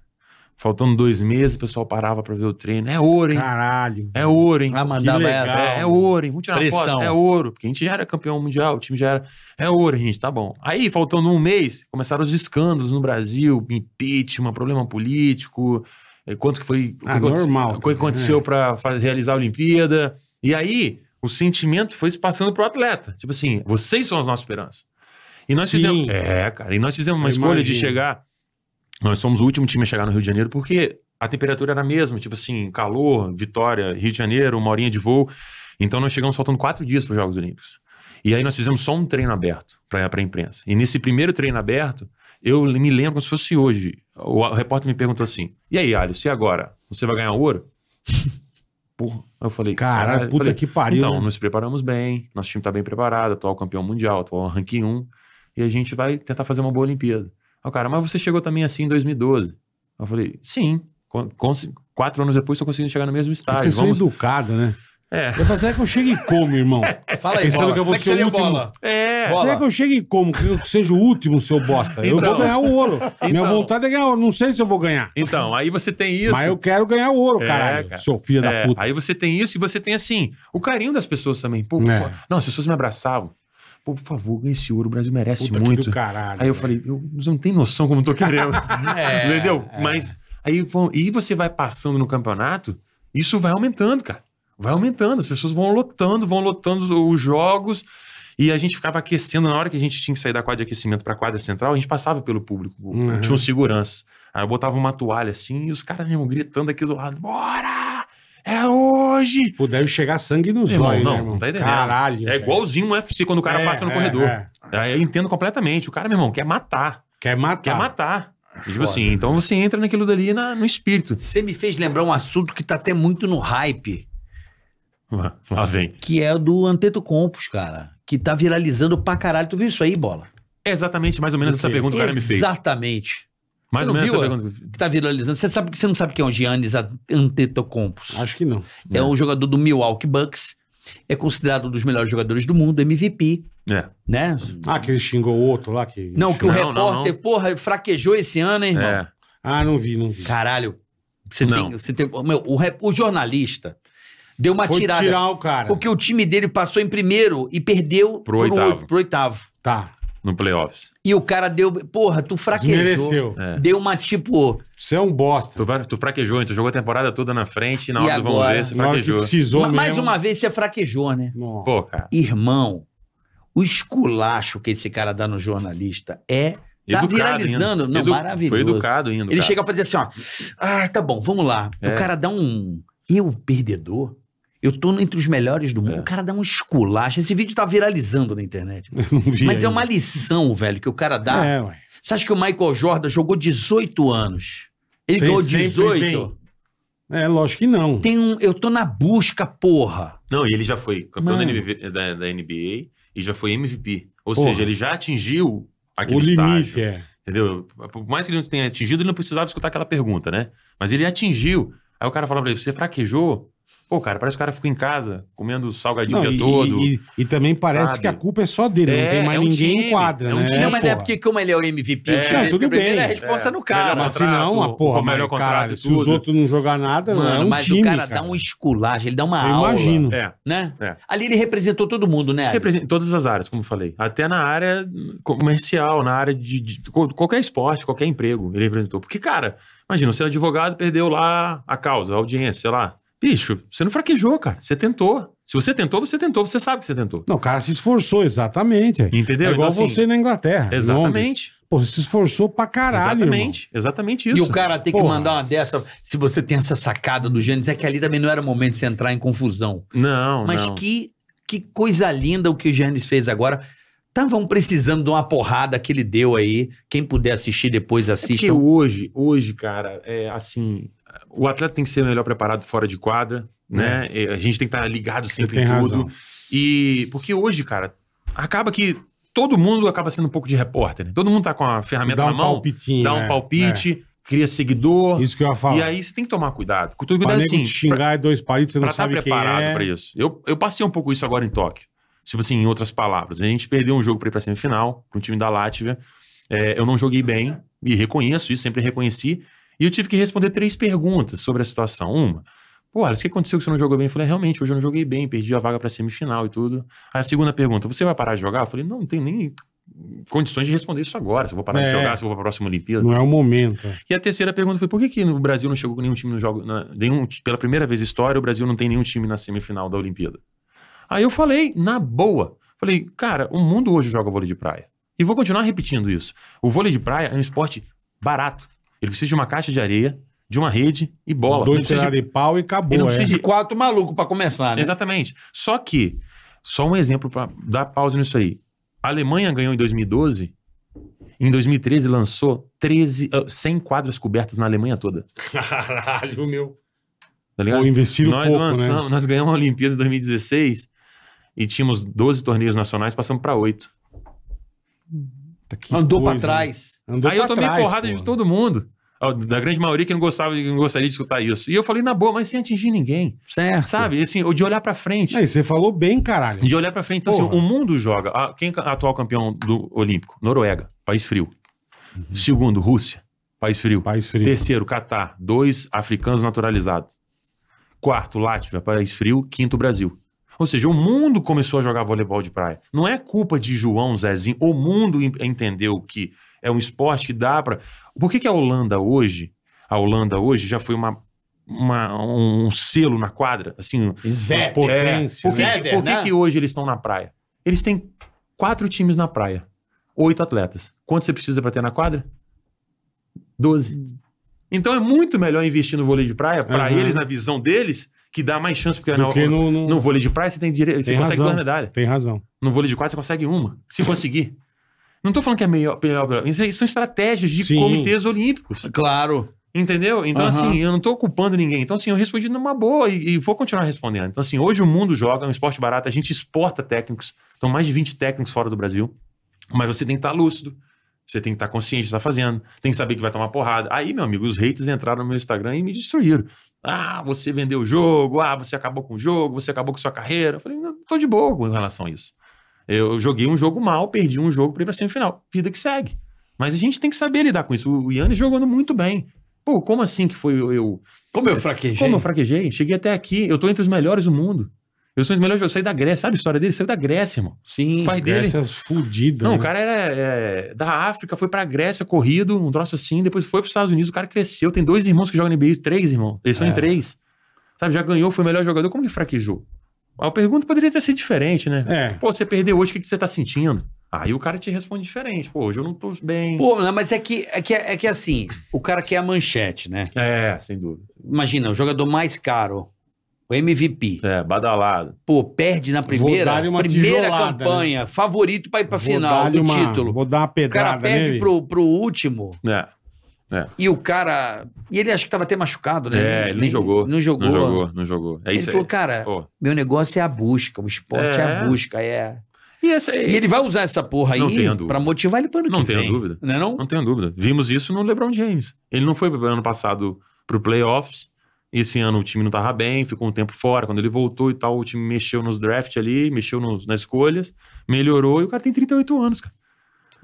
Faltando dois meses, o pessoal parava pra ver o treino. É ouro, É. hein? Caralho. É ouro, hein? Ah, mandava legal. essa. É, é ouro, hein? Vamos tirar Pressão. foto. É ouro. Porque a gente já era campeão mundial, o time já era. É ouro, gente, tá bom. Aí, faltando um mês, começaram os escândalos no Brasil: impeachment, problema político. eh, Quanto que foi. o que Ah, aconteceu- normal. é. O que aconteceu pra para realizar a Olimpíada. E aí, o sentimento foi se passando pro atleta. Tipo assim, vocês são as nossas esperanças. E nós Sim. fizemos. É, cara. E nós fizemos uma Eu escolha de imagino. chegar. Nós somos o último time a chegar no Rio de Janeiro porque a temperatura era a mesma, tipo assim, calor, vitória, Rio de Janeiro, uma horinha de voo. Então nós chegamos faltando quatro dias para os Jogos Olímpicos. E aí nós fizemos só um treino aberto para a imprensa. E nesse primeiro treino aberto, eu me lembro como se fosse hoje. O, o repórter me perguntou assim: e aí, Alisson, e agora? Você vai ganhar ouro? Porra. Eu falei: Caralho, caralho, eu puta falei, que pariu. então, né? nos preparamos bem, nosso time tá bem preparado, atual campeão mundial, atual ranking 1, e a gente vai tentar fazer uma boa Olimpíada. Aí o cara, mas você chegou também assim em 2012. Eu falei, sim, con- cons- quatro anos depois estou conseguindo chegar no mesmo estágio. Vocês são tá, Vamos... educados, é né? É. Eu falo, será que eu chego e como, irmão? Fala aí, Pensando bola. que eu vou Como é ser o seria a último. bola? É, Bola. Será que eu chego e como? Que eu seja o último, seu bosta. eu vou Então. ganhar o ouro. Minha Então. vontade é ganhar ouro. Não sei se eu vou ganhar. então, aí você tem isso. Mas eu quero ganhar o ouro, É, caralho. cara. Seu filho da É, puta. Aí você tem isso e você tem assim, o carinho das pessoas também. Pô, É. por fa- Não, as pessoas me abraçavam. Pô, por favor, ganha esse ouro, o Brasil merece Puta que muito. do caralho. Aí velho. eu falei, eu não tenho noção como eu tô querendo. É, Entendeu? Mas aí vão- e você vai passando no campeonato, isso vai aumentando, cara. Vai aumentando, as pessoas vão lotando, vão lotando os- os jogos. E a gente ficava aquecendo na hora que a gente tinha que sair da quadra de aquecimento para quadra central, a gente passava pelo público, Uhum. tinha um segurança. Aí eu botava uma toalha assim e os caras mesmo gritando aqui do lado: "Bora! É hoje!" Pô, deve chegar sangue nos Irmão, olhos, não, né, irmão? não tá entendendo. Caralho. É velho. igualzinho um UFC quando o cara É, passa no é, corredor. é. Aí eu entendo completamente. O cara, meu irmão, quer matar, Quer matar. quer matar. Tipo Tá. Foda, assim, então você entra naquilo dali na- no espírito. Você me fez lembrar um assunto que tá até muito no hype, Lá lá vem. que é o do Anteto Compos, cara. Que tá viralizando pra caralho. Tu viu isso aí, bola? É exatamente mais ou menos Do essa quê? pergunta que o cara me fez. Exatamente. Mais Você ou não menos viu, essa é? pergunta. que eu Que tá viralizando. Você sabe que você não sabe quem é o Giannis Antetokounmpos. Acho que não. É um jogador do Milwaukee Bucks. É considerado um dos melhores jogadores do mundo, MVP, fiz. É. né? Ah, que ele xingou o outro lá que. Não, que o Não, repórter, não, não. porra, fraquejou esse ano, hein, irmão? é. Ah, não vi, não vi. Caralho. Você Não. tem, você tem, meu, o, rep- o jornalista deu uma Foi tirada. tirar o cara. Porque o time dele passou em primeiro e perdeu Pro por um- oitavo. pro oitavo. Tá. No playoffs. E o cara deu. Porra, tu fraquejou. Desmereceu. É. Deu uma tipo. Você é um bosta. Tu, vai- tu fraquejou, hein? tu jogou a temporada toda na frente e na E hora do vamos agora? ver, você Na hora que fraquejou. precisou ma- mais mesmo. uma vez você fraquejou, né? Nossa. Pô, cara. Irmão, o esculacho que esse cara dá no jornalista é. Tá viralizando. Não, maravilhoso. Foi educado ainda. Ele cara. chega a fazer assim, ó. Ah, tá bom, vamos lá. É. O cara dá um. Eu, perdedor? Eu tô entre os melhores do mundo. É. O cara dá um esculacho. Esse vídeo tá viralizando na internet. Eu não vi. Mas é ainda. uma lição, velho, que o cara dá. É, ué. Você acha que o Michael Jordan jogou 18 anos? Ele Sem- ganhou sempre 18? É, lógico que não. Tem um. Eu tô na busca, porra. Não, e ele já foi campeão da Mano. NBA, da, da NBA e já foi MVP. Ou Porra. seja, ele já atingiu o aquele limite estágio. é. Entendeu? Por mais que ele não tenha atingido, ele não precisava escutar aquela pergunta, né? Mas ele atingiu. Aí o cara fala pra ele, você fraquejou? Pô, cara, parece que o cara ficou em casa comendo salgadinho Não, o dia e, todo. e- e também parece sabe? que a culpa é só dele, não É, tem mais é um ninguém em time, quadra, é um né? time. não, mas porra. é porque como ele é o MVP, É, o time dele tudo fica primeiro, bem. é a resposta É, no cara. Mas se não, a porra, o melhor mas, contrato caralho, e se os tudo. outros não jogar nada, Mano, é um mas time, o cara, cara. dá um esculacho, ele dá uma Eu aula. imagino. É. Né? É. Ali ele representou todo mundo, né? Ari? Representa em todas as áreas, como eu falei. Até na área comercial, na área de, de- co- qualquer esporte, qualquer emprego, ele representou. Porque, cara, imagina, você é advogado, perdeu lá a causa, a audiência, sei lá. Bicho, você não fraquejou, cara. Você tentou. Se você tentou, você tentou. Você sabe que você tentou. Não, o cara se esforçou, exatamente. É Entendeu? igual Então, assim, você na Inglaterra. em Londres. Exatamente. Pô, você se esforçou pra caralho, exatamente. Exatamente E isso. o cara tem que Porra. mandar uma dessa. Se você tem essa sacada do Gênesis, é que ali também não era o momento de você entrar em confusão. Não, Mas não. que, que coisa linda o que o Gênesis fez agora. Estavam precisando de uma porrada que ele deu aí. Quem puder assistir depois, É porque assista. hoje, hoje, cara, é assim, o atleta tem que ser melhor preparado fora de quadra, né? E A gente tem que estar ligado É. Você tem sempre em tudo. razão. E porque hoje, cara, acaba que todo mundo acaba sendo um pouco de repórter, né? Todo mundo tá com a ferramenta Dá na um mão, palpitinho. dá um é, palpite, cria seguidor. é. Isso que eu ia falar. E aí você tem que tomar cuidado. Com todo pra cuidado nego assim, te xingar é dois palitos, você não pra estar sabe quem preparado é. pra isso. Eu, eu passei um pouco isso agora em Tóquio. Tipo assim, em outras palavras, a gente perdeu um jogo pra ir pra semifinal com o time da Látvia. É, eu não joguei bem e reconheço isso, sempre reconheci. E eu tive que responder três perguntas sobre a situação. Uma, pô, Alex, o que aconteceu que você não jogou bem? Eu falei, "É, realmente, hoje eu não joguei bem, perdi a vaga pra semifinal e tudo. Aí a segunda pergunta, você vai parar de jogar? Eu falei, não, não tenho nem condições de responder isso agora. Se eu vou parar É. de jogar, se eu vou pra próxima Olimpíada. Não é o momento. E a terceira pergunta foi: por que, que o Brasil não chegou com nenhum time no jogo? na- nenhum, pela primeira vez na história, o Brasil não tem nenhum time na semifinal da Olimpíada. Aí eu falei, na boa. Falei, cara, o mundo hoje joga vôlei de praia. E vou continuar repetindo isso. O vôlei de praia é um esporte barato. Ele precisa de uma caixa de areia, de uma rede e bola. Não Dois precisa de tiraram de pau e acabou. Ele não é. precisa de- Quatro maluco pra começar, né? Exatamente. Só que, só um exemplo para dar pausa nisso aí. A Alemanha ganhou em 2012. Em 2013 lançou 13, ah, 100 quadras cobertas na Alemanha toda. Caralho, meu. Tá ligado? Ou investiram nós pouco, né? lançamos, nós ganhamos a Olimpíada em 2016 e tínhamos 12 torneios nacionais, passamos pra 8. Andou pra Tá, coisa, né? trás. Andou aí eu pra tomei trás, porrada pô. de todo mundo. Ah, Da grande maioria que não gostava, que não gostaria de escutar isso. E eu falei na boa, mas sem atingir ninguém. Certo. Sabe? Assim, ou de olhar pra frente. Aí, você falou bem, caralho. De olhar pra frente. Então, assim, Porra. o mundo joga. Ah, Quem é o atual campeão do Olímpico? Noruega, país frio. Uhum. Segundo, Rússia, país frio. Paz frio. Terceiro, Catar, dois africanos naturalizados. Quarto, Látvia, país frio. Quinto, Brasil. Ou seja, o mundo começou a jogar voleibol de praia. Não é culpa de João, Zezinho. O mundo en- entendeu que é um esporte que dá pra. Por que, que a Holanda hoje, a Holanda hoje já foi uma, uma- um, um selo na quadra, assim, Uma potência. É, por que, né? Né, que- velho, por que né? que hoje eles estão na praia? Eles têm quatro times na praia, oito atletas. Quanto você precisa pra ter na quadra? Doze. Então é muito melhor investir no vôlei de praia pra Aham. eles na visão deles que dá mais chance porque, na- Porque não, não- no vôlei de praia você tem direito, você Tem consegue razão. duas medalhas. Tem razão. No vôlei de quadra você consegue uma, se conseguir. Não tô falando que é melhor, melhor, melhor. Isso aí são estratégias de Sim. comitês olímpicos. Claro. Entendeu? Então, Aham. assim, eu não tô culpando ninguém. Então, assim, eu respondi numa boa e, e vou continuar respondendo. Então, assim, hoje o mundo joga, é um esporte barato, a gente exporta técnicos. Então, mais de 20 técnicos fora do Brasil. Mas você tem que estar lúcido, você tem que estar consciente do que está fazendo, tem que saber que vai tomar porrada. Aí, meu amigo, os haters entraram no meu Instagram e me destruíram. Ah, você vendeu o jogo, ah, você acabou com o jogo, você acabou com sua carreira. Eu falei, não, tô de boa com relação a isso. Eu joguei um jogo mal, perdi um jogo pra ir pra semifinal. Vida que segue. Mas a gente tem que saber lidar com isso. O Yannis jogando muito bem. Pô, como assim que foi eu- eu Como eu fraquejei. como eu fraquejei? Cheguei até aqui, eu tô entre os melhores do mundo. Eu sou entre os melhores, eu saí da Grécia. Sabe a história dele? Saiu da Grécia, irmão. Sim. O pai dele. Essas fudidas. Não, né? o cara era é, da África, foi pra Grécia, corrido, um troço assim, depois foi pros Estados Unidos, o cara cresceu. Tem dois irmãos que jogam na NBA, três irmãos. Eles são É. em três. Sabe, já ganhou, foi o melhor jogador. Como que fraquejou? A pergunta poderia ter sido diferente, né? É. Pô, você perdeu hoje, o que, que você tá sentindo? Aí o cara te responde diferente. Pô, hoje eu não tô bem. Pô, não, mas é que, é, que, é que assim, o cara quer a manchete, né? É, sem dúvida. Imagina, o jogador mais caro, o MVP. É, badalado. Pô, perde na primeira, dar-lhe uma primeira tijolada, né? campanha, favorito pra ir pra Vou final dar-lhe do uma- título. Vou dar uma O cara pedrada perde nele. pro, pro último É. e o cara. E ele acho que tava até machucado, né? É, ele não jogou. Não jogou. Não jogou, não jogou. É ele isso aí. falou, cara, Pô. meu negócio é a busca, o esporte é, a É. busca, é. E essa E ele vai usar essa porra Não tenho aí dúvida. pra motivar ele pro ano Não que tenho vem. dúvida. Não é não? Não tenho dúvida. Vimos isso no LeBron James. Ele não foi ano passado pro playoffs, Esse ano o time não tava bem, ficou um tempo fora. Quando ele voltou e tal, o time mexeu nos draft ali, mexeu nos- nas escolhas, melhorou e o cara tem 38 anos, cara.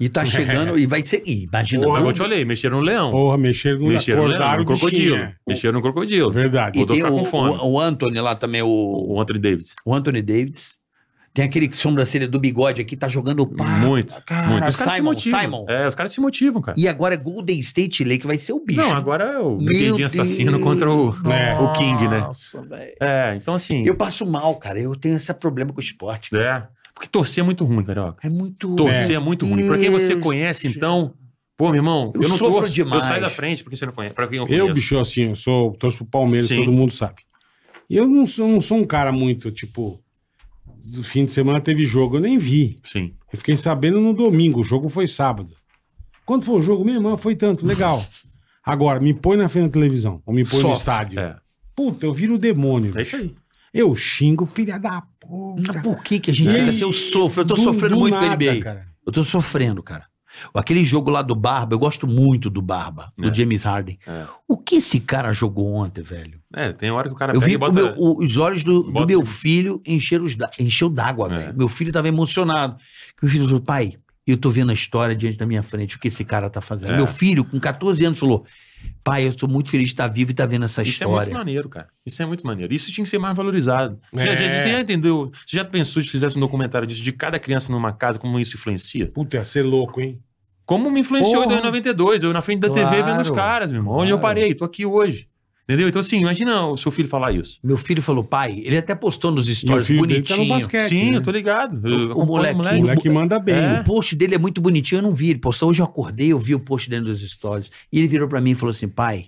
E tá chegando e vai ser. Ih, imagina. Porra, Mas mano. eu te falei, mexeram no leão. Porra, mexeram no mexeram no leão, acordaram no o bichinho, crocodilo. é. Mexeram no crocodilo. Verdade. E Rodolfo tem tá o, com fome. o, o Anthony lá também, o, O Anthony Davis. o Anthony Davis. Tem aquele que sobrancelha do bigode aqui, tá jogando pá. muito, cara, muito. Os caras se Simon, motivam. Simon. É, os caras se motivam, cara. E agora é Golden State Lake, vai ser o bicho. Não, agora é o Meu Brinquedinho Assassino Deus. contra o, É. o King, né? Nossa, velho. É, então assim. Eu passo mal, cara. Eu tenho esse problema com o esporte. cara. É. Porque torcer é muito ruim, carioca. É muito. Torcer é, muito ruim. Pra quem você Deus. conhece, então. Pô, meu irmão, eu, Eu não sofro torço. demais. Eu saio da frente porque você não conhece. Pra quem eu conheço. Eu, bicho, assim, eu sou, torço pro Palmeiras, Sim. todo mundo sabe. E eu não sou, não sou um cara muito, tipo, no fim de semana teve jogo, eu nem vi. Sim. Eu fiquei sabendo no domingo, o jogo foi sábado. Quando foi o jogo mesmo? Ah, Foi tanto, legal. Agora, me põe na frente da televisão, ou me põe no Sofre, estádio. É. Puta, eu viro o demônio. É isso aí. Eu xingo, filha da Mas É. puta. ah, por que, que a gente E fica ele- assim? Eu sofro, eu tô Do- sofrendo do muito nada, com a NBA. cara. Eu tô sofrendo, cara. Aquele jogo lá do Barba, eu gosto muito do Barba, do É. James Harden. É. O que esse cara jogou ontem, velho? É, tem hora que o cara eu pega vi e o bota. meu- o- os olhos do, do bota- um meu filho encheram os da- encheu d'água, É. velho. Meu filho tava emocionado. Meu filho falou, pai, eu tô vendo a história diante da minha frente, o que esse cara tá fazendo. É. Meu filho, com 14 anos, falou, pai, eu tô muito feliz de estar vivo e estar vendo essa Isso é história. muito maneiro, cara. Isso é muito maneiro. Isso tinha que ser mais valorizado. É. Já- já- você já entendeu? Você já pensou se fizesse um documentário disso, de cada criança numa casa, como isso influencia? Puta, ia ser louco, hein? Como me influenciou Porra. em 92, eu na frente da TV Claro. vendo os caras, meu irmão. Onde eu Claro. parei, tô aqui hoje. Entendeu? Então, assim, imagina o seu filho falar isso. Meu filho falou, pai, ele até postou nos Meu stories filho dele tá no bonitinho. basquete. Sim, né? eu tô ligado. Eu O- o acompanho molequinho. O moleque manda bem. É. O post dele é muito bonitinho, eu não vi. Ele postou hoje eu acordei, eu vi o post dentro dos stories. E ele virou pra mim e falou assim: pai,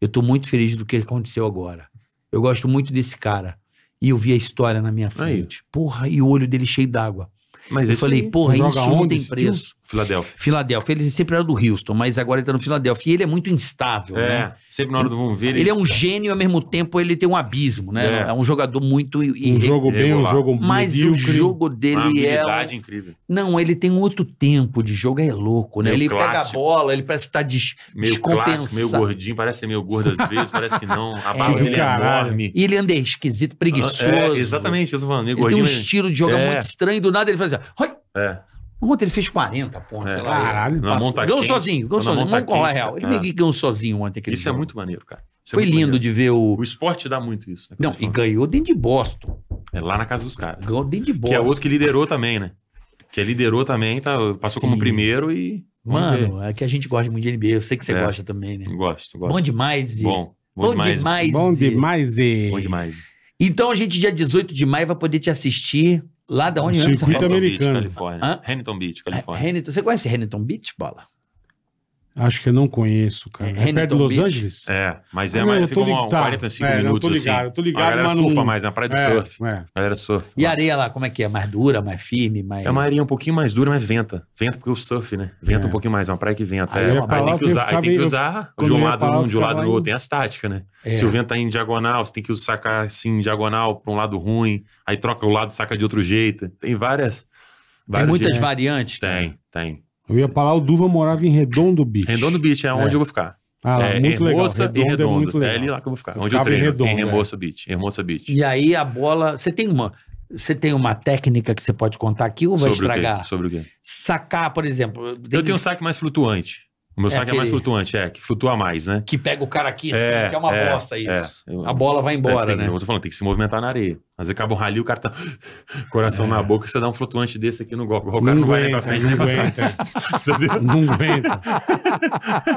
eu tô muito feliz do que aconteceu agora. Eu gosto muito desse cara. E eu vi a história na minha frente. Porra, e o olho dele cheio d'água. Mas Eu esse falei, porra, Joga isso não onde tem esse preço. Filadélfia. Filadélfia, ele sempre era do Houston, mas agora ele tá no Filadélfia. E ele é muito instável, né? É, sempre na hora do vamos ver. Ele é um gênio, ao mesmo tempo ele tem um abismo, né? É, É. um jogador muito... irre- Um jogo bem, um Irregular. jogo Mas o medíocre. jogo dele é... um- habilidade incrível. Não, ele tem um outro tempo de jogo, é louco, né? Meio ele pega a clássico. bola, ele parece que tá des Meio clássico, meio descompensado. gordinho, parece ser meio gordo às vezes, parece que não. A É, barba do dele é caralho. enorme. E ele anda esquisito, preguiçoso. É, exatamente, eu tô falando, meio Ele tem um gordinho. mas- estilo de jogo É. muito estranho, do nada ele faz assim, "Oi!" É, Ontem ele fez 40 pontos, É. sei lá. Caralho. Na mão tá ganhou quente. sozinho, ganhou Na mão sozinho. tá Vamos correr a quente. real. Ele É. meio que ganhou sozinho ontem aquele isso é jogo. muito maneiro, cara. Isso é Foi muito lindo maneiro. de ver o... O esporte dá muito isso. né, que eu Não, tô e falando. ganhou dentro de Boston. É lá na casa dos caras. Ganhou dentro de Que é Boston. outro que liderou também, né? Que liderou também, tá, passou Sim. como primeiro e. vamos ver. Mano, é que a gente gosta muito de NBA. Eu sei que você É. gosta também, né? Gosto, gosto. Bom demais. e- Bom, bom, Bom demais. demais. Bom e- demais, é. e... Bom demais. Então a gente, dia 18 de maio, vai poder te assistir lá da onde No mesmo que você circuito falou? americano. Beach, Califórnia. Hã? É, Hamilton Beach, Califórnia. Hamilton, você conhece Hamilton Beach, bola? Acho que eu não conheço, cara. É, É, perto de Hamilton Los Beach? Angeles? É, mas Ah, é, não, eu mas tô fica um, ligado, um tá. 45 É, não, minutos tô ligado, assim. eu tô ligado, a galera mas surfa não- mais, na praia do É, surf. é. A galera surfa. E a areia lá, como é que é? Mais dura, mais firme, mais... É uma areia um pouquinho mais dura, mas venta. Venta porque o surf, né? Venta É. um pouquinho mais, é uma praia que venta. Aí é. eu ia Aí, pra lá, tem que eu usar, aí ficava- tem que eu- usar quando de eu um ia lado pra lá, eu um, de um lado ficava do lá outro. em- Tem as táticas, né? É. Se o vento tá em diagonal, você tem que sacar assim, em diagonal, pra um lado ruim. Aí troca o lado, saca de outro jeito. Tem várias. Tem vários muitas jeitos. variantes. né? cara. Tem, tem. Eu ia pra lá, o Duva morava em Redondo Beach. Redondo Beach é onde É. eu vou ficar. Ah, lá, é, muito legal. Hermosa Redondo, e Redondo. é muito legal. ali lá que eu vou ficar. Eu onde eu ficava em treino. Redondo, é. em Hermosa Beach. Hermosa Beach. E aí a bola... Você tem uma... Você tem uma técnica que você pode contar aqui ou vai Sobre o quê? estragar? Sobre o quê? Sacar, por exemplo. tem Eu tenho um saque mais flutuante. O meu É saque é mais aquele- flutuante, é, que flutua mais, né? Que pega o cara aqui, assim, É, que é uma é, bosta isso. é. Eu- A bola vai Mas embora, tem- né? Eu tô falando, tem que se movimentar na areia. Às vezes acaba um rali, o cara tá. Coração É. na boca, você dá um flutuante desse aqui no gol. O cara não, vai nem pra frente, nem pra frente. aguenta. Não aguenta.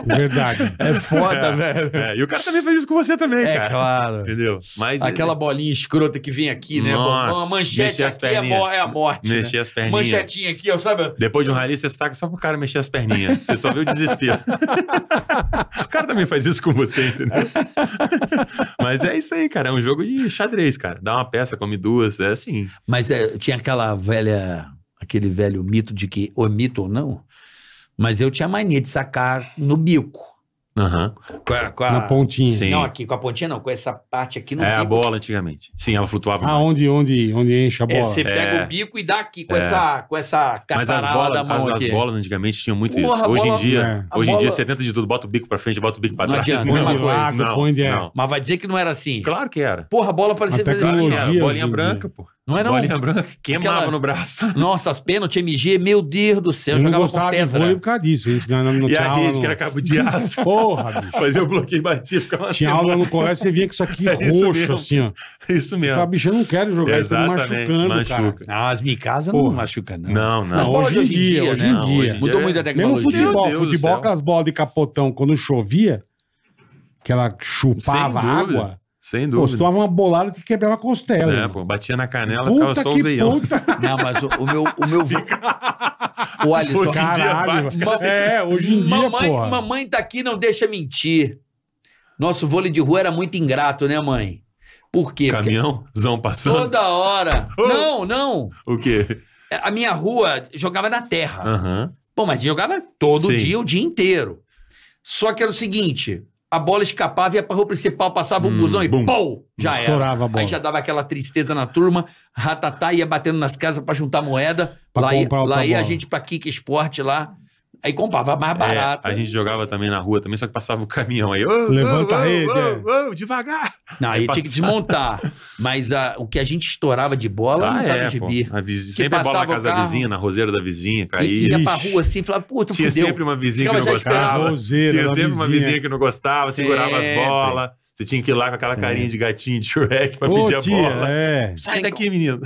Verdade. É foda, velho. É, e o cara também fez isso com você também, É, cara. claro. Entendeu? Mas. é, Aquela bolinha escrota que vem aqui, né? Nossa, Bom, a manchete mexer as aqui é, perninhas. mo- é a morte. né? Mexer as perninhas. Manchetinha aqui, ó, sabe? Depois de um rali, você saca só pro cara mexer as perninhas. Você só vê o desespero. o cara também faz isso com você, entendeu? Mas é isso aí, cara. É um jogo de xadrez, cara. Dá uma peça, come duas. É assim. Mas é, tinha aquela velha, aquele velho mito de que, ou é mito ou não, mas eu tinha mania de sacar no bico. Aham. Com a, com a- Na pontinha. Sim. Não, aqui com a pontinha não, com essa parte aqui no É a bico. bola antigamente. Sim, ela flutuava. Ah, muito. onde, onde, onde enche a É, bola? você pega É. o bico e dá aqui com É. essa com essa Mas as caçarada da bolas, mão as, as aqui. bolas antigamente tinham muito Porra, isso. a Hoje em bola- dia, é. hoje A em dia bola- você tenta de tudo, bota o bico pra frente, bota o bico pra Não trás. adianta, põe mesma de lado, coisa. põe de... Não. Mas vai dizer que não era assim. Claro que era. Porra, a bola parecia A tecnologia assim, hoje em bolinha dia. branca, pô. ó. Não é não? Bolinha branca. Queimava Aquela- no braço. Nossa, as pênaltis MG, meu Deus do céu, Eu não jogava com gostava de vôlei pedra. por causa disso. A gente não, não, não e tinha a aula. rede, no- que era cabo de aço. Porra, bicho. Fazia o bloqueio e batia, ficava uma Tinha semana. aula no colégio, você vinha com isso aqui É isso roxo, mesmo. assim, ó. Isso Você mesmo. fala, bicho, eu não quero jogar isso, tá me Exatamente, machucando, cara. machuca. Não, Ah, as micasas não Porra. machuca não. Não, não. Mas bola de hoje em dia, hoje né? em Não, dia. hoje em Mudou é- muito Mesmo a tecnologia. futebol. Meu Deus do futebol céu. com as bolas de capotão, quando chovia, que ela chupava Sem dúvida, água, Sem pô, dúvida. se tomava uma bolada que quebrava a costela. É, irmão. pô, batia na canela, ficava Puta só o que veião. puta, Não, mas o, o meu o meu o Alisson, Hoje em dia caralho. bate, irmão. É, hoje em dia, mamãe, porra. mamãe tá aqui, não deixa mentir. Nosso vôlei de rua era muito ingrato, né, mãe? Por quê? Porque Caminhãozão passando. toda hora. Oh. Não, não. O quê? A minha rua jogava na terra. Aham. Bom, mas jogava todo Ah. Sim. dia, o dia inteiro. Só que era o seguinte: a bola escapava, ia pra rua principal, passava o Hum, busão e bum. pum! Já era. Estourava a Tá bola. Aí já dava aquela tristeza na turma, ratatá ia batendo nas casas pra juntar moeda. Pra lá ia, comprar outra lá ia a bola. gente pra Kika Esporte lá. Aí comprava mais barato. É, a gente jogava também na rua também, só que passava o caminhão aí. ô, Levanta ô, a ô, rede, é. ô, ô, devagar. Não, aí Aí tinha que passava. desmontar. Mas a- o que a gente estourava de bola não tava de Ah, é, pô. gibi. A vizinha, Que sempre a bola passava na o casa da carro. vizinha, na roseira da vizinha, E caía. ia pra Ixi. rua assim e falava, puta, Tinha fudeu. sempre um- uma vizinha que Ficava não já esperando. gostava. Roseira Tinha da sempre uma vizinha vizinha. que não gostava, segurava as Sempre. bolas. Você tinha que ir lá com aquela Sempre. carinha de gatinho de Shrek pra Ô, pedir a tia, bola. é. Sai daqui, menino.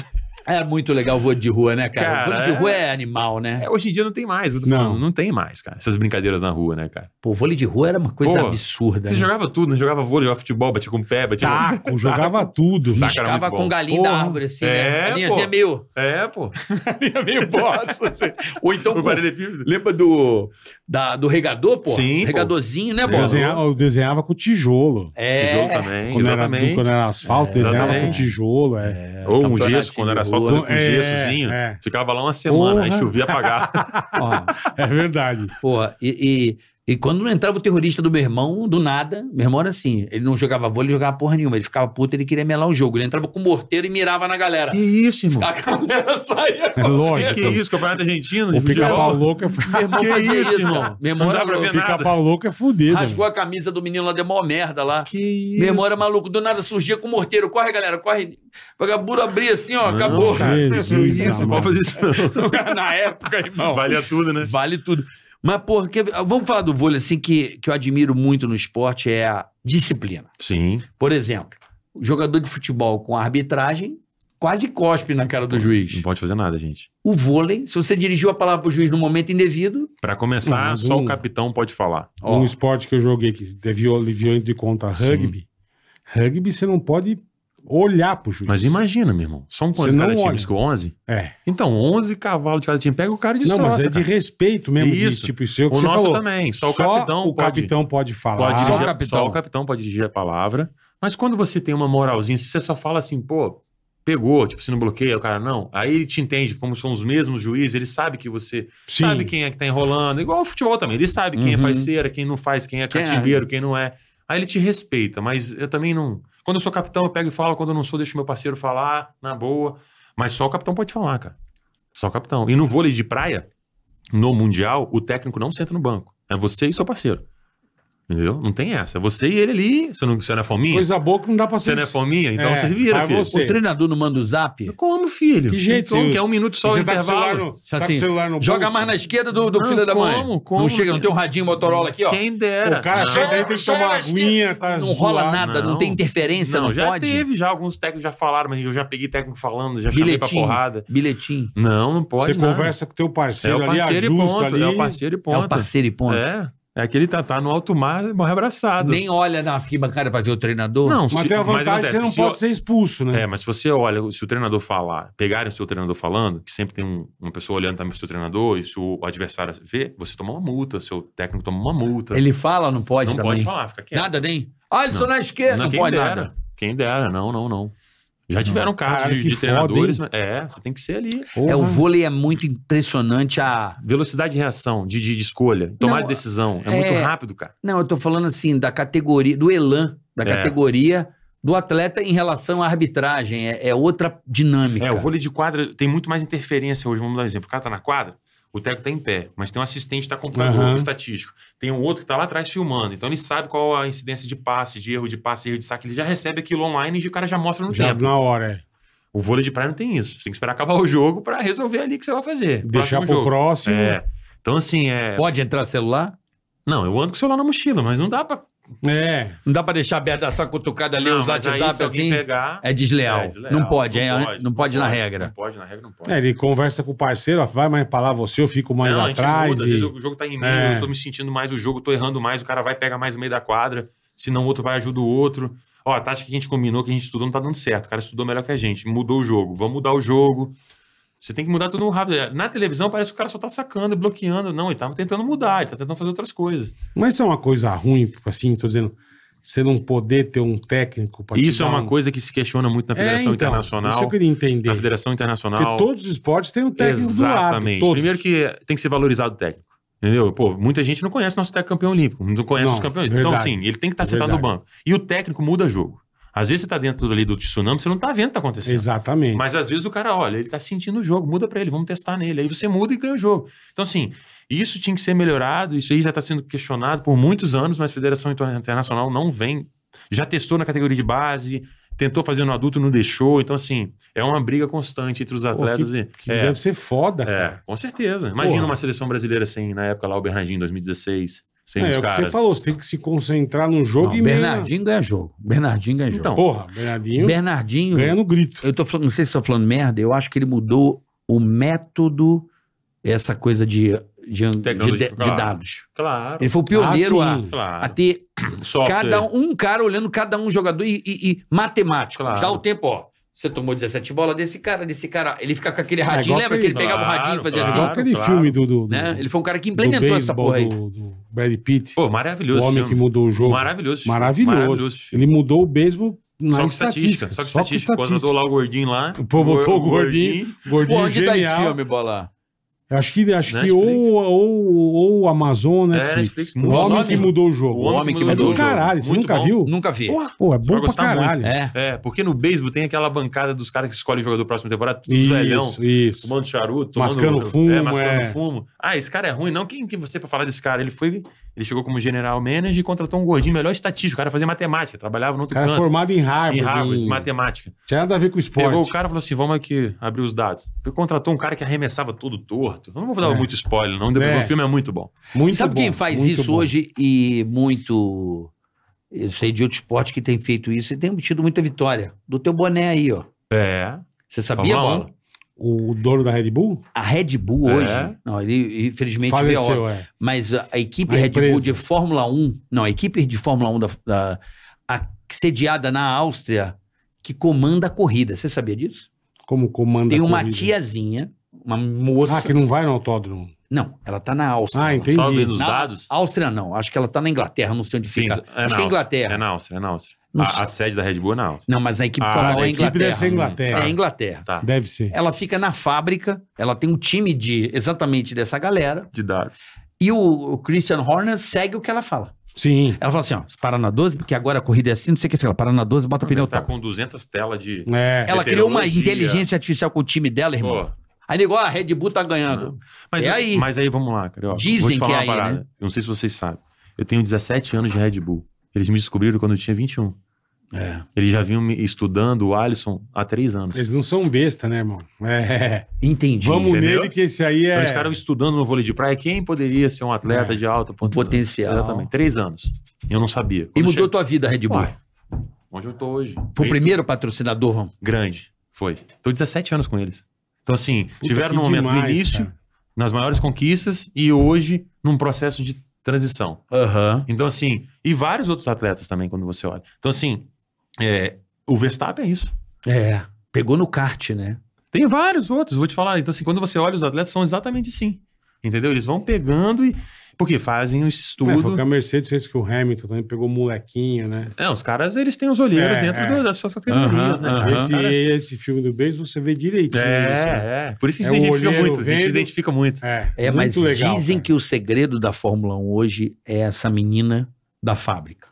Era muito legal o vôlei de rua, né, cara? Cara, o vôlei de rua é- é animal, né? É, hoje em dia não tem mais, eu tô Não. falando, não. tem mais, cara. Essas brincadeiras na rua, né, cara? Pô, vôlei de rua era uma coisa Pô, absurda. Você né? jogava tudo, né? Jogava vôlei, jogava futebol, batia com o pé, batia Taco, jogava tudo. Taco. era Ficava muito com bom. galinha da Porra. árvore, assim, né? É, Galinhazinha pô. meio. com... É, pô. meio bosta. assim. Ou então. O com- paralelepípedo. Lembra do. Da, do regador, pô? Sim, pô. Regadorzinho, é né, Eu bola? desenhava, eu desenhava com tijolo. É. Tijolo também, Quando era, exatamente. quando era asfalto, É, desenhava com exatamente. tijolo. É. Ou um campeonatinho gesso, quando era de asfalto, rua. com um É, gessozinho. é. Ficava lá uma semana, aí Porra. chovia apagar. Ó, É verdade. Porra, e, e, e quando entrava o terrorista do meu irmão, do nada, meu irmão era assim, ele não jogava vôlei, ele jogava porra nenhuma, ele ficava puto, ele queria melar o jogo, ele entrava com morteiro e mirava na galera. isso, irmão? A galera saía. É Que, lógico. isso, campeonato argentino? O de futebol? pica-pau louco é fu- Meu irmão Que fazia isso, isso, irmão? cara. Meu irmão Não era dá pra louco. ver nada. pica-pau louco é fudido. Rasgou a camisa do menino lá, deu maior merda lá. Que isso? Meu irmão era maluco, do nada surgia com morteiro, corre galera, corre. Vagabundo abria assim, ó, Não, acabou. cara. Jesus, Que isso, não amado. pode fazer isso não. Na época, irmão. Valia tudo, né? Vale tudo. Mas, porra, quer ver- vamos falar do vôlei, assim, que, que eu admiro muito no esporte, é a disciplina. Sim. Por exemplo, o jogador de futebol com arbitragem quase cospe na cara do Não juiz. pode fazer nada, gente. O vôlei, se você dirigiu a palavra pro juiz no momento indevido, Pra começar, Não, mas só um- o capitão pode falar. ó, Um esporte que eu joguei que é viol- violento de conta, Sim. rugby. Rugby você não pode olhar pro juiz. Mas imagina, meu irmão. São quantos Você não cada time? olha. Diz que 11? É. Então, 11 cavalos de cada time. Pega o cara e Não, destroça. mas é de cara. respeito mesmo. de, Isso. tipo, isso é o que O você nosso falou. também. Só o capitão o pode... capitão pode falar. pode só dirigir, o só, o capitão. capitão. pode dirigir a palavra. Mas quando você tem uma moralzinha, se você só fala assim, pô, pegou, tipo, se não bloqueia, o cara não. Aí ele te entende, como são os mesmos juízes, ele sabe que você Sim. sabe quem é que tá enrolando. Igual o futebol também, ele sabe quem Uhum. é parceira, quem não faz, quem é Quem é. catimbeiro, quem não é. Aí ele te respeita, mas eu também não. Quando eu sou capitão, eu pego e falo, quando eu não sou, deixo meu parceiro falar, na boa. Mas só o capitão pode falar, cara. Só o capitão. E no vôlei de praia, no Mundial, o técnico não senta no banco. É você e seu parceiro. Entendeu? Não tem essa. É você e ele ali. Você não, você não é fominha? Coisa boa que não dá pra você ser. não é fominha? Então É, você vira, mas filho. você- o treinador não manda o zap, Como, filho? Que jeito, Como eu- que é um minuto só o Você tá com o celular intervalo? no, tá com Assim, o celular no joga bolso. mais na esquerda do, do Não, filho da mãe. como? Como? Não chega, não tem um radinho Motorola aqui, ó. Quem dera. O cara Não. chega aí, tem que tomar uma aguinha, tá Não rola zoado. nada, não, não. tem interferência, não, Não, já pode. teve, já alguns técnicos já falaram, mas eu já peguei técnico falando, já chamei pra Bilhetinho. porrada. Bilhetinho. Não, não pode. Você nada. conversa com teu é parceiro, o parceiro ali, e ajusta ponto. ali. É o parceiro e ponto. É um parceiro e ponto. É. É aquele tá, tá no alto mar, morre abraçado. Nem olha na arquibancada pra ver o treinador. Não, Mas se- tem a vantagem que acontece, você não se pode o- ser expulso, né? É, mas se você olha, se o treinador falar, pegarem o seu treinador falando, que sempre tem um- uma pessoa olhando também pro seu treinador, e se o adversário vê, você toma uma multa, seu técnico toma uma multa. Ele fala, não pode não também. pode falar, fica quieto. Nada nem. Ah, ele Não. só na esquerda, não, quem pode dera. nada. Quem dera, não, não, não. Já tiveram casos Caralho, de, que de foda, treinadores. mas- é, você tem que ser ali. É, o Porra. vôlei é muito impressionante a... Velocidade de reação, de, de, de escolha, tomar Não, decisão. É, é- muito rápido, cara. Não, eu tô falando assim, da categoria, do elan, da É. categoria do atleta em relação à arbitragem. É, é outra dinâmica. É, o vôlei de quadra tem muito mais interferência hoje. Vamos dar um exemplo. O cara tá na quadra, o técnico tá em pé, mas tem um assistente que tá acompanhando Aham. o estatístico. Tem um outro que tá lá atrás filmando. Então ele sabe qual a incidência de passe, de erro de passe, erro de saque. Ele já recebe aquilo online e o cara já mostra no Já tempo. na hora, é. O vôlei de praia não tem isso. Você tem que esperar acabar o jogo pra resolver ali o que você vai fazer. Deixar pro jogo. próximo. É. É. Então, assim, é. Pode entrar celular? Não, eu ando com o celular na mochila, mas não dá pra. é. Não dá pra deixar aberta essa cutucada ali, não, usar mas aí WhatsApp se alguém assim? pegar. É desleal. É desleal. Não pode, é- não, pode, na Não regra. pode, na regra não pode. É, ele conversa com o parceiro, ó, vai mais pra lá você, eu fico mais não, a gente atrás. muda, às e- vezes o jogo tá em meio, É. eu tô me sentindo mais o jogo, tô errando mais, o cara vai pegar mais no meio da quadra, senão o outro vai ajuda o outro. Ó, a tática que a gente combinou, que a gente estudou, não tá dando certo. O cara estudou melhor que a gente, mudou o jogo, vamos mudar o jogo. Você tem que mudar tudo rápido. Na televisão parece que o cara só tá sacando, bloqueando. Não, ele tá tentando mudar, ele tá tentando fazer outras coisas. Mas isso é uma coisa ruim, assim, tô dizendo, você não poder ter um técnico pra te Isso é dar uma um- coisa que se questiona muito na Federação É, então, Isso eu Internacional. queria entender. Na Federação Internacional. Porque todos os esportes têm um técnico Exatamente. do lado. todos. Primeiro que tem que ser valorizado o técnico. Entendeu? Pô, muita gente não conhece nosso técnico campeão olímpico, não conhece Não, os campeões. Então, verdade. É sim, ele tem que estar sentado no Verdade. banco. E o técnico muda jogo. Às vezes você tá dentro ali do tsunami, você não tá vendo o que tá acontecendo. Exatamente. Mas às vezes o cara, olha, ele tá sentindo o jogo, muda pra ele, vamos testar nele. Aí você muda e ganha o jogo. Então, assim, isso tinha que ser melhorado, isso aí já tá sendo questionado por muitos anos, mas a Federação Inter- Internacional não vem. Já testou na categoria de base, tentou fazer no adulto, não deixou. Então, assim, é uma briga constante entre os atletas e. Que é, deve ser foda. é, com certeza. Imagina Porra. uma seleção brasileira sem, na época lá, o Bernardinho em 2016, sem É, os é o que você caras. falou, você tem que se concentrar no jogo Não, e meio. na- Bernardinho ganha jogo. Bernardinho ganha jogo. Então, Porra, Bernardinho Bernardinho, ganha no grito. eu tô falando, não sei se tô falando merda, eu acho que ele mudou o método, essa coisa de, de, de, Tecnologia, de claro. dados. Claro, Ele foi o pioneiro Ah, a, sim. a claro. ter Software. cada um cara olhando cada um jogador e, e, e matemático. Claro. Dá o tempo, ó. Você tomou 17 bolas desse cara, desse cara. Ele fica com aquele É radinho. igual Lembra que ele aquele- pegava o radinho e claro, fazia É igual claro. assim? aquele filme do, do, do, Né? Ele foi um cara que do implementou essa beisebol porra aí. Do, do Brad Pitt, Pô, o maravilhoso. esse homem filme. que mudou o jogo. Maravilhoso. esse filme. Maravilhoso. Maravilhoso esse filme. Ele mudou o beisebol na Só com estatística. estatística. Só com estatística. Quando andou lá o gordinho lá. Pô, botou o gordinho. Gordinho Pô, onde tá esse genial. filme, Bola? Eu Acho que, acho que Netflix. ou, ou, ou Amazon, É, Netflix. Netflix. O Mudou o homem nome. que mudou o jogo. O homem que É mudou do o jogo. caralho, você Muito nunca bom. viu? Nunca vi. Pô, é Você vai bom pra gostar caralho. muito. É. É, porque no beisebol tem aquela bancada dos caras que escolhem o jogador próximo temporada, tudo velhão. Isso, isso. Tomando charuto, tomando Mascando fumo, É, mascando é. fumo. Ah, esse cara é ruim, não. Quem que você pra falar desse cara? Ele foi, ele chegou como general manager e contratou um gordinho melhor estatístico. O cara fazia matemática, trabalhava no O outro cara é canto. formado em Harvard. Em Harvard, em- matemática. Tinha nada a ver com esporte. Pegou o cara e falou assim: vamos aqui abrir os dados. Ele contratou um cara que arremessava todo torto. Não vou dar É. muito spoiler, não. É. O filme é muito bom. Muito Sabe bom, quem faz muito isso bom. hoje e muito. Eu sei de outro esporte que tem feito isso e tem tido muita vitória. Do teu boné aí, ó. É. Você sabia, Vamos lá. Bola? O dono da Red Bull? A Red Bull hoje. É. Não, ele infelizmente veio a óbito. Faleceu, é. Mas a a equipe A Red Bull empresa. de Fórmula 1, não, a equipe de Fórmula 1 da, da- a- sediada na Áustria, que comanda a corrida. Você sabia disso? Como comanda Tem a uma corrida. tiazinha, uma moça. Ah, que não vai no autódromo. Não, ela tá na Áustria. Ah, não. entendi. Só vendo os Na dados. Áustria não, acho que ela tá na Inglaterra, não sei onde Sim, fica. é acho na que é Áustria. Inglaterra. É na Áustria, é na Áustria. Não, A, sei. a sede da Red Bull é na Áustria. Não, mas a equipe Ah, Fórmula 1 a é A equipe Inglaterra. deve ser Inglaterra. É Inglaterra. Tá. Deve ser. Ela fica na fábrica, ela tem um time de exatamente dessa galera, De dados. e o, o Christian Horner segue o que ela fala. Sim. Ela fala assim, ó, para na 12, porque agora a corrida é assim, não sei o que, sei lá, para na 12, bota pneu Ele tá tal. com 200 telas de. É. Ela criou uma Meteorologia. inteligência artificial com o time dela, irmão. Pô, Aí nego, ó, a Red Bull tá ganhando. mas, É aí. mas aí vamos lá, cara. ó, Dizem vou te falar que é uma aí, parada. né? Eu não sei se vocês sabem. Eu tenho 17 anos de Red Bull. Eles me descobriram quando eu tinha 21. É. Eles já vinham me estudando o Alisson há três anos. Eles não são besta, né, irmão? É. Entendi. Vamos entendeu? nele que esse aí Então, é... eles ficaram estudando no vôlei de praia quem poderia ser um atleta É. de alto O potencial. Exatamente. Três anos. Eu não sabia. E Quando mudou chegou- tua vida, Red Bull. Ué, Onde eu tô hoje. Foi o Feito primeiro patrocinador, vamos. Grande. Foi. Tô 17 anos com eles. Então, assim, Puta, tiveram que no momento do demais, início, cara. nas maiores conquistas e hoje num processo de transição. Aham. Então, assim, e vários outros atletas também, quando você olha. Então, assim, é, o Verstappen é isso. É. Pegou no kart, né? Tem vários outros, vou te falar. Então, assim, quando você olha os atletas, são exatamente assim. Entendeu? Eles vão pegando e, Porque fazem esse É, foi o estudo. que a Mercedes fez que o Hamilton também pegou molequinho, né? É, os caras, eles têm os olheiros É, dentro é. do- das suas categorias, né? Aham, cara? Esse, Cara, esse filme do beisebol você vê direitinho. isso. É, é. Por isso que se É o identifica olheiro muito. A gente se vendo. identifica muito. É, É, muito mas legal, dizem cara. que o segredo da Fórmula 1 hoje é essa menina da fábrica.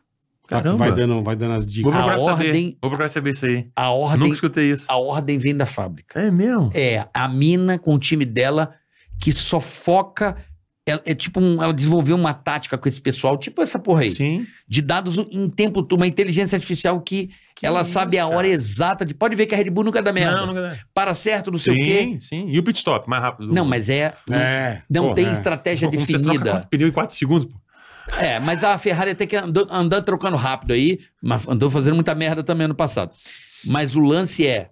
Tá, que vai dando, vai dando as Vou dicas. A procurar saber. ordem- Vou procurar saber isso aí. A ordem, Nunca escutei isso. a ordem vem da fábrica. É mesmo? É, a mina com o time dela que só foca. Ela, é tipo um- ela desenvolveu uma tática com esse pessoal, tipo essa porra aí. Sim. De dados em tempo, todo, uma inteligência artificial que, ela isso, sabe a hora cara. exata de. Pode ver que a Red Bull nunca dá merda. Não, nunca dá. Para certo, não sei o quê. Sim, sim. E o pit stop, mais rápido. Não, mas é. É, Não pô, tem é. estratégia Como você troca definida. quatro pneus em 4 segundos, pô. É, mas a Ferrari até que andou, andou trocando rápido aí, mas andou fazendo muita merda também ano passado. Mas o lance é,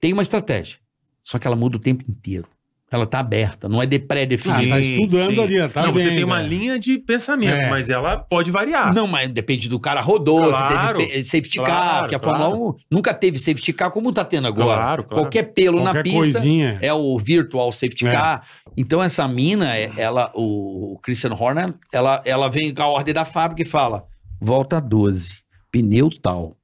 tem uma estratégia, só que ela muda o tempo inteiro. Ela tá aberta, não é de Ah, pré-definida. tá Sim, estudando sim. ali, ó, tá não, você vendo, tem uma é. linha de pensamento, É. mas ela pode variar. Não, mas depende do cara rodou, Ah. Claro, se teve pe- safety car, claro, porque a claro. Fórmula 1 nunca teve safety car como tá tendo agora. Claro, claro. Qualquer pelo na Qualquer pista coisinha. é o virtual safety É. car. Então essa mina, é- ela, o o Christian Horner, ela, ela vem com a ordem da fábrica e fala: volta 12, pneu tal.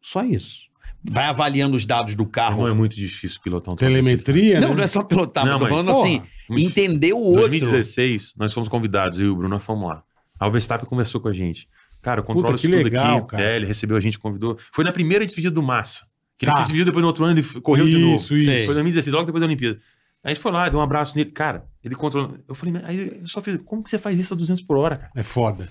Só isso. Vai avaliando os dados do Não, carro. é muito difícil pilotar um troço Telemetria, Não, né? não é só pilotar, mas Não, tô mas, falando porra, assim, desse. Muito difícil. entender o Em outro. 2016, nós fomos convidados, eu e o Bruno, nós fomos lá. A Verstappen conversou com a gente. Cara, controla Puta, isso que tudo legal, aqui. cara. É, ele recebeu a gente, convidou. Foi na primeira despedida do Massa. Que ele Tá. se despediu, depois no outro ano ele f- correu de novo. Isso, isso. Foi em 2016, logo depois da Olimpíada. A gente foi lá, deu um abraço nele. Cara, ele controlou. Eu falei, "Mas aí eu só fiz, como que você faz isso a 200 por hora, cara? É foda.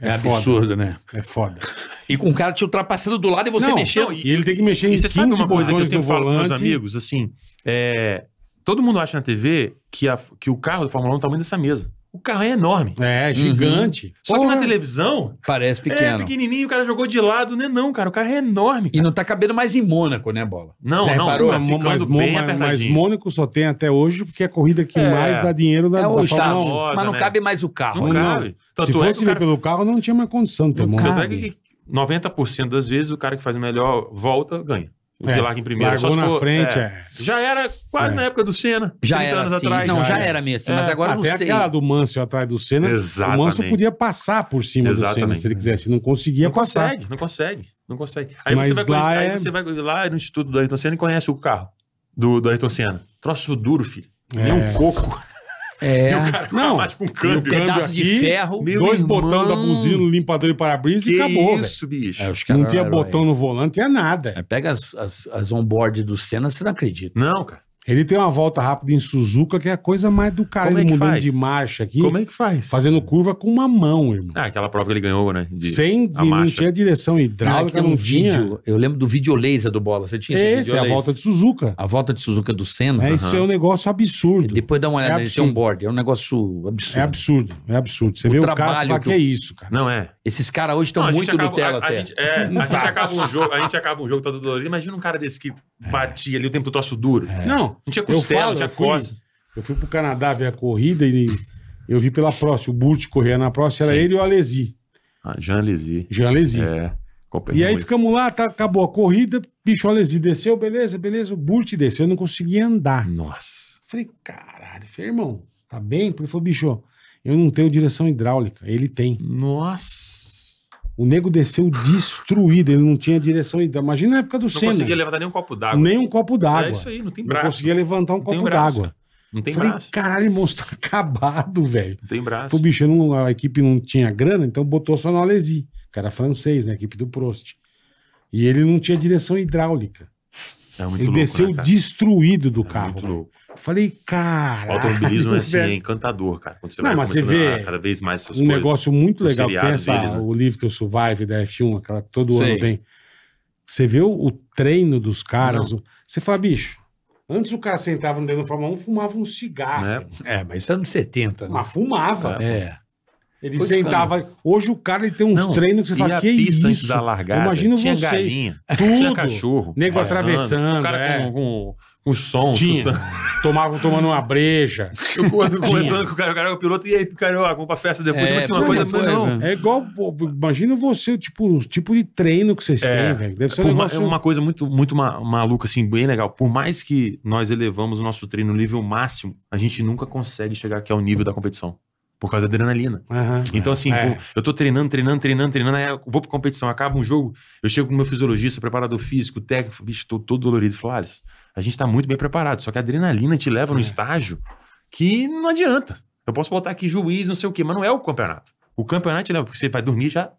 É, absurdo, né? Foda. É foda. E com o cara te ultrapassando do lado e você Não, mexendo. não, E ele tem que mexer em E você sabe 15 uma coisa que eu botões sempre no falo pros meus volante. amigos, assim, é, todo mundo acha na TV que, a- que o carro da Fórmula 1 é o tamanho dessa mesa. O carro é enorme. É, gigante. Uhum. Só que Porra. na televisão, Parece é pequeno. pequenininho, o cara jogou de lado, né? Não, cara, o carro é enorme. E não tá cabendo mais em Mônaco, né, bola? Não, Já não, reparou? é tá Mo- ficando mas, Mo- bem mas- mas apertadinho. Mônaco só tem até hoje porque é a corrida que É. mais dá dinheiro da, É da o Fórmula 1. Estado. estádio, mas não né? cabe mais o carro. não Não, né? cabe. Se Tanto é que fosse o ver cara... pelo carro, não tinha mais condição de ter Não Mônaco. cabe. Tanto é que 90% das vezes o cara que faz o melhor volta, ganha. O que É, larga em primeiro. Largou só se na for- frente, é. é. Já era quase É. na época do Senna, Já 30 era anos assim. atrás. Não, já né? era mesmo, assim, É, mas agora eu não Até sei. aquela do Mansell atrás do Senna. Exatamente. né? O Mansell podia passar por cima do Senna Exatamente. se ele quisesse. Não conseguia não passar. consegue, não consegue, não consegue. Aí Mas você vai lá conhecer, é- aí você vai lá no Instituto do Ayrton Senna e conhece o carro do, do Ayrton Senna. Troço duro, filho. Nem um É. coco. um É. Não, mais com e o câmbio. câmbio Pedaço de aqui, ferro. Meu dois irmão. botões da buzina, no limpador e para-brisa e acabou, velho. isso, bicho. É, os caras Não tinha eram botão herói. no volante, tinha nada. É, pega as, as, as onboard do Senna, você não acredita. Não, cara. Ele tem uma volta rápida em Suzuka, que é a coisa mais do cara Como é ele que mudando faz? de marcha aqui, Como é que faz? fazendo curva com uma mão, irmão. Ah, aquela prova que ele ganhou, né? De... Sem, de- a não marcha. tinha direção hidráulica, é não, um tinha. vídeo. Eu lembro do vídeo laser do bola. Você tinha Esse é a videolaser? volta de Suzuca. A volta de Suzuka do Senna. É, isso é um negócio absurdo. Depois dá uma olhada É nesse onboard. É um negócio absurdo. É absurdo, é absurdo. Você O vê o cara trabalho e fala do- que é isso, cara. Não é. Esses caras hoje Não, estão a gente Tá muito acaba- Nutella a, a até. gente, é, a gente Tá. acaba um jogo, a gente acaba um jogo todo dolorido. Imagina um cara desse que É. batia ali o tempo do troço duro. Não, É. Não tinha eu costela, falo, não eu tinha fui, costa. eu fui pro Canadá ver a corrida e eu vi pela próxima, o Burt corria na próxima, era Sim. ele e o Alesi, Ah, Jean Lézy. Jean Alesi. É. E aí ficamos lá, tá, acabou a corrida, bicho, o Alesi desceu, beleza, beleza, o Burt desceu, eu não conseguia andar. Nossa. Falei, caralho, falei, irmão, tá bem? Porque ele falou, bicho, eu não tenho direção hidráulica. Ele tem. Nossa. O nego desceu destruído, ele não tinha direção hidráulica. Imagina na época do Não Senna. conseguia levantar nem um copo d'água. Nem um copo d'água. É isso aí, não tem não braço. conseguia levantar um Não tem copo braço. d'água. Não tem Falei, braço. caralho, irmão, tá acabado, velho. Não tem braço. Falei, bicho, eu não- a equipe não tinha grana, então botou só no Alesi, que era francês, né? A equipe do Prost. E ele não tinha direção hidráulica. É muito ele louco, desceu né, cara? destruído do É carro. Muito velho. louco. Falei, O cara. automobilismo é, assim, é encantador, cara. Quando você Não, vai mas você começando a vê cada vez mais essas um coisas. negócio muito o legal que tem seriado essa, deles, né? o Live to Survive da F1, aquela que todo Sei. ano tem. Você vê o, o treino dos caras, o- você fala, bicho, antes o cara sentava no dedo da Fórmula 1, fumava um cigarro. Né? irmão. É, mas isso é anos 70, né? Mas fumava. É. Ele Foi sentava. Hoje o cara ele tem uns Não, treinos que você E fala, a que pista antes isso? da largada. Imagina tinha você. É galinha, tinha Tudo. cachorro. Nego passando, atravessando, O cara é. com, com, com som. Tinha. chutando. Tomava tomando uma breja. Eu conversando com o cara, o cara é o piloto. E aí, carioca, vamos pra festa depois. É, tipo assim, uma não, coisa mas assim, foi, não. né? É igual. vo- Imagina você, tipo, o tipo de treino que vocês É. têm, velho. Deve ser um Por ma- É negócio. uma coisa muito, muito ma- maluca, assim, bem legal. Por mais que nós elevamos o nosso treino no nível máximo, a gente nunca consegue chegar aqui ao nível da competição. Por causa da adrenalina. Aham. Então, assim, É. pô, eu tô treinando, treinando, treinando, treinando, aí eu vou pra competição, acaba um jogo, eu chego com o meu fisiologista, preparador físico, técnico, bicho, tô todo dolorido. Falo, Alisson, a gente tá muito bem preparado, só que a adrenalina te leva É. num estágio que não adianta. Eu posso botar aqui juiz, não sei o quê, mas não é o campeonato. O campeonato te leva, porque você vai dormir já,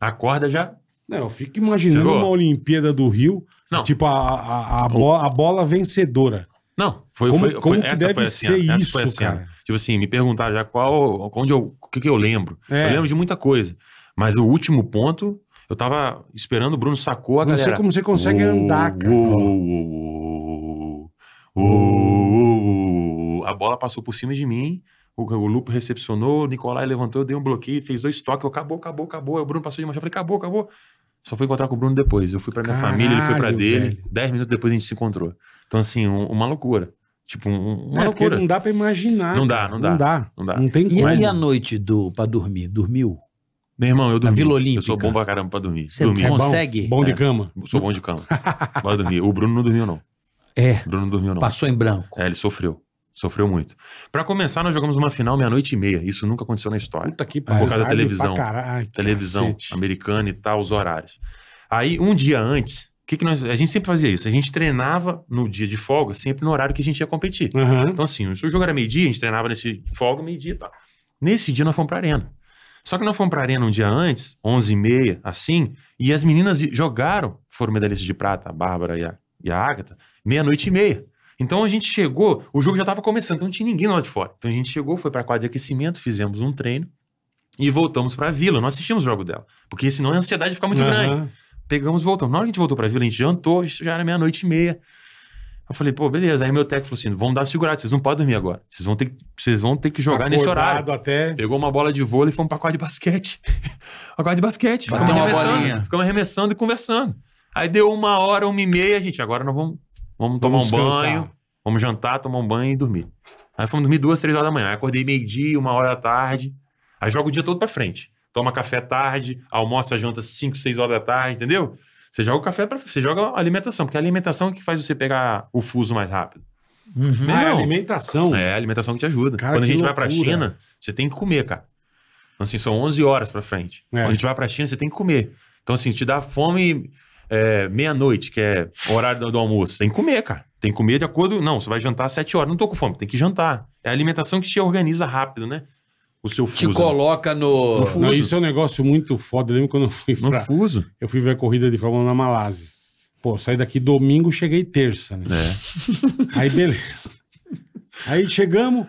acorda já. Não, eu fico imaginando Sacou? uma Olimpíada do Rio, Não. tipo a, a, a, bo- a bola vencedora. Não, foi, Como- foi, foi- como que essa deve foi assim, ser essa isso, foi assim, ó. cara? Tipo assim, me perguntaram já qual, onde eu, o que, que eu lembro. É. Eu lembro de muita coisa, mas o último ponto, eu tava esperando, o Bruno sacou a Não sei galera. como você consegue andar, cara. Uou, uou, uou, uou. A bola passou por cima de mim. O, o Lupo recepcionou, o Nicolai levantou, eu dei um bloqueio, fez dois toques, eu acabou, acabou, acabou. Aí o Bruno passou de manchã, eu falei, acabou, acabou. Só fui encontrar com o Bruno depois. Eu fui pra minha Caralho, família, ele foi pra dele. velho. Dez minutos depois a gente se encontrou. Então, assim, um- uma loucura. Tipo, um- uma É, porque loucura. não dá pra imaginar. Não cara. dá, não Não dá. dá. Não dá. Não tem E, como. e a noite do, pra dormir? Dormiu? Meu irmão, eu dormi. Vila eu Olímpica. sou bom pra caramba pra dormir. Você dormi. É bom, consegue? Bom de É. cama. Sou bom de cama. Bora dormir. O Bruno não dormiu, não. É, O Bruno não dormiu, não. passou em branco. É, ele sofreu. Sofreu muito. Pra começar, nós jogamos uma final meia-noite e meia. Isso nunca aconteceu na história. Puta que causa da Tarde pra televisão. É. caralho, Televisão cacete. americana e tal, os horários. Aí, um dia antes, o que, que nós. A gente sempre fazia isso. A gente treinava no dia de folga, sempre no horário que a gente ia competir. Aham. Então, assim, o jogo era meio-dia, a gente treinava nesse folga, meio-dia e tal. Nesse dia nós fomos pra arena. Só que nós fomos pra arena um dia antes, 11h30, assim, e as meninas jogaram, foram medalhistas de prata, a Bárbara e a, e a Agatha, meia-noite e meia. Então a gente chegou, o jogo já tava começando, então não tinha ninguém lá de fora. Então a gente chegou, foi pra quadra de aquecimento, fizemos um treino e voltamos pra vila. Nós assistimos o jogo dela, porque senão a ansiedade fica muito grande. Aham. Pegamos e voltamos. Na hora que a gente voltou pra vila, a gente jantou, isso já era meia-noite e meia. Eu falei, pô, beleza. Aí meu técnico falou assim: vamos dar uma segurada, vocês não podem dormir agora. Vocês vão ter, que- vocês vão ter que jogar nesse Tá Acordado horário. até. Pegou uma bola de vôlei e foi um pacote de basquete. uma quadra de basquete. Vai Ficamos tomar uma arremessando, bolinha. ficamos arremessando e conversando. Aí deu uma hora, uma e meia, gente. Agora nós vamos, vamos tomar Vamos um descansar. banho, vamos jantar, tomar um banho e dormir. Aí fomos dormir duas, três horas da manhã. Aí acordei meio-dia, uma hora da tarde. Aí joga o dia todo pra frente. Toma café tarde, almoça, janta cinco, seis horas da tarde, entendeu? Você joga o café pra. Você joga a alimentação, porque a alimentação é que faz você pegar o fuso mais rápido. Meu Ah, é irmão, alimentação. é a alimentação que te ajuda. Cara, Quando a que gente vai pra loucura. China, você tem que comer, cara. Então, assim, são 11 horas pra frente. É. Quando a gente vai pra China, você tem que comer. Então, assim, te dá fome é, meia-noite, que é o horário do, do almoço. Tem que comer, cara. Tem que comer de acordo. Não, você vai jantar às 7 horas. Não tô com fome, tem que jantar. É a alimentação que te organiza rápido, né? O seu Te fuso. coloca no. No fu- Não, fuso. isso é um negócio muito foda. Eu lembro quando eu fui No pra- fuso. Eu fui ver a corrida de Fórmula 1 na Malásia. Pô, saí daqui domingo, cheguei terça, né? É. Aí beleza. Aí chegamos.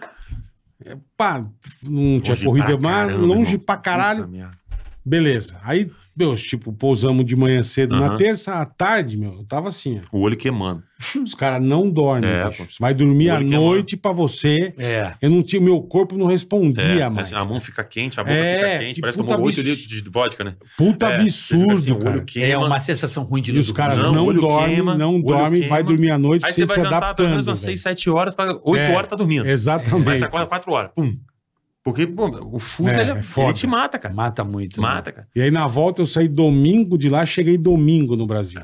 é, Pá, não tinha Longe corrida pra mais, caramba, longe irmão. pra caralho. Puta merda. Beleza. Aí, meu, tipo, pousamos de manhã cedo na Aham. terça, à tarde, meu, eu tava assim, ó. O olho queimando. Os caras não dormem, É, bicho. pô. Vai dormir O à olho queimado. noite pra você. É. Eu não tinha, meu corpo não É, respondia mais. assim, a mão fica quente, a boca É, fica quente. que Parece que puta tomou 8 absurdo. litros de vodka, né? Puta É, você absurdo, fica assim, o cara. olho queima. É uma sensação ruim de E os dormir. caras Não, não, olho dormem, queima, não olho dormem, vai queima. dormir à noite, Aí você precisa vai se jantar pelo menos adaptando. umas velho. 6, 7 horas, pra 8 É, horas tá dormindo. Mas Exatamente. você acorda 4 horas. Pum. Porque pô, o fuso É, ele, é foda. ele te mata, cara. Mata muito. né? Mata, cara. E aí na volta eu saí domingo de lá, cheguei domingo no Brasil.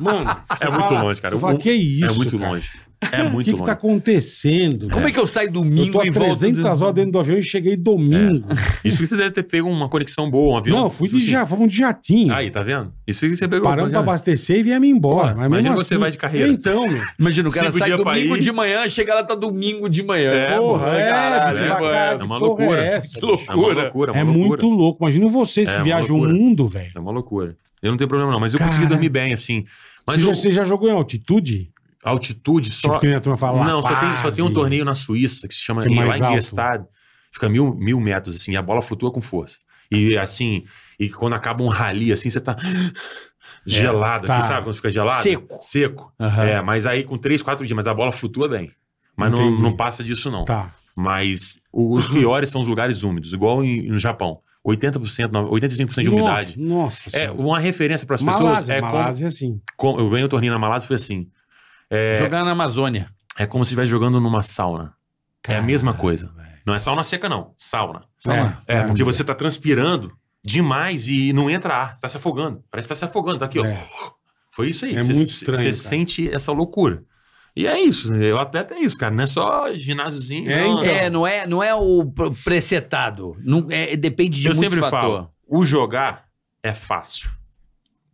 Mano, Ah, você É muito longe, cara. Você fala, O- que isso? é muito cara? longe. É O muito que, que longe. tá acontecendo? Como é. que eu saio Eu tô domingo a e volto? 300 horas dentro do avião e cheguei domingo. Isso que você deve ter pego uma conexão boa, um É, avião. Não, fui de Assim, já, fomos de jatinho. Aí, tá vendo? Isso que você pegou. Paramos pra bacana. abastecer e viemos embora. Pô, mas mesmo imagina assim, você vai de carreira. É Então, meu. Imagina, o cara Cinco sai dias pra domingo ir. de manhã, chega lá, tá domingo de manhã. É, Porra, é, caralho, bicho, é, vai, é, cara, é uma que porra loucura. é essa, bicho? Que loucura. É uma loucura, é uma É loucura. muito louco. Imagina vocês É que uma viajam o loucura. mundo, velho. É uma loucura. Eu não tenho problema, não. Mas eu consegui Caralho. dormir bem, assim. Você, Mas já- o- você já jogou em altitude? altitude só. Tipo que nem a turma fala. Não, só tem, "Rapaz, só tem um torneio na Suíça que se chama Que é em- mais lá alto. em Gestad. Fica mil, mil metros, assim, e a bola flutua com força. E assim, e quando acaba um rally, assim, você tá gelado É, tá. aqui, sabe? Quando fica gelado? Seco. Seco. Aham. É, mas aí com três, quatro dias, mas a bola flutua bem. Mas não, Entendi. não passa disso, não. Tá. Mas o- os piores são os lugares úmidos, igual em- no Japão. 80%, no- 85% de Nossa, umidade. Nossa É, Senhora. uma referência para as pessoas Malásia, é como- Malásia, assim. como- eu ganhei o torneio na Malásia e foi assim. É, Jogar na Amazônia. é como se estivesse jogando numa sauna. é a mesma coisa. Não é sauna seca, não. Sauna. Sauna. É, porque você tá transpirando demais e não entra ar. Você tá se afogando. Parece que tá se afogando. Tá aqui, ó. É. Foi isso aí. É Você- muito você- estranho, Você cara. sente essa loucura. E é isso. O atleta é isso, cara. Não é só ginásiozinho. É, não, É, não é, não é o pro- precetado. Não, é, depende de Eu muito sempre fator. falo, o jogar é fácil,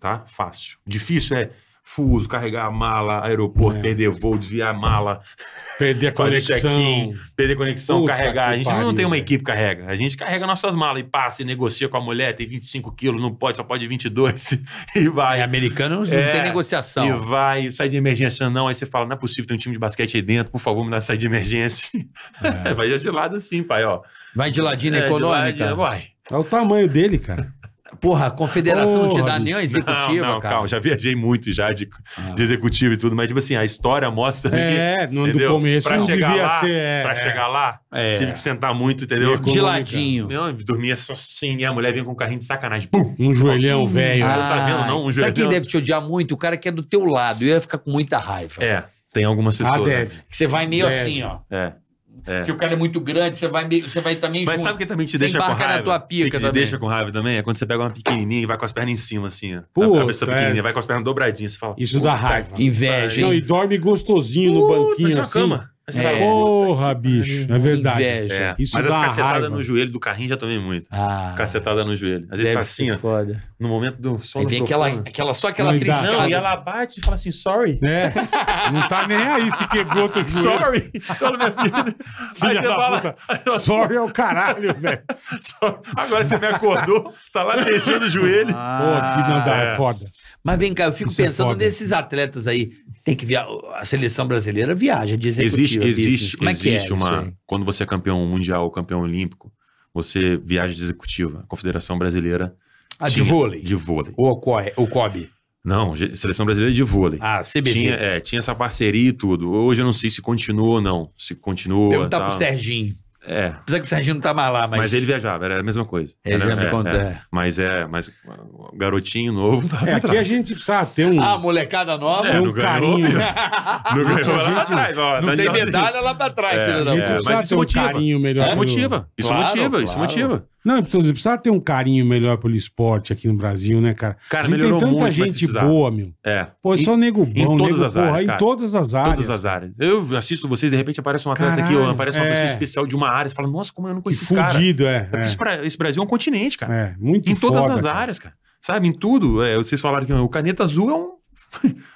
tá? Fácil. Difícil é fuso, carregar a mala, aeroporto, É. perder voo, desviar a mala, Perder a Fazer conexão. check-in. perder conexão, Puta carregar. que A gente pariu, não tem uma velho. equipe que carrega. A gente carrega nossas malas e passa e negocia com a mulher, tem 25 quilos, não pode, só pode 22 e vai. Aí, americano não É, tem E negociação. vai, sai de emergência não. Aí você fala, não é possível, tem um time de basquete aí dentro, por favor, me dá sair de emergência. É. Vai de lado assim, pai, ó. Vai de ladinho na É, de econômica. lado, vai. Olha É o tamanho dele, cara. Porra, a confederação não te Porra, dá nem uma Não, executiva, não, cara. calma, já viajei muito já de, de executivo e tudo, mas tipo assim, a história mostra ali, É, no, do entendeu? começo pra não chegar devia lá, ser. é, pra é. chegar lá, É. tive que sentar muito, entendeu? E é De ladinho. Não, eu dormia só assim, e a mulher vinha com um carrinho de sacanagem. Pum! Um joelhão velho. Ah. tá vendo, não? Um sabe quem joelhão. deve te odiar muito? O cara que é do teu lado. Eu ia ficar com muita raiva. É, tem algumas pessoas. Ah, né? deve. Que Você vai meio Deve. assim, ó. É. é. Porque o cara é muito grande, você vai meio, você vai também Mas junto. sabe quem também te Você deixa com embarca raiva? na tua pica que te também. deixa com raiva também? É quando você pega uma pequenininha e vai com as pernas em cima, assim. ó. Puta, a cabeça pequenininha, é. vai com as pernas dobradinhas. Você fala, Isso dá raiva. Inveja, Não, e hein? dorme gostosinho no "Puta, banquinho isso é assim. cama. Aí você É. fala, Porra, bicho. É verdade. Inveja. É, Isso mas dá as cacetadas raiva. no joelho do carrinho já tomei muito. Ah, Cacetada no joelho. Às vezes deve tá ser assim, ó, foda. no momento do sono Aí vem profundo. aquela, aquela, só aquela Não, e dá- triscada. Não, e ela bate e fala assim, sorry. É. Não tá nem aí se quebrou teu joelho. Sorry. Fala, minha filha. Aí Filha você da fala, puta. Sorry é o caralho, velho. Pô, "Sorry". agora você me acordou, tá lá mexendo o joelho. que não dá, é é. foda. Mas vem cá, eu fico Isso é pensando foda. nesses atletas aí. Tem que viajar. A seleção brasileira viaja de executiva. Existe, business. existe, Como é que existe é uma. isso aí? Quando você é campeão mundial ou campeão olímpico, você viaja de executiva. A Confederação Brasileira Ah, de tinha- vôlei. De vôlei. Ou o COE, o COBE. Não, ge- Seleção Brasileira é de Vôlei. Ah, CBV. tinha, é, tinha essa parceria e tudo. Hoje eu não sei se continua ou não. Se continua. Perguntar tal. pro Serginho. É, Apesar que o Serginho não tá mais lá, mas. tá. mas... ele viajava, era a mesma coisa. Ele Era- já me é, conta, é. é. Mas é, mas o garotinho novo. É, lá Tá pra aqui a trás. gente precisa ter um, Ah, molecada nova. É, ter um não ganhou. carinho. Não ganhou lá pra trás, ó, Não tá tem de- medalha lá pra trás, É, filho da A gente é. puta. precisa mas ter isso um motiva. carinho melhor. Isso pro- motiva, isso Claro, motiva, isso claro. motiva. Não, então, precisa ter um carinho melhor pelo esporte aqui no Brasil, né, cara? Cara, a gente tem melhorou tanta muito, mas gente precisava. boa, meu. É. Pô, é só nego bom, em todas nego as porra, áreas, Em cara. todas as áreas. Todas as áreas. Eu assisto vocês, de repente aparece um atleta aqui, Caralho, ou aparece uma é. pessoa especial de uma área, você fala, nossa, como eu não Que conheci esse cara. fudido, é. Esse, pra- esse Brasil é um continente, cara. É, é, muito em todas foda, as cara. áreas, cara. Sabe, em tudo. É, vocês falaram que o caneta azul é um,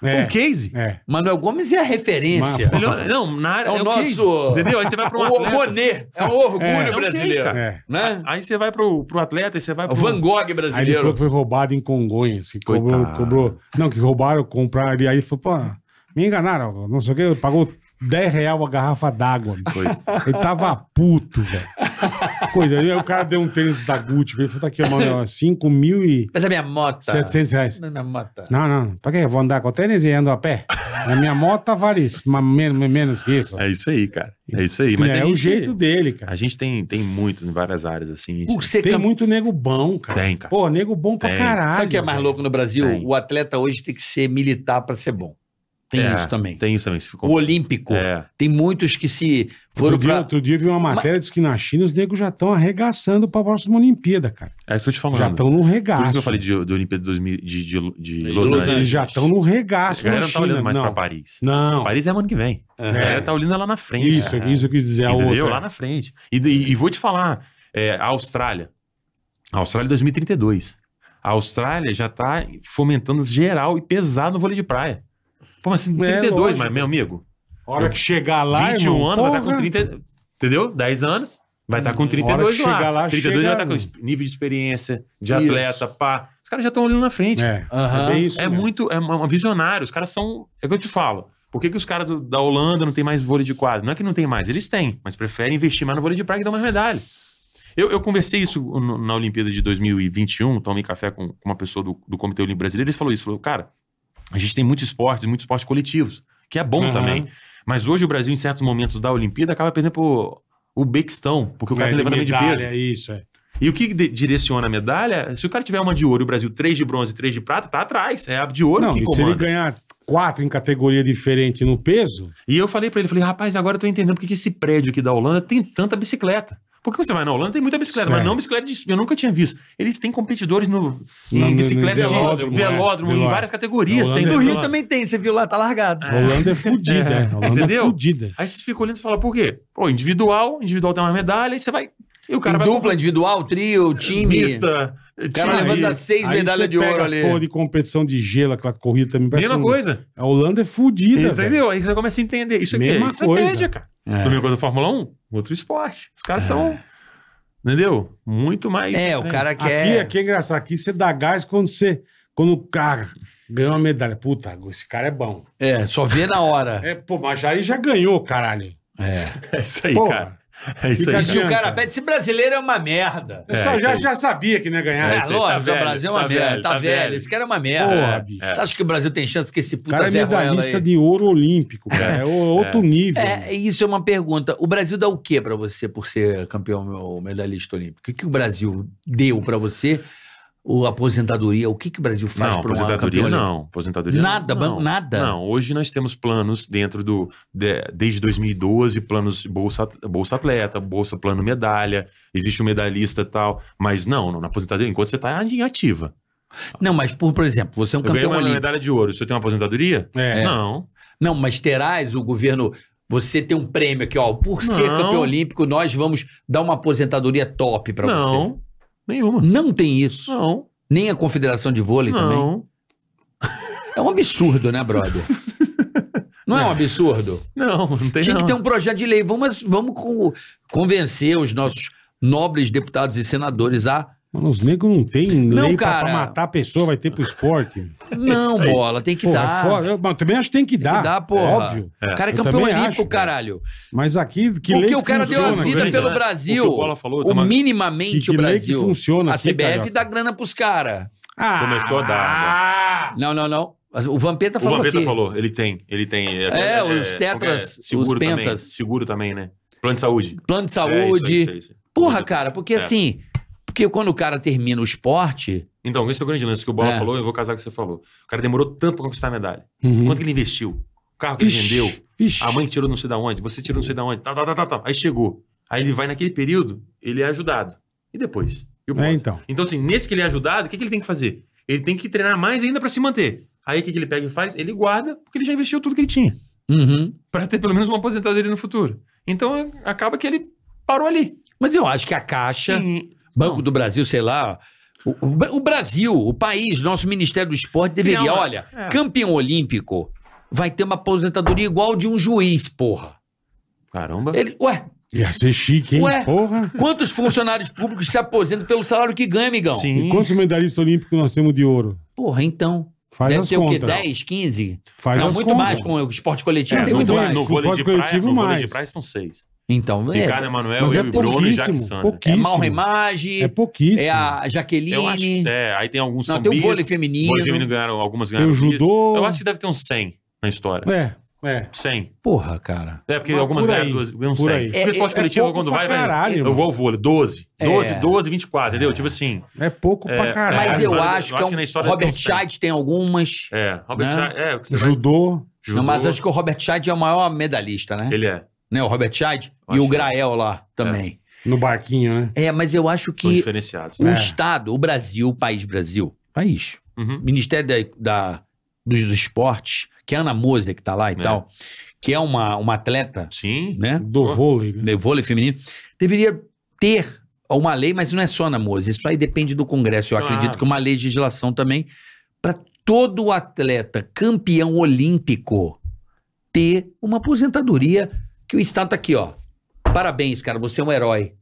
É, um case. é. Manuel Gomes é a referência. Mas- Ele é- não, na área É o é, um case. nosso- Entendeu? Aí você vai para um O atleta. Monet é um orgulho É, é um brasileiro. case, cara. é. né? Aí você vai pro, pro atleta, aí você vai É O pro... Van Gogh Aí ele falou brasileiro. que foi roubado em Congonhas, que cobrou, Coitado. cobrou. Não, que roubaram, compraram. E aí falou, pô, me enganaram, não sei o que, pagou 10 real a garrafa d'água. meu. Coisa. Ele tava puto, velho. Coisa, aí o cara deu um tênis da Gucci, ele falou, tá aqui, mano, 5 mil e Mas é minha mota. Tá. 700 reais. Não é minha mota. Não, não, pra quê? Vou andar com o tênis e ando a pé. A minha moto vale isso, mas menos, menos que isso. É isso aí, cara. É isso aí. Mas é a o gente- jeito dele, cara. A gente tem, tem muito em várias áreas, assim. Por ser Tem campeão. muito nego bom, cara. Tem, cara. Pô, nego bom pra Tem. caralho. Sabe o que é mais velho. louco no Brasil? Tem. O atleta hoje tem que ser militar pra ser bom. Tem É, isso também. Tem isso também. Se ficou... O olímpico. É. Tem muitos que se Outro foram dia, pra... outro dia eu vi uma matéria, diz que na China os negros já estão arregaçando pra próxima Olimpíada, cara. É isso que eu te falando. Já estão no Por regaço. isso que eu falei de, de Olimpíada de, 2000 de, de, de De Los Los Angeles. Eles já estão no A regaço galera na não tá China. olhando mais não. pra Paris. não. É. Paris é ano que vem. A galera tá olhando lá na frente. Isso, É. isso eu quis dizer. A Entendeu? outra. Lá na frente. E, e- e vou te falar, é, a Austrália. A Austrália é 2032. A Austrália já tá fomentando geral e pesado no vôlei de praia. Pô, mas assim, É, 32, lógico. mas meu amigo, A hora que chegar lá, 21 irmão, anos vai estar porra. com 30, entendeu? 10 anos, vai estar A com hora 32 que lá. chegar lá, 32 chega, já tá com né? es- nível de experiência, de Isso. atleta, pá. Os caras já estão olhando na frente. É, Aham. é bem isso É mesmo. muito, é uma uma visionário. Os caras são. É o que eu te falo. Por que, que os caras do- da Holanda não tem mais vôlei de quadro? Não é que não tem mais, eles têm, mas preferem investir mais no vôlei de praia que dá mais medalha. Eu, eu conversei isso no- na Olimpíada de 2021, tomei café com, com uma pessoa do, do Comitê Olímpico Brasileiro, ele falou isso, falou, cara, a gente tem muitos esportes, muitos esportes coletivos, que é bom Aham. também, mas hoje o Brasil, em certos momentos da Olimpíada, acaba perdendo pro o Bequistão, porque o cara É, tem levantamento de medalha, peso. É isso, é. E o que de- direciona a medalha? Se o cara tiver uma de ouro e o Brasil três de bronze e três de prata, tá atrás. É a de ouro Não, que e se ele comanda. ganhar quatro em categoria diferente no peso, E eu falei pra ele, falei, rapaz, agora eu tô entendendo porque que esse prédio aqui da Holanda tem tanta bicicleta. Porque você vai na Holanda, tem muita bicicleta, mas Certo. não bicicleta de... Eu nunca tinha visto. Eles têm competidores no, em No- no- no bicicleta né? de velódromo, velódromo, é. em Velódromo. várias categorias. Na Tem Holanda é No velódromo. Rio também tem, você viu lá, tá largado. A Holanda é fudida, é. A Holanda Entendeu? é fudida. Aí você fica olhando e fala, por quê? Pô, individual, individual tem uma medalha, e você vai... E o cara Tem vai... dupla, individual, trio, time. Mista, O cara Aí- levanta seis aí medalhas você de ouro pega as ali. Porra de competição de gelo, aquela corrida também parece Mesma um- coisa. A Holanda é fudida, velho. Entendeu? Aí você começa a entender. Isso aqui Mesma é estratégia, coisa. cara. É. Do mesmo coisa da Fórmula 1, outro esporte. Os caras são... Entendeu? Muito mais... É, o cara Aqui, quer. aqui é engraçado. Aqui você dá gás quando você. Quando o cara ganha uma medalha. Puta, esse cara é bom. É, só vê na hora. É, pô, mas já aí já ganhou, caralho. É. É isso aí, Porra. cara. É isso Fica aí. E se o adianta. cara pede, esse brasileiro é uma merda. Eu É, só- isso já, aí. já sabia que não ia ganhar. É, isso aí, lógico, tá o velho, Brasil é uma tá merda. velho, tá, tá velho. velho. Esse cara é uma Porra, merda. bicho. É. Você acha que o Brasil tem chance que esse O puta cara é Zé Ruela medalhista aí? de ouro olímpico, cara. É o- outro nível. É, isso é uma pergunta. O Brasil dá o que pra você por ser campeão ou medalhista olímpico? O que, que o Brasil deu pra você? O aposentadoria, o que, que o Brasil faz não, pra um aposentadoria campeão olímpico? não. Aposentadoria Nada, não. ban- nada? Não, hoje nós temos planos dentro do. de- desde 2012, planos de bolsa, bolsa atleta, bolsa plano medalha, existe um medalhista e tal. Mas não, não, na aposentadoria, enquanto você está em ativa. Não, mas por, por exemplo, você é um Eu ganhei campeão uma olímpico. medalha de ouro, se eu tenho uma aposentadoria? É. Não. Não, mas terás o governo. Você tem um prêmio aqui, ó. Por ser Não. campeão olímpico, nós vamos dar uma aposentadoria top pra você. não. Nenhuma. Não tem isso. Não. Nem a Confederação de Vôlei também. Não. É um absurdo, né, brother? Não é um absurdo? Não, não tem Tinha não. que ter um projeto de lei. Vamos, vamos co- convencer os nossos nobres deputados e senadores a. Mano, os negros não têm Não, lei pra- pra, cara. matar a pessoa, vai ter pro esporte. Não, aí. bola, tem que Porra, dar. é foda. Eu, mas também acho que tem que dar. que dar, porra. Óbvio. O cara é Eu campeão também olímpico, acho, cara. caralho. Mas aqui, que lei Porque que o cara deu a funciona, vida que- pelo né? Brasil. O que o Bola falou, o tá uma- minimamente Que, que o lei que Brasil. funciona assim, A aqui, CBF Carioca? dá grana pros caras. Ah, Começou a dar, Não, não, não. Mas O Vampeta O falou Vampeta aqui. falou, ele tem, ele tem. É, os tetras, como é? os seguro também, pentas. Seguro também, né? Plano de saúde. Plano de É, isso aí, saúde. isso aí, isso aí. Porra, cara, porque É. assim... Porque quando o cara termina o esporte... Então, esse é o grande lance que o Bola É. falou, eu vou casar com o que você falou. O cara demorou tanto pra conquistar a medalha. Uhum. Quanto que ele investiu? O carro que ele Ixi, vendeu? ixi. A mãe tirou não sei da onde, você tirou não sei da onde, tá, tá, tá, tá, tá. Aí chegou. Aí ele vai naquele período, ele é ajudado. E depois? E o É, pós? então. Então, assim, nesse que ele é ajudado, o que, que ele tem que fazer? Ele tem que treinar mais ainda pra se manter. Aí o que, que ele pega e faz? Ele guarda, porque ele já investiu tudo que ele tinha. Uhum. Pra ter pelo menos uma aposentadoria no futuro. Então acaba que ele parou ali. Mas eu acho que a Caixa, Banco do Brasil, sei lá... O, o- o Brasil, o país, nosso Ministério do Esporte deveria... Criar uma- Olha, é. campeão olímpico vai ter uma aposentadoria igual de um juiz, porra. Caramba. Ele, ué, Ia ser chique, hein? Ué. Porra. quantos funcionários públicos se aposentam pelo salário que ganha, amigão? Sim. E quantos medalhistas olímpicos nós temos de ouro? Porra, então... Faz deve as ter contas. o quê? 10, 15? Faz não, as muito contas. mais com o esporte coletivo. É, tem não muito tem- mais. no no vôlei de esporte praia, coletivo, no vôlei de mais. praia são seis. Então, é, Ricardo, Emanuel, Mas eu é e né? Bruno e Jaque pouquíssimo. Sandra. é pouquíssimo. Mal Remage, É pouquíssimo. é a Eu acho Jaqueline. que é, aí tem alguns não, tem o sambistas, vôlei feminino. vôlei feminino ganharam, algumas Tem o ganharam. bis. judô. Eu acho que deve ter uns 100 na história. É, é. 100. Porra, cara. É, porque Mas algumas por ganharam aí, duas, ganham por 100. aí. Porque É, o esporte é coletivo, pouco quando pra vai, caralho, vai. Eu mano. vou ao vôlei, 12. 12, É. 12, 24, entendeu? Tipo assim. É pouco pra É, caralho. Mas eu mas acho que eu é acho um, que na história Robert tem um Scheid tem algumas. É, Robert Né? Scheidt- é, você vai- Judô. Não, mas judô, acho que o Robert Scheid é o maior medalhista, né? Ele é. Né, O Robert Scheid Eu e o acho que é. Grael lá também. No barquinho, né? É, mas eu acho São que diferenciados. né? o É. Estado, o Brasil, o país Brasil, país, Uhum. Ministério da, da- dos, dos Esportes, que é a Ana Moser que tá lá e É. tal, que é uma, uma atleta, Sim. né? Do vôlei. né? né, vôlei feminino, deveria ter uma lei, mas não é só na Moza. Isso aí depende do Congresso. Eu Claro. acredito que uma legislação também para todo atleta campeão olímpico ter uma aposentadoria que o Estado tá aqui, ó. Parabéns, cara, você é um herói.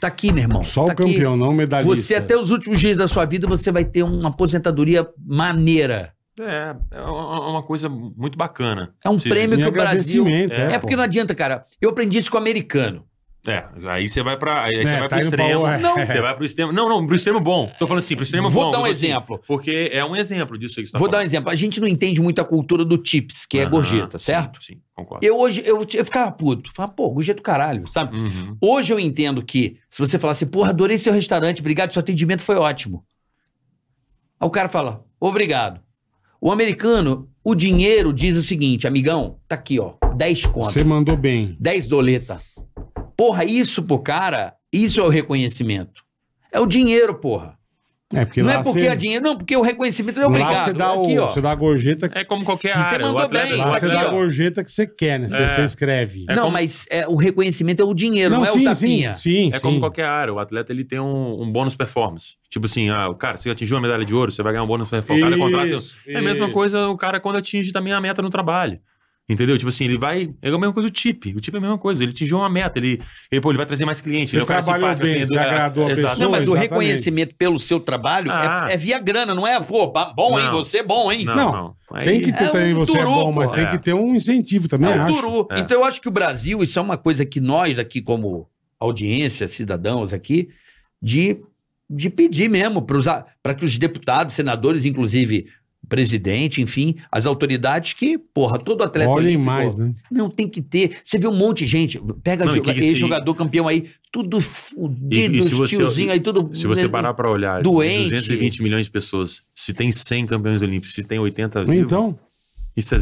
Tá aqui, meu irmão. Só tá o aqui. campeão, não o medalhista. Você é até os últimos dias da sua vida você vai ter uma aposentadoria maneira. É, é uma coisa muito bacana. É um Sim, prêmio Em que o Brasil. agradecimento, É, É porque não adianta, cara. Eu aprendi isso com o americano. É, aí você vai pra. Aí você É, vai tá pro indo pra- extremo. é. Não, você vai pro extremo. Não, não, pro extremo bom. Tô falando assim, pro extremo Vou bom. dar um eu tô assim, exemplo. porque é um exemplo disso aí que você tá Vou dar um falando. exemplo. A gente não entende muito a cultura do chips, que é Aham, gorjeta, sim, certo? Sim, concordo. Eu hoje, eu, eu ficava puto. Falava, pô, gorjeta do caralho, sabe? Uhum. Hoje eu entendo que, se você falar assim, porra, adorei seu restaurante, obrigado, seu atendimento foi ótimo. Aí o cara fala, obrigado. O americano, o dinheiro diz o seguinte, amigão, tá aqui, ó, 10 conto, Você mandou bem. 10 doleta. Porra, isso pro cara Isso é o reconhecimento. É o dinheiro, porra. É, porque não lá é porque você- é dinheiro, não, porque o reconhecimento é lá obrigado. você dá, o- Aqui, ó. você dá a gorjeta que É como qualquer Você área. O mandou atleta, bem, o Lá você aqui, dá atleta a gorjeta que você quer, né? Você, É. você escreve. É não, como- mas é, o reconhecimento é o dinheiro, não, é o tapinha. sim, É como qualquer área, o atleta ele tem um, um bônus performance. Tipo assim, ah, o cara, se atingir uma medalha de ouro, você vai ganhar um bônus performance. Cada contrato tem um- É a mesma coisa o cara quando atinge também a meta no trabalho. Entendeu? Tipo assim, ele vai. É a mesma coisa o TIP. O TIP é a mesma coisa. Ele atingiu uma meta, ele, ele, pô, ele vai trazer mais clientes. Você ele é um cara trabalhou simpático, bem, atendedor, você é- agradou a exato. pessoa. Não, mas o Exatamente. reconhecimento pelo seu trabalho é- Ah. é, via grana, não é? Pô, ba- bom, hein? Não. Você é bom, hein? Não, Não, não. Aí- Tem que ter É também, um você é turu, bom, mas pô. tem É. que ter um incentivo também, É um acho. turu. É. Então eu acho que o Brasil, isso é uma coisa que nós aqui como audiência, cidadãos aqui, de, de pedir mesmo para que os deputados, senadores, inclusive presidente, enfim, as autoridades que, porra, todo atleta Olhem olímpico, mais, né? não tem que ter. Você vê um monte de gente, pega Não, e joga- que- e- jogador campeão aí, tudo fudido, E- e se você- tiozinho aí, tudo né, Se você parar pra olhar, Doente. 220 milhões de pessoas, se tem 100 campeões olímpicos, se tem 80 vivos, Então, isso é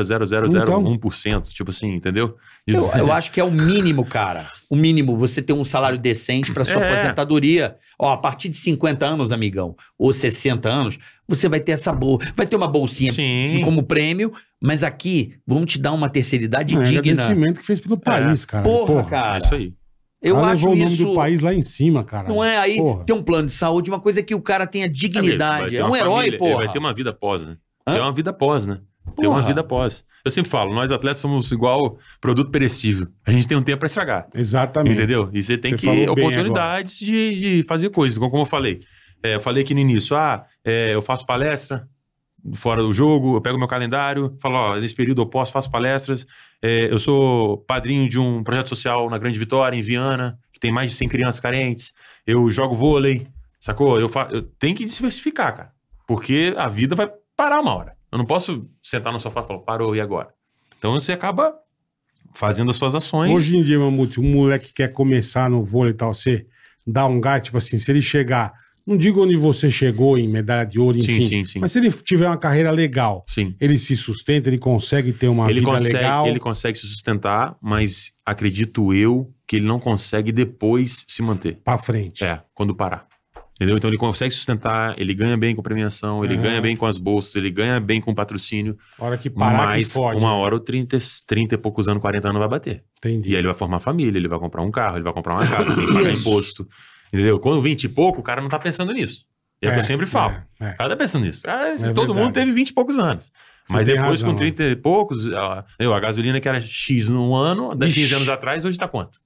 0,0000001%. Tipo assim, entendeu? De Eu, dizer- eu acho que é o mínimo, cara. O mínimo, você ter um salário decente para sua É. aposentadoria. Ó, a partir de 50 anos, amigão, ou 60 anos, você vai ter essa boa, vai ter uma bolsinha Sim. como prêmio, mas aqui vão te dar uma terceira idade é um digna. É. agradecimento que fez pelo país, cara. Porra, cara. É isso aí. Eu Ela acho levou Ah, o nome isso. do país lá em cima, cara. Não é aí Porra. ter um plano de saúde, uma coisa que o cara tenha É Vai dignidade. ter É um uma herói, família, porra. Vai ter uma vida após, né? Hã? Tem uma vida após, né? Tem uma Porra. vida após. Eu sempre falo, nós atletas somos igual produto perecível. A gente tem um tempo pra estragar. Exatamente. Entendeu? E você tem Você que falou ter bem oportunidades de, de fazer coisas, como como eu falei. É, eu falei aqui no início, ah, é, eu faço palestra fora do jogo, eu pego meu calendário, falo, ó, nesse período eu posso, faço palestras. É, eu sou padrinho de um projeto social na Grande Vitória, em Viana, que tem mais de 100 crianças carentes. Eu jogo vôlei, sacou? Eu, fa... eu tenho que diversificar, cara. Porque a vida vai parar uma hora. Eu não posso sentar no sofá e falar, parou, e agora? Então você acaba fazendo as suas ações. Hoje em dia, Mamute, um moleque que quer começar no vôlei e tal, você dá um gás, tipo assim, se ele chegar, não digo onde você chegou em medalha de ouro, Sim, enfim, sim, sim. mas se ele tiver uma carreira legal, Sim. ele se sustenta, ele consegue ter uma ele vida consegue, legal. ele consegue se sustentar, mas acredito eu que ele não consegue depois se manter. Pra frente. É, quando parar. Entendeu? Então ele consegue sustentar, ele ganha bem com a premiação, ele Aham. ganha bem com as bolsas, ele ganha bem com o patrocínio, A hora que parar, mas que pode. uma hora ou 30, 30 e poucos anos, 40 anos vai bater. Entendi. E é aí ele vai formar família, ele vai comprar um carro, ele vai comprar uma casa, tem que pagar Isso. imposto. Entendeu? Quando 20 e pouco, o cara não tá pensando nisso. É, o que eu sempre falo. é, é. O cara tá pensando nisso. Ah, É todo verdade. mundo teve 20 e poucos anos. Mas tem depois, razão, né? com 30 e poucos, a, eu, a gasolina que era X num ano, dá 15 Ixi. anos atrás, hoje tá quanto?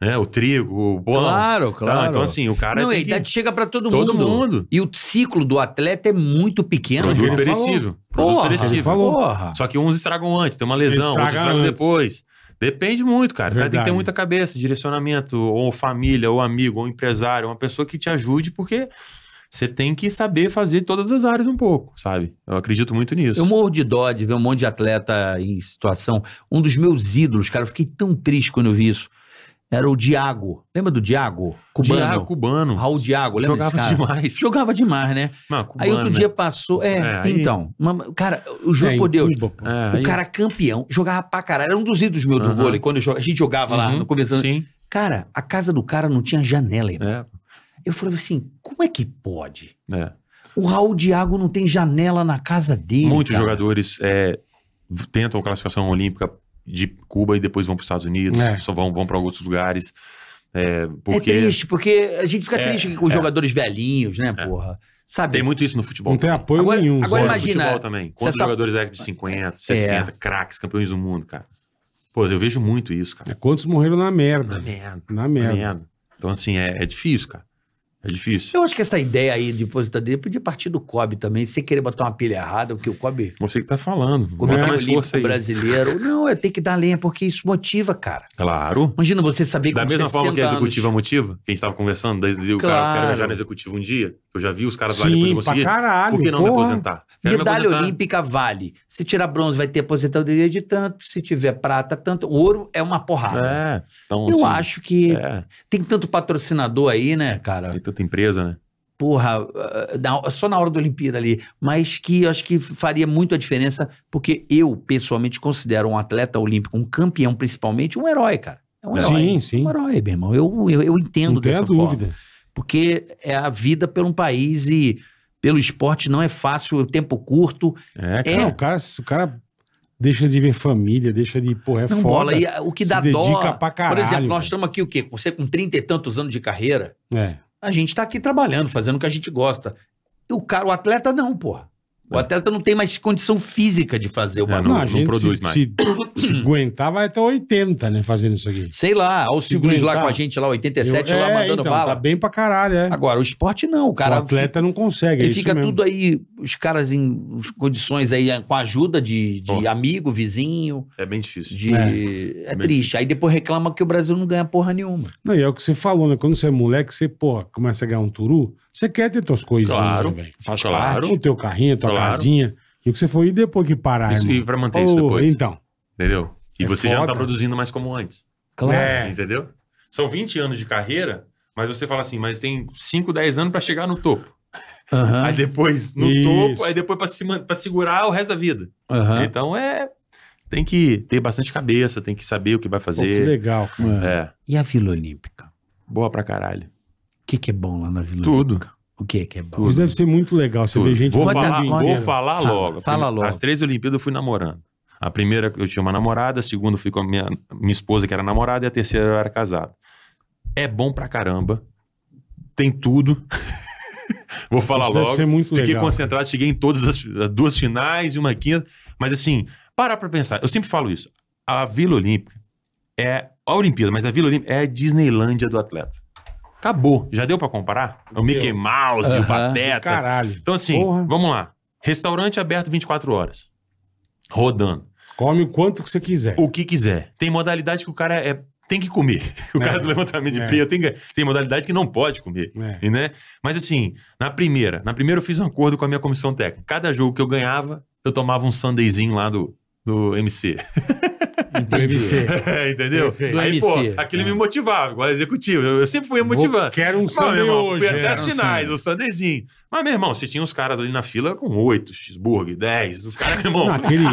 Né? O trigo, o bolão. Claro, Tá, claro. então, assim, o cara não, a tem que- idade chega pra todo, todo mundo. mundo. E o ciclo do atleta é muito pequeno. Produto Produto Ele falou. perecível. Produto Porra, Ele perecível. falou. porra. Só que uns estragam antes, tem uma lesão, Estraga outros estragam antes. depois. Depende muito, cara. O cara tem que Verdade. ter muita cabeça, direcionamento, ou família, ou amigo, ou empresário, uma pessoa que te ajude, porque você tem que saber fazer todas as áreas um pouco, sabe? Eu acredito muito nisso. Eu morro de dó de ver um monte de atleta em situação. Um dos meus ídolos, cara, eu fiquei tão triste quando eu vi isso. Era o Diago. Lembra do Diago? Cubano. Diago Cubano. Raul Diago, lembra Jogava desse cara? demais. Jogava demais, né? Não, aí cubano, outro né? dia passou. É, É, aí- então. Mama- Cara, eu juro É, em por Deus. Cuba, pô. É, O aí- cara campeão, jogava pra caralho. Era um dos ídolos meus do Aham. vôlei, quando eu jo- a gente jogava lá Uhum, no começo. Sim, Cara, a casa do cara não tinha janela, irmão. é, Eu falei assim, como é que pode? é. O Raul Diago não tem janela na casa dele, Muitos cara. jogadores é, tentam a classificação olímpica de Cuba e depois vão para os Estados Unidos, É. só vão, vão para alguns lugares. é, É porque triste, porque a gente fica É, triste com os jogadores velhinhos, né, porra? Sabe? tem muito isso no futebol. Não tem apoio Agora- nenhum. Então, agora zero. No imagina- É. futebol também. Quantos essa- jogadores da década de 50, 60, craques, campeões do mundo, cara? Pô, eu vejo muito isso, É cara. Quantos morreram na Na merda? merda, Na na merda. merda. Então, assim, é, é difícil, cara. É difícil. Eu acho que essa ideia aí de aposentadoria podia partir do Kobe também, sem querer botar uma pilha errada, porque o Kobe, Você que tá falando. Kobe Bota é, mais olímpico força aí. brasileiro. Não, é ter que dar lenha, porque isso motiva, cara. Claro. Imagina você saber Da com mesma 60 forma que é a anos- executiva motiva, que a gente tava conversando, daí Claro. o cara, o cara vai já na executiva um dia, eu já vi os caras lá depois Sim, eu pra consegui. caralho. Por que não me porra. aposentar? Quero me Medalha aposentar. olímpica vale. Se tirar bronze, vai ter aposentadoria de tanto. Se tiver prata, tanto. Ouro é uma porrada. É, então Eu assim, acho que É, tem tanto patrocinador aí, né, cara? tem tanta empresa, né? porra, ah, na- só na hora da Olimpíada ali, mas que eu acho que faria muito a diferença, porque eu, pessoalmente, considero um atleta olímpico, um campeão principalmente, um herói, cara. É um herói. Sim, sim. Um herói, meu irmão. Eu, eu, eu entendo Não tenha dessa forma. dúvida. Porque é a vida por um país e pelo esporte não é fácil, o tempo curto. É, cara. É. Não, o cara, o cara deixa de ver família, deixa de. Porra, é não foda. bola. E ah, o que se dá dedica dó. pra caralho, por exemplo, velho. nós estamos aqui o quê? Você com 30 e tantos anos de carreira. É. a gente está aqui trabalhando, fazendo o que a gente gosta. E o cara, o atleta não, porra. O É. atleta não tem mais condição física de fazer o É, bagulho. não- Não, a não gente produz se, mais. Se, se aguentar, vai até 80, né? Fazendo isso aqui. Sei lá, olha o Silvio Luiz lá aguentar. com a gente, lá, 87, tá? Eu- lá é, mandando então, bala. Tá bem pra caralho, é. Agora, o esporte não, o cara. o atleta não consegue. é e isso fica mesmo. tudo aí, os caras em condições aí, com a ajuda de, de Porra. amigo, vizinho, É bem difícil. de. É, triste. Aí depois reclama que o Brasil não ganha porra nenhuma. Não, e é o que você falou, né? Quando você é moleque, você, porra, começa a ganhar um turu, você quer ter tuas coisinhas, Claro. né, velho? Faz Claro. O teu carrinho, a tua Claro. casinha. E o que você foi, e depois que parar, Isso, irmão? e pra manter isso Pô, depois. Então, Entendeu? E É você já não tá foda. produzindo mais como antes. Claro. É. Entendeu? São 20 anos de carreira, mas você fala assim, mas tem 5, 10 anos pra chegar no topo. Aham, Aí depois no Isso. topo, aí depois pra, se, man- pra segurar o resto da vida. aham. Então é. Tem que ter bastante cabeça, tem que saber o que vai pô, que fazer. legal. cara. é. E a Vila Olímpica? Boa pra caralho. O que, que é bom lá na Vila Tudo. Olímpica? O que, que é bom? Tudo. Isso deve ser muito legal. Você Tudo. vê gente vou, Conta- falar, conta- vou falar Fala, logo. fala logo. As três Olimpíadas eu fui namorando. A primeira eu tinha uma namorada, a segunda eu fui com a minha, minha esposa, que era namorada, e a terceira eu era casado. É bom pra caramba. Tem tudo. vou falar Isso logo. Deve ser muito Fiquei legal. concentrado, cheguei em todas as, as duas finais e uma quinta. Mas assim, parar pra pensar. Eu sempre falo isso. A Vila Olímpica é a Olimpíada, mas a Vila Olímpica é a Disneylândia do atleta. Acabou. Já deu pra comparar? O Deu. Mickey Mouse, o Aham. Pateta. Caralho. Então assim, Porra. vamos lá. Restaurante aberto 24 horas. Rodando. Come o quanto que você quiser. O que quiser. Tem modalidade que o cara é, tem que comer. O É. cara do levantamento de É. peso tem, que- tem modalidade que não pode comer. É. E, né? Mas assim, na primeira, na primeira eu fiz um acordo com a minha comissão técnica. Cada jogo que eu ganhava, eu tomava um sundaezinho lá do, do MC. Do MC. Entendeu? Perfeito. Aí, Do pô, MC. aquilo me motivava, igual executivo. Eu, eu sempre fui motivando. Ah. Vou- Quero um Não, meu sangue É irmão, hoje. fui até é. as finais, o Sandezinho. Mas, meu irmão, se tinha os caras ali na fila com oito, cheeseburger, dez, os caras, meu Não, irmão, aquele,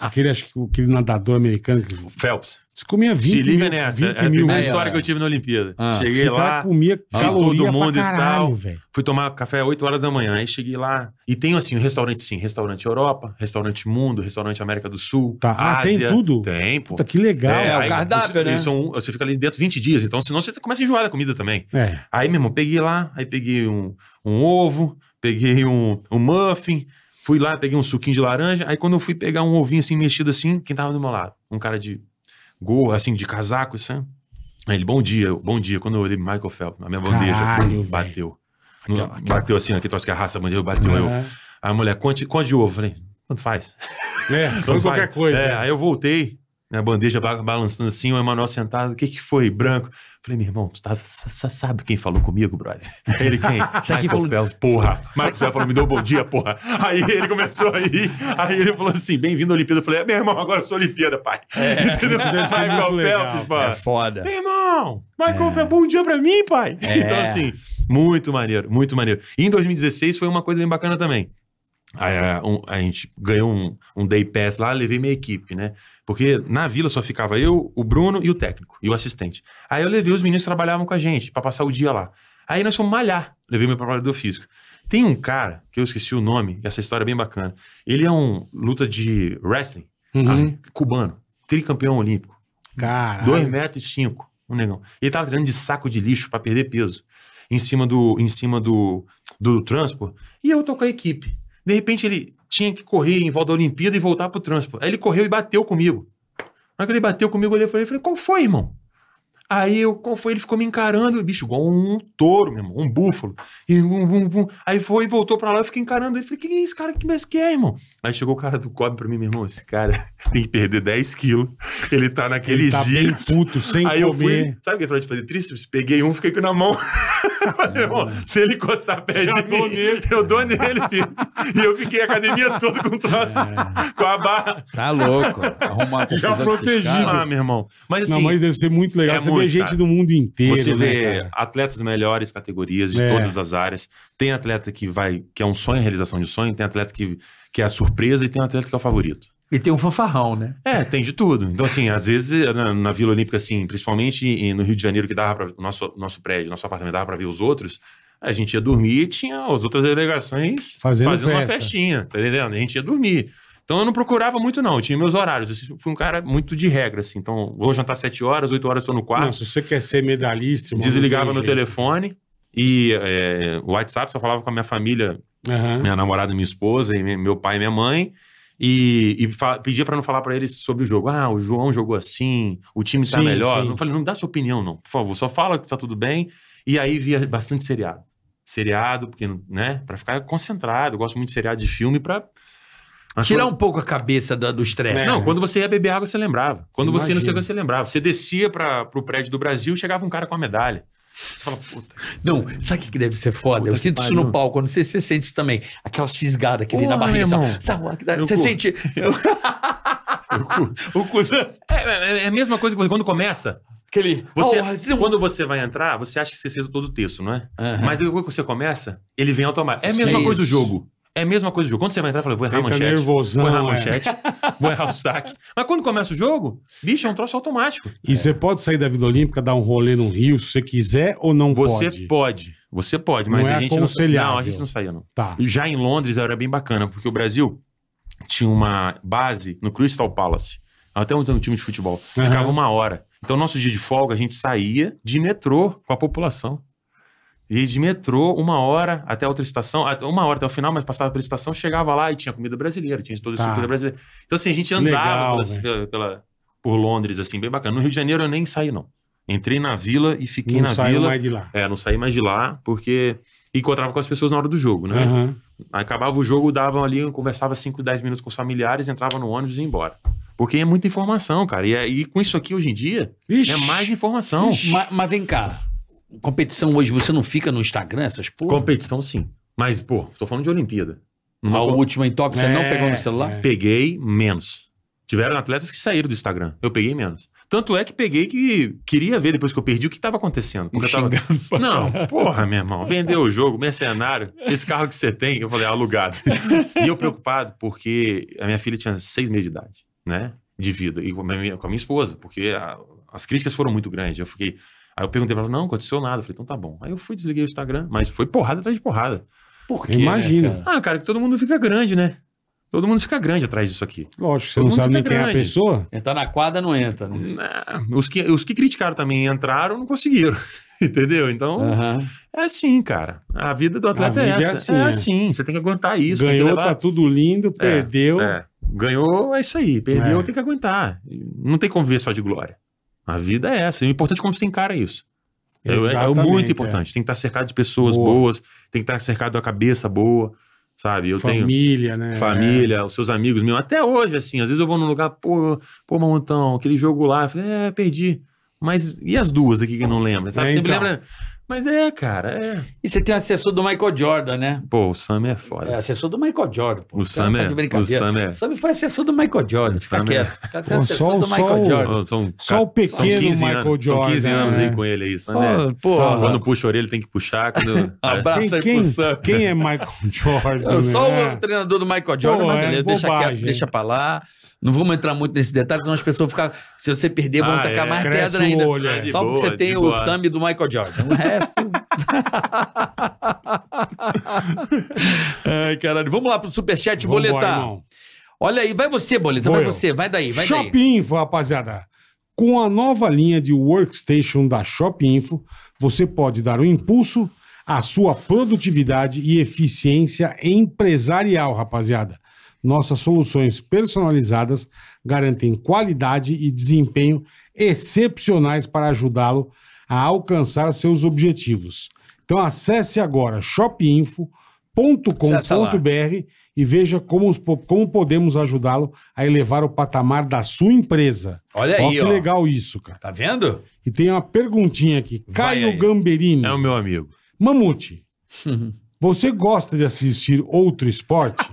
aquele, acho que o- aquele nadador americano que o Phelps. se comia 20 se mil, liga nessa, é a 20 mil. primeira né? história que eu tive na Olimpíada. Ah. Cheguei Esse lá, cara comia caloria todo mundo e pra caralho, tal. velho. fui tomar café às 8 horas da manhã, aí cheguei lá. E tem, assim, um restaurante, sim, restaurante Europa, restaurante Mundo, restaurante América do Sul, Tá. Ah, tem Ásia. tudo? Tem, pô. Puta, que legal. É, o aí cardápio, você- né? são- um, você fica ali dentro 20 dias, então senão você começa a enjoar da comida também. É. Aí, meu irmão, peguei lá, aí peguei um, um ovo, peguei um, um muffin, fui lá, peguei um suquinho de laranja. Aí, quando eu fui pegar um ovinho assim, mexido assim, quem tava do meu lado? Um cara de gorro, assim, de casaco, assim. Aí ele, bom dia, eu, bom dia. Quando eu olhei Michael Phelps, a minha bandeja Caralho, velho. bateu. No- Aquela- aquela- Bateu assim, aqui, tu acha que arrasta a bandeja, bateu eu. "Ah, Aí a mulher, quanto, quanto de ovo? Eu falei, quanto faz? É, foi Tanto qualquer faz. coisa. É, aí eu voltei, minha bandeja ba- balançando assim, o Emanuel sentado, o que que foi, branco? Falei, meu irmão, tu tá, sa- sa- sabe quem falou comigo, brother? Ele quem? Michael falou- Phelps, porra. Michael Phelps falou, me deu um bom dia, porra. Aí ele começou aí, aí ele falou assim, bem-vindo à Olimpíada. Eu falei, meu irmão, agora eu sou Olimpíada, pai. Entendeu? É, isso deve ser muito legal, pai. É foda. Meu irmão, Michael Phelps, bom dia pra mim, pai. É. Então, assim, muito maneiro, muito maneiro. E em 2016 foi uma coisa bem bacana também. Aí, é, um- a gente ganhou um, um day pass lá, levei minha equipe, né? Porque na vila só ficava eu, o Bruno e o técnico, e o assistente. Aí eu levei os meninos que trabalhavam com a gente pra passar o dia lá. Aí nós fomos malhar, levei meu preparador físico. Tem um cara, que eu esqueci o nome, essa história é bem bacana. Ele é um luta de wrestling, Uhum. sabe? cubano, tricampeão olímpico. Caralho. tá 2 metros e 5, um negão. Ele tava treinando de saco de lixo pra perder peso. Em cima do em cima do, do transport. E eu tô com a equipe. De repente ele tinha que correr em volta da Olimpíada e voltar pro transport. Aí ele correu e bateu comigo. Na hora que ele bateu comigo, eu olhei pra ele e falei, qual foi, irmão? Aí eu, qual foi? Ele ficou me encarando, bicho, igual um touro, meu irmão, um búfalo. E bum, bum, bum. Aí foi e voltou pra lá, eu fiquei encarando ele. Falei, que que é esse cara que mais que é, irmão? Aí chegou o cara do cobre pra mim, meu irmão, esse cara tem que perder 10 quilos. Ele tá Ele naqueles tá bem dias. puto, sem Aí eu fui, comer. sabe aquele negócio de fazer tríceps? Peguei um, fiquei com na mão. Falei, irmão, se ele encostar perto É. Já de dou mim, nele. eu dou nele, filho. E eu fiquei a academia toda com troço, É. com a barra. Tá louco. Arrumar uma confusão com esses protegido. caras. Ah, meu irmão. Mas assim, Não, mas deve ser muito legal. é você vê muito, gente cara. do mundo inteiro, você né, vê cara? atletas de melhores categorias de É. todas as áreas. Tem atleta que vai, que é um sonho, a realização de sonho. Tem atleta que, que é a surpresa e tem atleta que é o favorito. E tem um fanfarrão, né? É, tem de tudo. Então, assim, às vezes na, na Vila Olímpica, assim, principalmente em- no Rio de Janeiro, que dava para nosso, nosso prédio, nosso apartamento dava pra ver os outros, a gente ia dormir e tinha as outras delegações Fazendo uma festa. festinha, tá entendendo? A gente ia dormir. Então eu não procurava muito, não. Eu tinha meus horários. Eu sempre fui um cara muito de regra, assim. Então, vou jantar sete horas, oito horas, estou no quarto. Não, se você quer ser medalhista... irmão, Desligava não meu tem jeito. telefone e é, o WhatsApp, só falava com a minha família Aham. minha namorada, minha esposa, e me- meu pai e minha mãe. E, e fa- pedia pra não falar pra eles sobre o jogo. Ah, o João jogou assim, o time tá Sim, melhor. sim. Não falei, não dá sua opinião, não, por favor, só fala que tá tudo bem. E aí via bastante seriado. Seriado, porque, né, pra ficar concentrado. Eu gosto muito de seriado de filme pra. Mas Tirar quando- um pouco né? a cabeça da- do estresse. É. Não, quando você ia beber água, você lembrava. Quando você ia não sei o Imagino. que, você lembrava. Você descia para pro prédio do Brasil, chegava um cara com a medalha. Você fala, puta. Não, sabe o que que deve ser foda? Puta eu que sinto isso pariu. no palco, não sei se você sente isso também. Aquelas fisgadas que vem na Porra, barriga. meu assim, ó. irmão. Sabe, dá- Meu Você cu. sente. O cuzão. É, é- é a mesma coisa que quando começa. Aquele. Você- Oh, assim. você- Quando você vai entrar, você acha que você fez todo o texto, não é? Aham. Mas aí quando você começa, ele vem automático. É a Isso, mesma é coisa do isso. jogo. É a mesma coisa do jogo. Quando você vai entrar, fala, vou errar Você a tá manchete. nervosão, vou errar a é. manchete. vou errar o saque. Mas quando começa o jogo, bicho, é um troço automático. E você pode sair da Vila Olímpica, dar um rolê no Rio, se você quiser ou não Você pode? pode. Você pode, Não mas é a gente não aconselhável. Não, a gente não saía, não. Tá. Já em Londres era bem bacana, porque o Brasil tinha uma base no Crystal Palace. Até um, um time de futebol. Aham. Ficava uma hora. Então, nosso dia de folga, a gente saía de metrô com a população. E de metrô, uma hora até a outra estação, até- uma hora até o final, mas passava pela estação, chegava lá e tinha comida brasileira, tinha toda a Tá. estrutura brasileira. Então, assim, a gente andava Legal, pelas- pela, pela- por Londres, assim, bem bacana. No Rio de Janeiro eu nem saí, não. Entrei na vila e fiquei Não na saiu vila. mais de lá. É, não saí mais de lá, porque encontrava com as pessoas na hora do jogo, né? Aham. Aí Acabava o jogo, davam ali, conversava 5, 10 minutos com os familiares, entrava no ônibus e ia embora. Porque é muita informação, cara. E, aí, com isso aqui hoje em dia, Ixi, é mais informação. Mas, mas vem cá. Competição hoje, você não fica no Instagram, essas porra? Competição, sim. Mas, pô, tô falando de Olimpíada. A Numa co- última em Tóquio, você não É, pegou no celular? é. Peguei menos. Tiveram atletas que saíram do Instagram. Eu peguei menos. Tanto é que peguei que queria ver depois que eu perdi o que tava acontecendo. Porque eu tava- Não, porra, meu irmão. Vendeu o jogo, mercenário. Esse carro que você tem, eu falei, alugado. e eu preocupado, porque a minha filha tinha seis meses de idade, né? De vida. E com a minha, com a minha esposa, porque a- as críticas foram muito grandes. Eu fiquei. Aí eu perguntei pra ela, não, aconteceu nada. Eu falei, então tá bom. Aí eu fui, desliguei o Instagram, mas foi porrada atrás de porrada. Por Eu imagino. né, cara? Ah, cara, que todo mundo fica grande, né? Todo mundo fica grande atrás disso aqui. Lógico, você Todo não um mundo sabe nem fica quem é a grande. pessoa. Entrar na quadra não entra, né? Ah, Os que, os que criticaram também e entraram, não conseguiram. Entendeu? Então, Aham. é assim, cara. A vida do atleta vida é é essa. É assim, assim. né? Você tem que aguentar isso. tem que Ganhou, levar- tá tudo lindo, perdeu. É. Ganhou é isso aí. Perdeu, É. tem que aguentar. Não tem como viver só de glória. A vida é essa. E O importante é como você encara isso. É, é Exatamente, é. muito importante. Tem que estar cercado de pessoas Boa. boas, tem que estar cercado da cabeça boa, sabe? Eu tenho Família, né? família, os seus amigos meus. Até hoje, assim, às vezes eu vou num lugar, pô, pô, Mamontão, aquele jogo lá, eu falei, é, perdi. Mas e as duas aqui que não lembra? Sabe? É, Sempre então. lembra. Mas é, cara, é. E você tem o assessor do Michael Jordan, né? Pô, o Sam é É foda. assessor do Michael Jordan. Pô. O Esse cara Sam tá é- de brincadeira. o Sam é- Sam foi assessor do Michael Jordan. O Fica Sam é- quieto. Fica Pô, quieto. Assessor só- do Michael só o- Jordan. São, Só o pequeno são 15 Michael anos, São 15 Jordan, anos é. aí com ele aí, Sam. é. Pô, porra. Quando puxa a orelha tem que puxar. Quando... Abraço Quem, aí quem, pro Sam. quem é Michael Jordan? Eu É Só né? o treinador do Michael Jordan, Pô, mas é beleza, deixa bobagem, quieto, hein? deixa pra lá. Não vamos entrar muito nesse detalhe, senão as pessoas ficam. Se você perder, vão Ah, tacar é, mais cresce pedra o ainda. olho, é. Só De porque você boa, tem de o boa. Sam do Michael Jordan. O resto. Ai, caralho. Vamos lá pro superchat Vambora, boletar. irmão. Olha aí, vai você, boletar, Vou vai eu. você, vai daí, vai daí. Shop Info, rapaziada. Com a nova linha de workstation da Shop Info, você pode dar um impulso à sua produtividade e eficiência empresarial, rapaziada. Nossas soluções personalizadas garantem qualidade e desempenho excepcionais para ajudá-lo a alcançar seus objetivos. Então acesse agora Acessa lá. shopinfo.com.br e veja como, os po- como podemos ajudá-lo a elevar o patamar da sua empresa. Olha Ó, Tá aí, que ó. legal isso, cara. Tá vendo? E tem uma perguntinha aqui. Vai Caio aí. Gamberini. É o meu amigo. Mamute, você gosta de assistir outro esporte?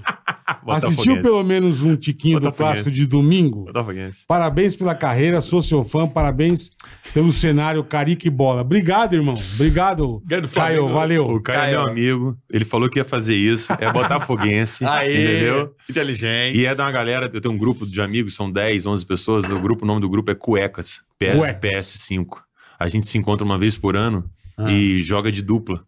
Ah, Assistiu pelo menos um tiquinho do Botafoguense. clássico de domingo? Botafoguense. Parabéns pela carreira, sou seu fã, parabéns pelo cenário Carica e Bola. Obrigado, irmão. Obrigado, Obrigado, Caio. Flamengo. O Valeu. Caio, é Caio. meu amigo. Ele falou que ia fazer isso. É botafoguense. Entendeu? Entendeu? Inteligente. E é da uma galera, eu tenho um grupo de amigos, são 10, 11 pessoas. O, grupo, o nome do grupo é Cuecas, PS, Cuecas. PS5. A gente se encontra uma vez por ano Ah. e joga de dupla.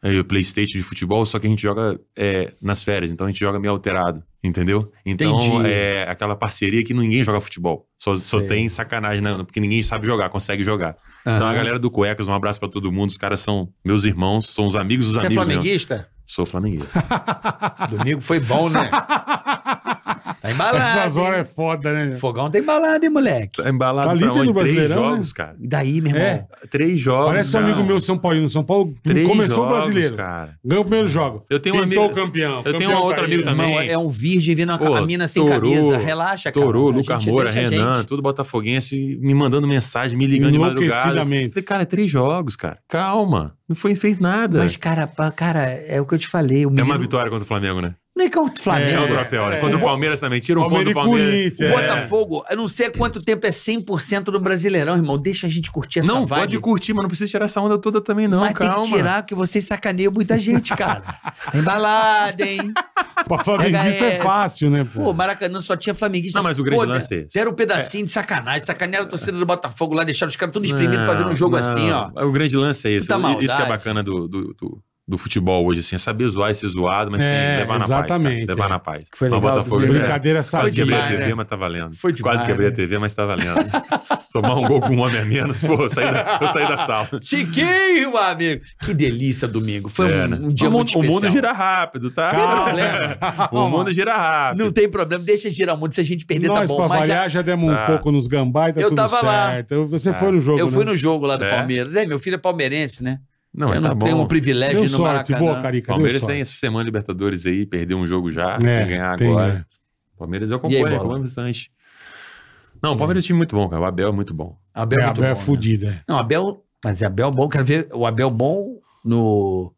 É, Playstation de futebol, só que a gente joga é, nas férias, então a gente joga meio alterado, entendeu? Então Entendi. é aquela parceria que ninguém joga futebol, só, só Sei. tem sacanagem, né? porque ninguém sabe jogar, consegue jogar. Aham. Então a galera do Cuecas, um abraço pra todo mundo, os caras são meus irmãos, são os amigos dos Você é amigos mesmo. flamenguista? Ah, Sou flamenguista. Domingo foi bom, né? Tá embalado. Essas hein? horas é foda, né? meu? Fogão tem balada, hein, moleque? tá embalado Tá pra líder onde? do Três Brasileirão, jogos, cara. E daí, meu irmão? É. Três jogos. Parece um cara. amigo meu, São Paulino. São Paulo Três começou jogos, o brasileiro. Cara. Ganhou o primeiro jogo. Eu tenho um Pintou amigo- o campeão. eu tenho um outro amigo também. Irmão, é um virgem vendo a, Pô, a mina sem Torô, camisa. Relaxa, É, cara. Torô, A gente Lucas Moura, deixa a Renan, gente. tudo botafoguense, me mandando mensagem, me ligando de madrugada. Eu Enlouquecidamente. Falei, cara, é três jogos, cara. Calma. Não foi, fez nada. Mas, cara, pa- cara, é o que eu te falei. O é menino- uma vitória contra o Flamengo, né? Não é que é o É, Flamengo. um troféu, né? é. Contra o Palmeiras também. Tira um Palmeiras e ponto do Palmeiras. Corinthians. O É. Botafogo, eu não sei há quanto tempo é 100% do Brasileirão, irmão. Deixa a gente curtir essa Não, vibe. pode curtir, mas não precisa tirar essa onda toda também, não. Mas Calma. tem que tirar, que vocês sacaneiam muita gente, cara. Tem balada, hein? Pra flamenguista é essa. fácil, né, pô? Pô, Maracanã só tinha flamenguista. Não, mas o grande Pô, lance é esse. Deram um pedacinho de sacanagem. Sacanearam a torcida do Botafogo lá, deixaram os caras tudo exprimidos pra ver um jogo Não, assim, ó. não. O grande lance é esse. Puta maldade. isso que é bacana do, do, do, do futebol hoje, assim. É saber zoar e ser zoado, mas É, sem levar na paz. exatamente, Cara, levar é. na paz. Que foi Mas legal, Botafogo, foi né? Brincadeira Quase sadia. demais, quebrei a TV, né? mas tá valendo. Foi Quase demais, quebrei a né? TV, mas tá valendo. Tomar um gol com um homem a menos, pô, eu saí da, eu saí da sala. Tiquinho, meu amigo. Que delícia domingo. Foi É, um, né? um dia o mundo, muito o especial. mundo gira rápido, tá? Não tem problema. O mundo gira rápido. Não tem problema. Deixa girar o mundo. Se a gente perder, Nós, tá pra bom. Mas já- variar, já demos um Ah. pouco nos gambá e tá Eu tudo tava lá. certo. Eu- Você foi no jogo, eu né? fui no jogo lá do É? Palmeiras. É, meu filho é palmeirense, né? Não, eu tá não bom. tenho o privilégio Deu no sorte. Maracanã. Boa, Carica. deu Palmeiras sorte. tem essa semana Libertadores aí, perdeu um jogo já, É, tem que ganhar tem, agora. né? Palmeiras é E eu aí, acompanho, Bola? acompanho bastante. Não, o Palmeiras é um time muito bom, cara. O Abel é muito bom. Abel É, é, a muito Bel é bom, né? fudida. Não, Abel. Mas é Abel bom. Quero ver o Abel bom no,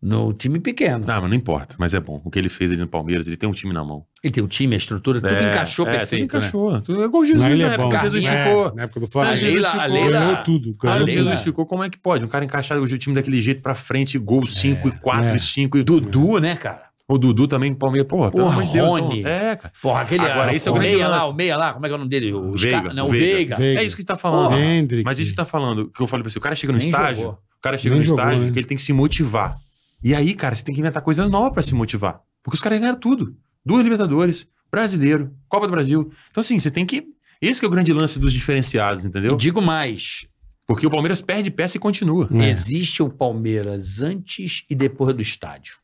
no time pequeno. Não, mas não importa, mas é bom. O que ele fez ali no Palmeiras, ele tem um time na mão. Ele tem o time, a estrutura, tudo É, encaixou é, perfeito. Tudo né? encaixou. Tudo- É igual Jesus, Não, ele né? é bom. Porque Jesus Carlinhos, ficou. é, na época do Ah, A Flamengo. Jesus Leila, a ficou- Leila- Ganhou tudo, Ah, cara. a o Leila- Jesus ficou, como é que pode? Um cara encaixar o time daquele jeito pra frente, gol 5 e 4 é. e 5 e... Dudu, né, cara? O Dudu também com o Palmeiras. Porra, pelo Porra, amor de Deus. Rony. não- É, cara. Porra, aquele. Agora, ah, esse é o o grande meia lá, lance. o meia lá, como é que é o nome dele? O Veiga, Sca- Não, o o Veiga. Veiga. Veiga. É isso que tá falando. Porra. Hendrick. Mas isso que tá falando, que eu falei pra você, o cara chega no Nem estágio, jogou. o cara chega Nem no jogou, estágio né? que ele tem que se motivar. E aí, cara, você tem que inventar coisas novas pra se motivar. Porque os caras ganharam tudo. Duas Libertadores, Brasileiro, Copa do Brasil. Então, assim, você tem que... Esse que é o grande lance dos diferenciados, Eu entendeu? digo mais. Porque o Palmeiras perde peça e continua. É. Existe o Palmeiras antes e depois do estádio.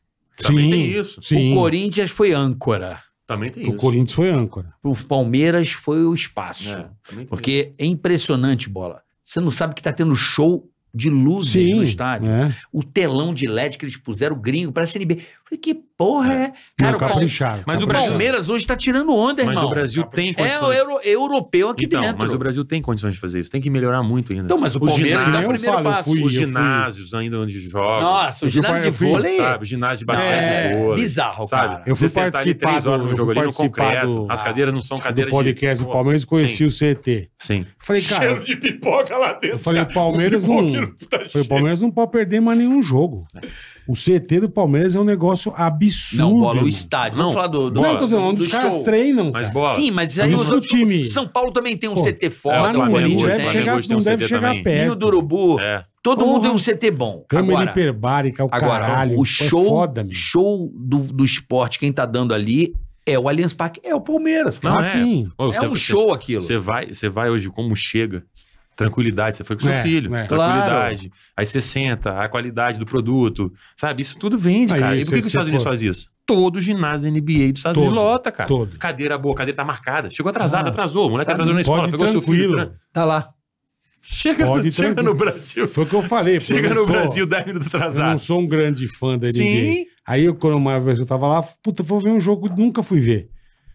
Também Sim, tem isso. Sim. O Corinthians foi âncora. Também tem O isso. Corinthians foi âncora. O Palmeiras foi o espaço. É, também tem isso. Porque é impressionante, bola. Você não sabe que tá tendo show de luzes no estádio. É. O telão de LED que eles puseram, o gringo, parece NB. Eu Falei, que porra é? Cara, Não, o Pal- capricharam. Mas o o capricharam. Palmeiras hoje tá tirando onda, Mas irmão. o Brasil tem É o condições. euro- europeu aqui então, dentro. mas o Brasil tem condições de fazer isso. Tem que melhorar muito ainda. Então, mas o Os Palmeiras dá ginásios- o Eu primeiro falo, eu passo. fui- Os ginásios ainda onde jogam. Nossa, o Eu fui ginásio de pra- eu fui, vôlei Sabe, ginásio de basquete É, de vôlei. bizarro, Sabe? cara. Eu fui Você sentar ali participar três horas do- no eu jogo fui ali no participar concreto. do- As cadeiras não são cadeiras do podcast de... do Palmeiras, conheci Sim. o CT. Sim. Falei, cara, de pipoca lá dentro. eu falei, o Palmeiras não. tá Falei, o Palmeiras não pode perder mais nenhum jogo. O CT do Palmeiras é um negócio absurdo. Não, bola, o irmão. estádio. Não, Vamos falar do, do, Não, eu tô dizendo, do onde os caras show. treinam. Mas cara. bola. Sim, mas já Isso os do outros- time. São Paulo também tem um Pô, CT é, o Lá forte, o no Flamengo Corinthians hoje, Corinthians deve o tem, chegar, Flamengo hoje tem não um deve CT chegar também. Rio perto. do Urubu, É. todo Porra. mundo tem um CT bom. Câmera Agora, hiperbárica, o agora caralho. o é show, foda, meu. show do, do esporte, quem tá dando ali é o Allianz Parque, é o Palmeiras. Não, cara. Ah, é. sim. Ô, é você- um show aquilo. Você vai, você vai hoje como chega. Tranquilidade, você foi com seu É, filho. é. Tranquilidade. Aí você senta, a qualidade do produto. Sabe? Isso tudo vende, Aí, cara. E se por que, que você os Estados Unidos for- fazem isso? Todo o ginásio da NBA dos Estados Todo, Unidos lota, cara. todo. Cadeira boa, cadeira tá marcada. Chegou atrasada, Ah, atrasou. O moleque tá atrasou na escola, Pode pegou seu filho. tranquilo. tra- Tá lá. Chega, Pode chega tranquilo. no Brasil. Foi o que eu falei. pô, eu Chega não no sou- Brasil 10 minutos Eu não atrasado. sou um grande fã da NBA. Sim. Aí, eu, quando uma vez eu tava lá, puta, vou ver um jogo que nunca fui ver.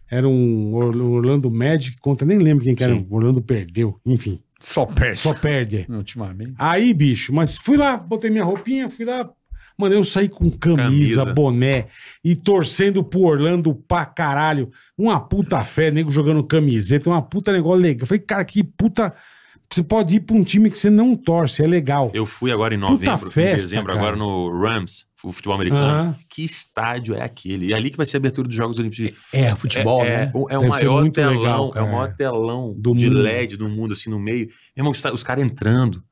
Era um Or- Orlando Magic contra, nem lembro quem que era. Sim. O Orlando perdeu, enfim. Só perde. Só perde. Ultimamente. Aí, bicho, mas fui lá, botei minha roupinha, fui lá. Mano, eu saí com camisa, Camisa. boné e torcendo pro Orlando pra caralho. Uma puta fé, nego jogando camiseta, uma puta negócio legal. Eu falei, cara, que puta. Você pode ir pra um time que você não torce, é legal. Eu fui agora em novembro, festa, em dezembro, cara. agora no Rams, o futebol americano. Aham. Que estádio é aquele? E ali que vai ser a abertura dos Jogos Olímpicos. de- É, futebol, é, né? o- é o Deve ser maior muito telão, legal, é cara. o maior telão Do de mundo. LED do mundo, assim, no meio. Meu irmão, os, ta- os caras entrando.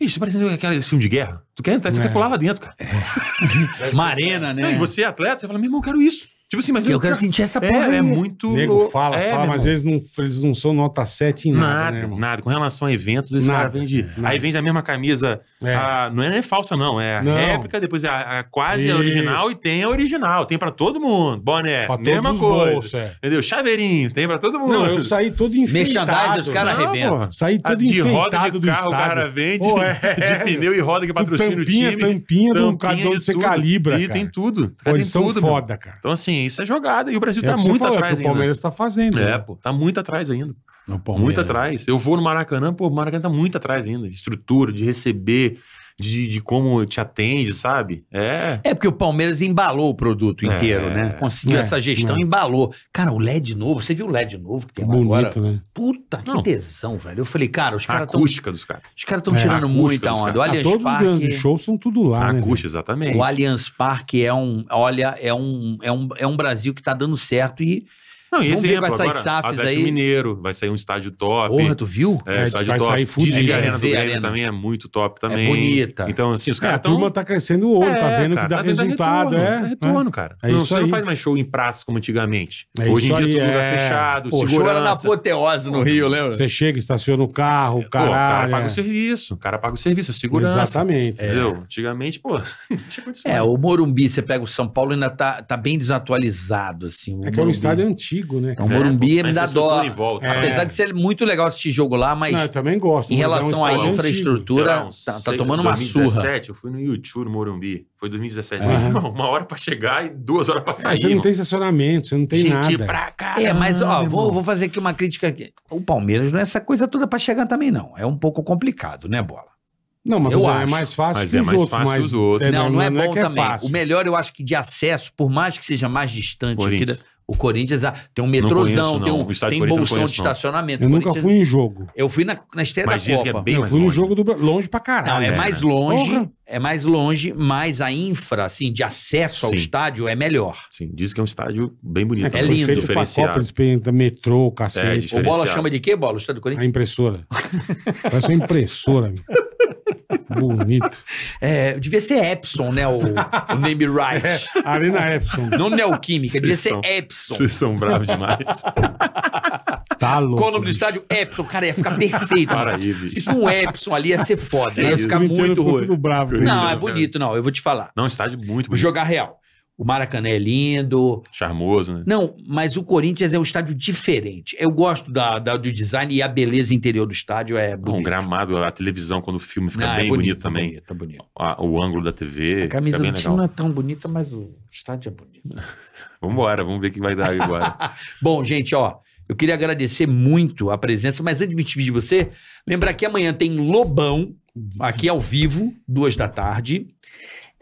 Isso parece é aquele filme de guerra. Tu quer entrar, tu É. quer pular lá dentro, cara. Uma arena, Não, e né? você é atleta, você fala, meu irmão, eu quero isso. Tipo assim, mas Eu quero sentir essa porra. É, aí. é muito. Nego fala, é, fala, meu mas irmão. eles não, eles não são nota 7 em nada, Nada, né, nada, irmão? Com relação a eventos, esse Nada, cara vende. nada. Aí vende a mesma camisa. É. a- não é nem falsa, não. É a Não. réplica, depois é a, a quase Isso. a original e tem a original. Tem pra todo mundo. Boné, Pra todos mesma os coisa. bolsos, é. Entendeu? Chaveirinho, tem pra todo mundo. Não, eu saí todo enfeitado. Ah, Merchandise, os caras Não, arrebentam. porra. Saí A todo Ah, de roda enfeitado de do carro, o estádio. cara vende. Pô, é. De pneu e roda que Com patrocina o tampinha, time. tampinha de um tampinha cada onde de você tudo. calibra, E cara. tem tudo. Cara, Pô, tem eles são tudo, meu. foda, cara. Então, assim, isso é jogada. E o Brasil É tá o que você muito falou, é o que atrás o ainda. Palmeiras tá fazendo. É, pô, tá muito atrás ainda. No Palmeiras. Muito atrás. Eu vou no Maracanã, pô, o Maracanã tá muito atrás ainda. de Estrutura, de receber, de, de como te atende, sabe? É. É porque o Palmeiras embalou o produto É. inteiro, né? Conseguiu É, essa gestão, é. embalou. Cara, o LED novo, você viu o LED novo que tem lá Bonito, agora? né? Puta, que Não. tesão, velho. Eu falei, cara, os A caras estão acústica dos caras. os caras tão É, tirando a muita acústica dos onda. O caras. Ah, Allianz todos os grandes Parque, shows são tudo lá, a né? acústica, exatamente. o Allianz Parque é um, olha, é um, é um, é um Brasil que tá dando certo e, Não, e Vamos ver exemplo, com essas agora, SAFs Atlético aí. Mineiro, vai sair um estádio top. porra, tu viu? É, É, estádio vai top. sair fudido. né? Dizem que a É, Arena do vê a Grêmio arena. também é muito top também. bonita. Então, assim, É, os a caras É, turma estão... tá crescendo o olho, tá vendo que dá resultado, é. Dá retorno, cara. É não, isso você não aí. faz mais show em praça como antigamente. É Hoje em isso dia, aí, tudo é. lugar fechado, Pô, o show era na segurança. apoteose no Rio, É. lembra? Você chega, estaciona o carro, o Pô, o cara caralho. paga é. o serviço, o cara paga o serviço, a segurança. Exatamente. Entendeu? Antigamente, pô, não tinha condição. É, o Morumbi, você pega o São Paulo, ainda tá, tá bem desatualizado, assim. O É que é um Morumbi. estádio antigo, né? É um Morumbi, me a dá dó. infraestrutura em volta. É. Apesar de ser muito legal assistir jogo lá, mas Não, eu também gosto. em mas é um relação estádio à antigo. Sei lá, infraestrutura, uns tá, tá seis- tomando uma surra. 2017, eu fui no YouTube no Morumbi. Foi 2017. Aham. Meu irmão, uma hora pra chegar e duas horas pra É, sair. você não irmão. tem estacionamento, você não tem Gente nada. pra cá. É, mas ó, vou, vou fazer aqui uma crítica aqui. O Palmeiras não é essa coisa toda pra chegar também, não. É um pouco complicado, né, Bola? Não, mas Eu é acho. mais fácil Mas que é os mais outros. fácil que os outros. não, não é bom que também. fácil. o melhor, eu acho que de acesso, por mais que seja mais distante aqui da- Corinthians. o Corinthians, ah, tem um metrozão, conheço, tem, não. O um, estádio tem do Corinthians eu bolsão não de conheço, não. estacionamento. Eu nunca Corinthians- fui em jogo. Eu fui na, na estreia Mas da diz que Copa. é Ah, bem eu mais fui no longe. jogo do Bra- longe pra Não, caralho. é né? mais longe, Porra. é mais longe, mas a infra, assim, de acesso ao Sim. estádio é melhor. Sim, diz que é um estádio bem bonito. que É foi lindo, É feito pra diferenciado. Copa, eles experimentam metrô, cacete. O Diferenciado. Bola chama de quê, Bola? O estádio do Corinthians? A impressora. Parece uma impressora, amigo. Bonito. É, devia ser Epson, né? O, o name right. Arena Epson. É. Não Neoquímica, devia ser Vocês Epson. Vocês são bravos demais. Tá louco. Qual o nome do estádio? Epson. Cara, ia ficar perfeito. Para aí, Se bicho. for um Epson ali, ia ser foda. Ia Isso. é ficar Corintiano muito ficou ruim. tudo bravo. com Não, né, isso. é bonito, não. Eu vou te falar. Não, um estádio muito Vou bonito. jogar real. O Maracanã é lindo. Charmoso, né? Não, mas o Corinthians é um estádio diferente. Eu gosto da, da- do design e a beleza interior do estádio é Não, o bonita. Um gramado, a televisão quando o filme fica Não, bem é bonito, bonito, também. bonito, é bonito. A- o ângulo da TV. A camisa fica do bem time não legal. é tão bonita, mas o estádio é bonito. Vambora, vamos ver o que vai dar agora. Bom, gente, ó, eu queria agradecer muito a presença, mas antes de me despedir de você, lembrar que amanhã tem Lobão, aqui ao vivo, duas da tarde.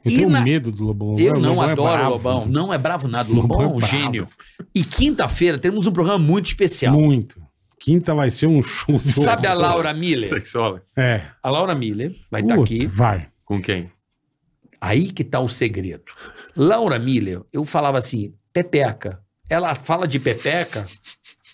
Eu E tenho na- medo do Lobão. Eu O não Lobão é adoro o bravo. Lobão, não é bravo nada, o Lobão Lobão é é um bravo. gênio. E quinta-feira temos um programa muito especial. Muito. Quinta vai ser um show. de Sabe a horror. Laura Miller? Sexóloga. É. A Laura Miller vai estar Puta, aqui. Vai. Com quem? Aí que tá o segredo. Laura Miller, eu falava assim, pepeca. Ela fala de pepeca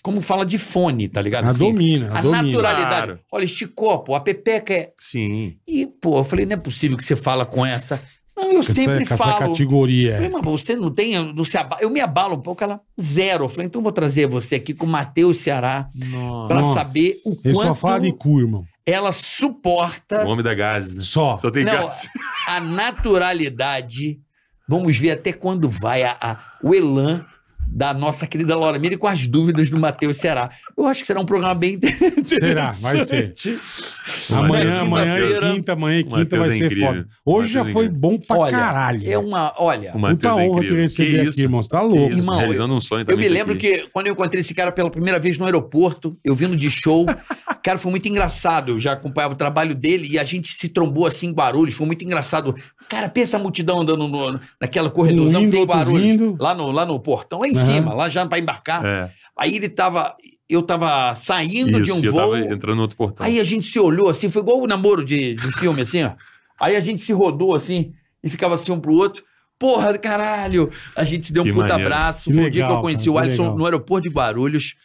como fala de fone, tá ligado? A Assim, domina, a, a domina. naturalidade. Claro. Olha, este copo, a pepeca é. Sim. E, pô, eu falei, não é possível que você fala com essa. Não, eu Com essa- sempre com essa falo. Eu falei, categoria. é. mas você não tem. Não se aba... Eu me abalo um pouco, ela, zero. Eu falei, então eu vou trazer você aqui com o Matheus Ceará Nossa. pra Nossa. saber o Ele só fala quanto de cu, irmão. ela suporta O homem da gás. Só. Só tem Não, gás. a naturalidade. Vamos ver até quando vai a, a- o elan da nossa querida Laura Miri com as dúvidas do Matheus Ceará. Eu acho que será um programa bem interessante. Será? Vai ser. Mas Amanhã, amanhã quinta-feira, e quinta, amanhã e o quinta vai Matheus é ser incrível. foda. Hoje O já Matheus é foi incrível. bom pra Olha, caralho. É uma. Olha, O Puta Matheus honra é te incrível. Que receber isso? aqui, irmão. Você tá Que louco. isso? Irmão, Realizando um sonho eu também. me isso lembro aqui. que quando eu encontrei esse cara pela primeira vez no aeroporto, eu vindo de show, cara, foi muito engraçado. Eu já acompanhava o trabalho dele e a gente se trombou assim em Guarulhos. Foi muito engraçado. Cara, pensa a multidão andando no, naquela corredorzão Um indo, que tem outro Guarulhos. vindo. Lá no, lá no portão, lá em Aham. cima, lá já pra embarcar. É. Aí ele tava. Eu tava saindo de Isso, um eu voo. tava entrando no outro portão. Aí a gente se olhou assim, foi igual o namoro de, de filme, assim, ó. Aí a gente se rodou assim e ficava assim um pro outro. Porra, caralho! A gente se deu um Que puta maneiro. abraço. Que foi o dia que legal, eu conheci cara, o que Alisson legal. no aeroporto de Guarulhos.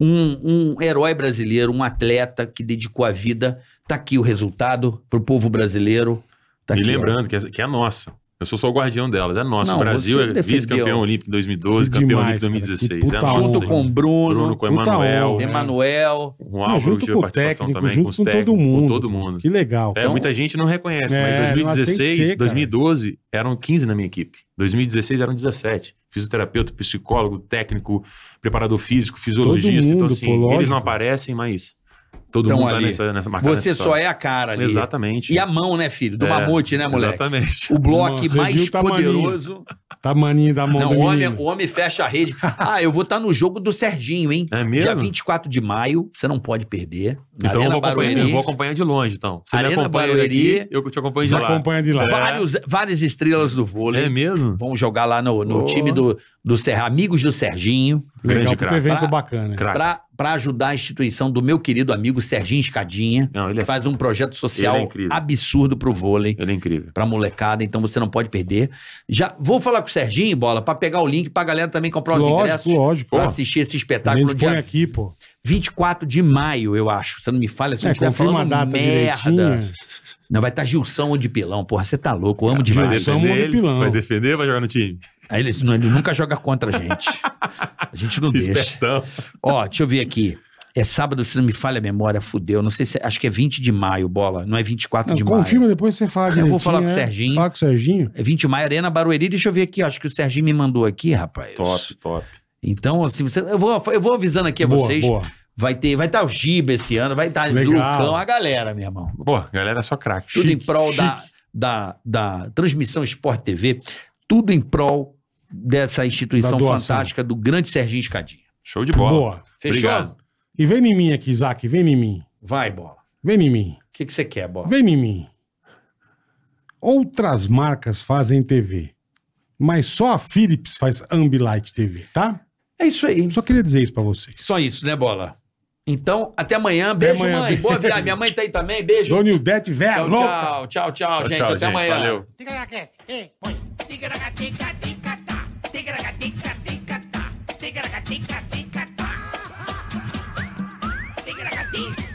Um, um herói brasileiro, um atleta que dedicou a vida. Tá aqui o resultado pro povo brasileiro. Tá Me aqui, ó. lembrando que é, que é nossa. Eu sou só o guardião delas. É nossa. Não, o Brasil você é defendeu. vice-campeão olímpico em 2012, Que campeão demais, olímpico em cara. Que 2016. puta É nossa. Junto honra. com o Bruno, Bruno, com o Puta Emanuel, honra. Emanuel. com o Não, Álvaro junto que com tive o participação técnico, também, junto com os com todo técnicos, com mundo. todo mundo. Que legal. É, Então- muita gente não reconhece, mas É, mas tem que 2016, ser, cara. 2012 eram 15 na minha equipe. 2016 eram 17. Fisioterapeuta, psicólogo, técnico, preparador físico, fisiologista. mundo, então, assim, pô, lógico. eles não aparecem, mas todo Então, mundo tá ali, nessa, nessa marca. Você só é a cara ali. Exatamente. E a mão, né, filho? Do É, mamute, né, moleque? Exatamente. O bloco Você viu tá mais o tamaninho. poderoso. Tamaninho Tá da mão Não, do o homem, é- menino. o homem fecha a rede. Ah, eu vou estar no jogo do Serginho, hein? É mesmo? Dia 24 de maio, você não pode perder. Na Então eu vou, acompanhar, Barueri. eu vou acompanhar de longe, então. Você Arena me acompanha Barueri. daqui, eu te acompanho de Você lá. acompanha de lá. Vários, várias estrelas do vôlei É mesmo? vão jogar lá no, no Oh. time do, do Ser, Amigos do Serginho, Legal, Grande puta craque. evento Pra- bacana. Craque. pra pra ajudar a instituição do meu querido amigo Serginho Escadinha, Não, ele que é, faz um projeto social Ele é incrível. absurdo pro vôlei. ele é incrível. Pra molecada, então você não pode perder. Já vou falar com o Serginho, bola, pra pegar o link pra galera também comprar os Lógico, ingressos lógico. pra Pô, assistir esse a espetáculo gente põe dia aqui, pô. 24 de maio, eu acho. Você não me assim, falha se eu É, estiver confirma a falando data merda. direitinho. Não, vai estar Gilson ou de Pilão. Porra, você tá louco, eu amo demais. Gilson. Somos do pilão. vai defender ou vai jogar no time? Aí ele, não, ele nunca joga contra a gente. A gente não deixa. Espertão. Ó, deixa eu ver aqui. É sábado, se não me falha a memória, fudeu. Não sei se. Acho que é 20 de maio, bola. Não é 24 Não, de maio. confirma, depois você fala Eu direitinho. vou falar com o né? Serginho. Fala com o Serginho. É 20 de maio, Arena Barueri. Deixa eu ver aqui. ó, Acho que o Serginho me mandou aqui, rapaz. Top, top. Então, assim, você- eu, vou, eu vou avisando aqui a Boa, é vocês. boa. Vai ter, vai estar o Giba esse ano, vai estar Legal. Lucão, a galera, meu irmão. Pô, a galera é só craque. tudo em Chique, prol chique. da, da, da transmissão Sport TV, tudo em prol dessa Da instituição doação. fantástica do grande Serginho Escadinha. Show de bola. Boa. Fechou? Obrigado. E vem em mim aqui, Isaac, vem em mim. Vai, bola. Vem em mim. O que que você quer, bola? Vem em mim. Outras marcas fazem TV, mas só a Philips faz Ambilight TV, tá? É isso aí. Só queria dizer isso pra vocês. Só isso, né, bola? Então, até amanhã. Beijo, amanhã. mãe. Boa viagem. Minha mãe tá aí também. Beijo. Dona Ildete, velho, Tchau, louca. tchau, tchau, tchau, Tchau, gente. tchau, até amanhã. Valeu. Ticaracast, eh, põe. Ticaracatica, ticatá. Ticaracatica, ticatá. Ticaracatica, ticatá. Ticaracati,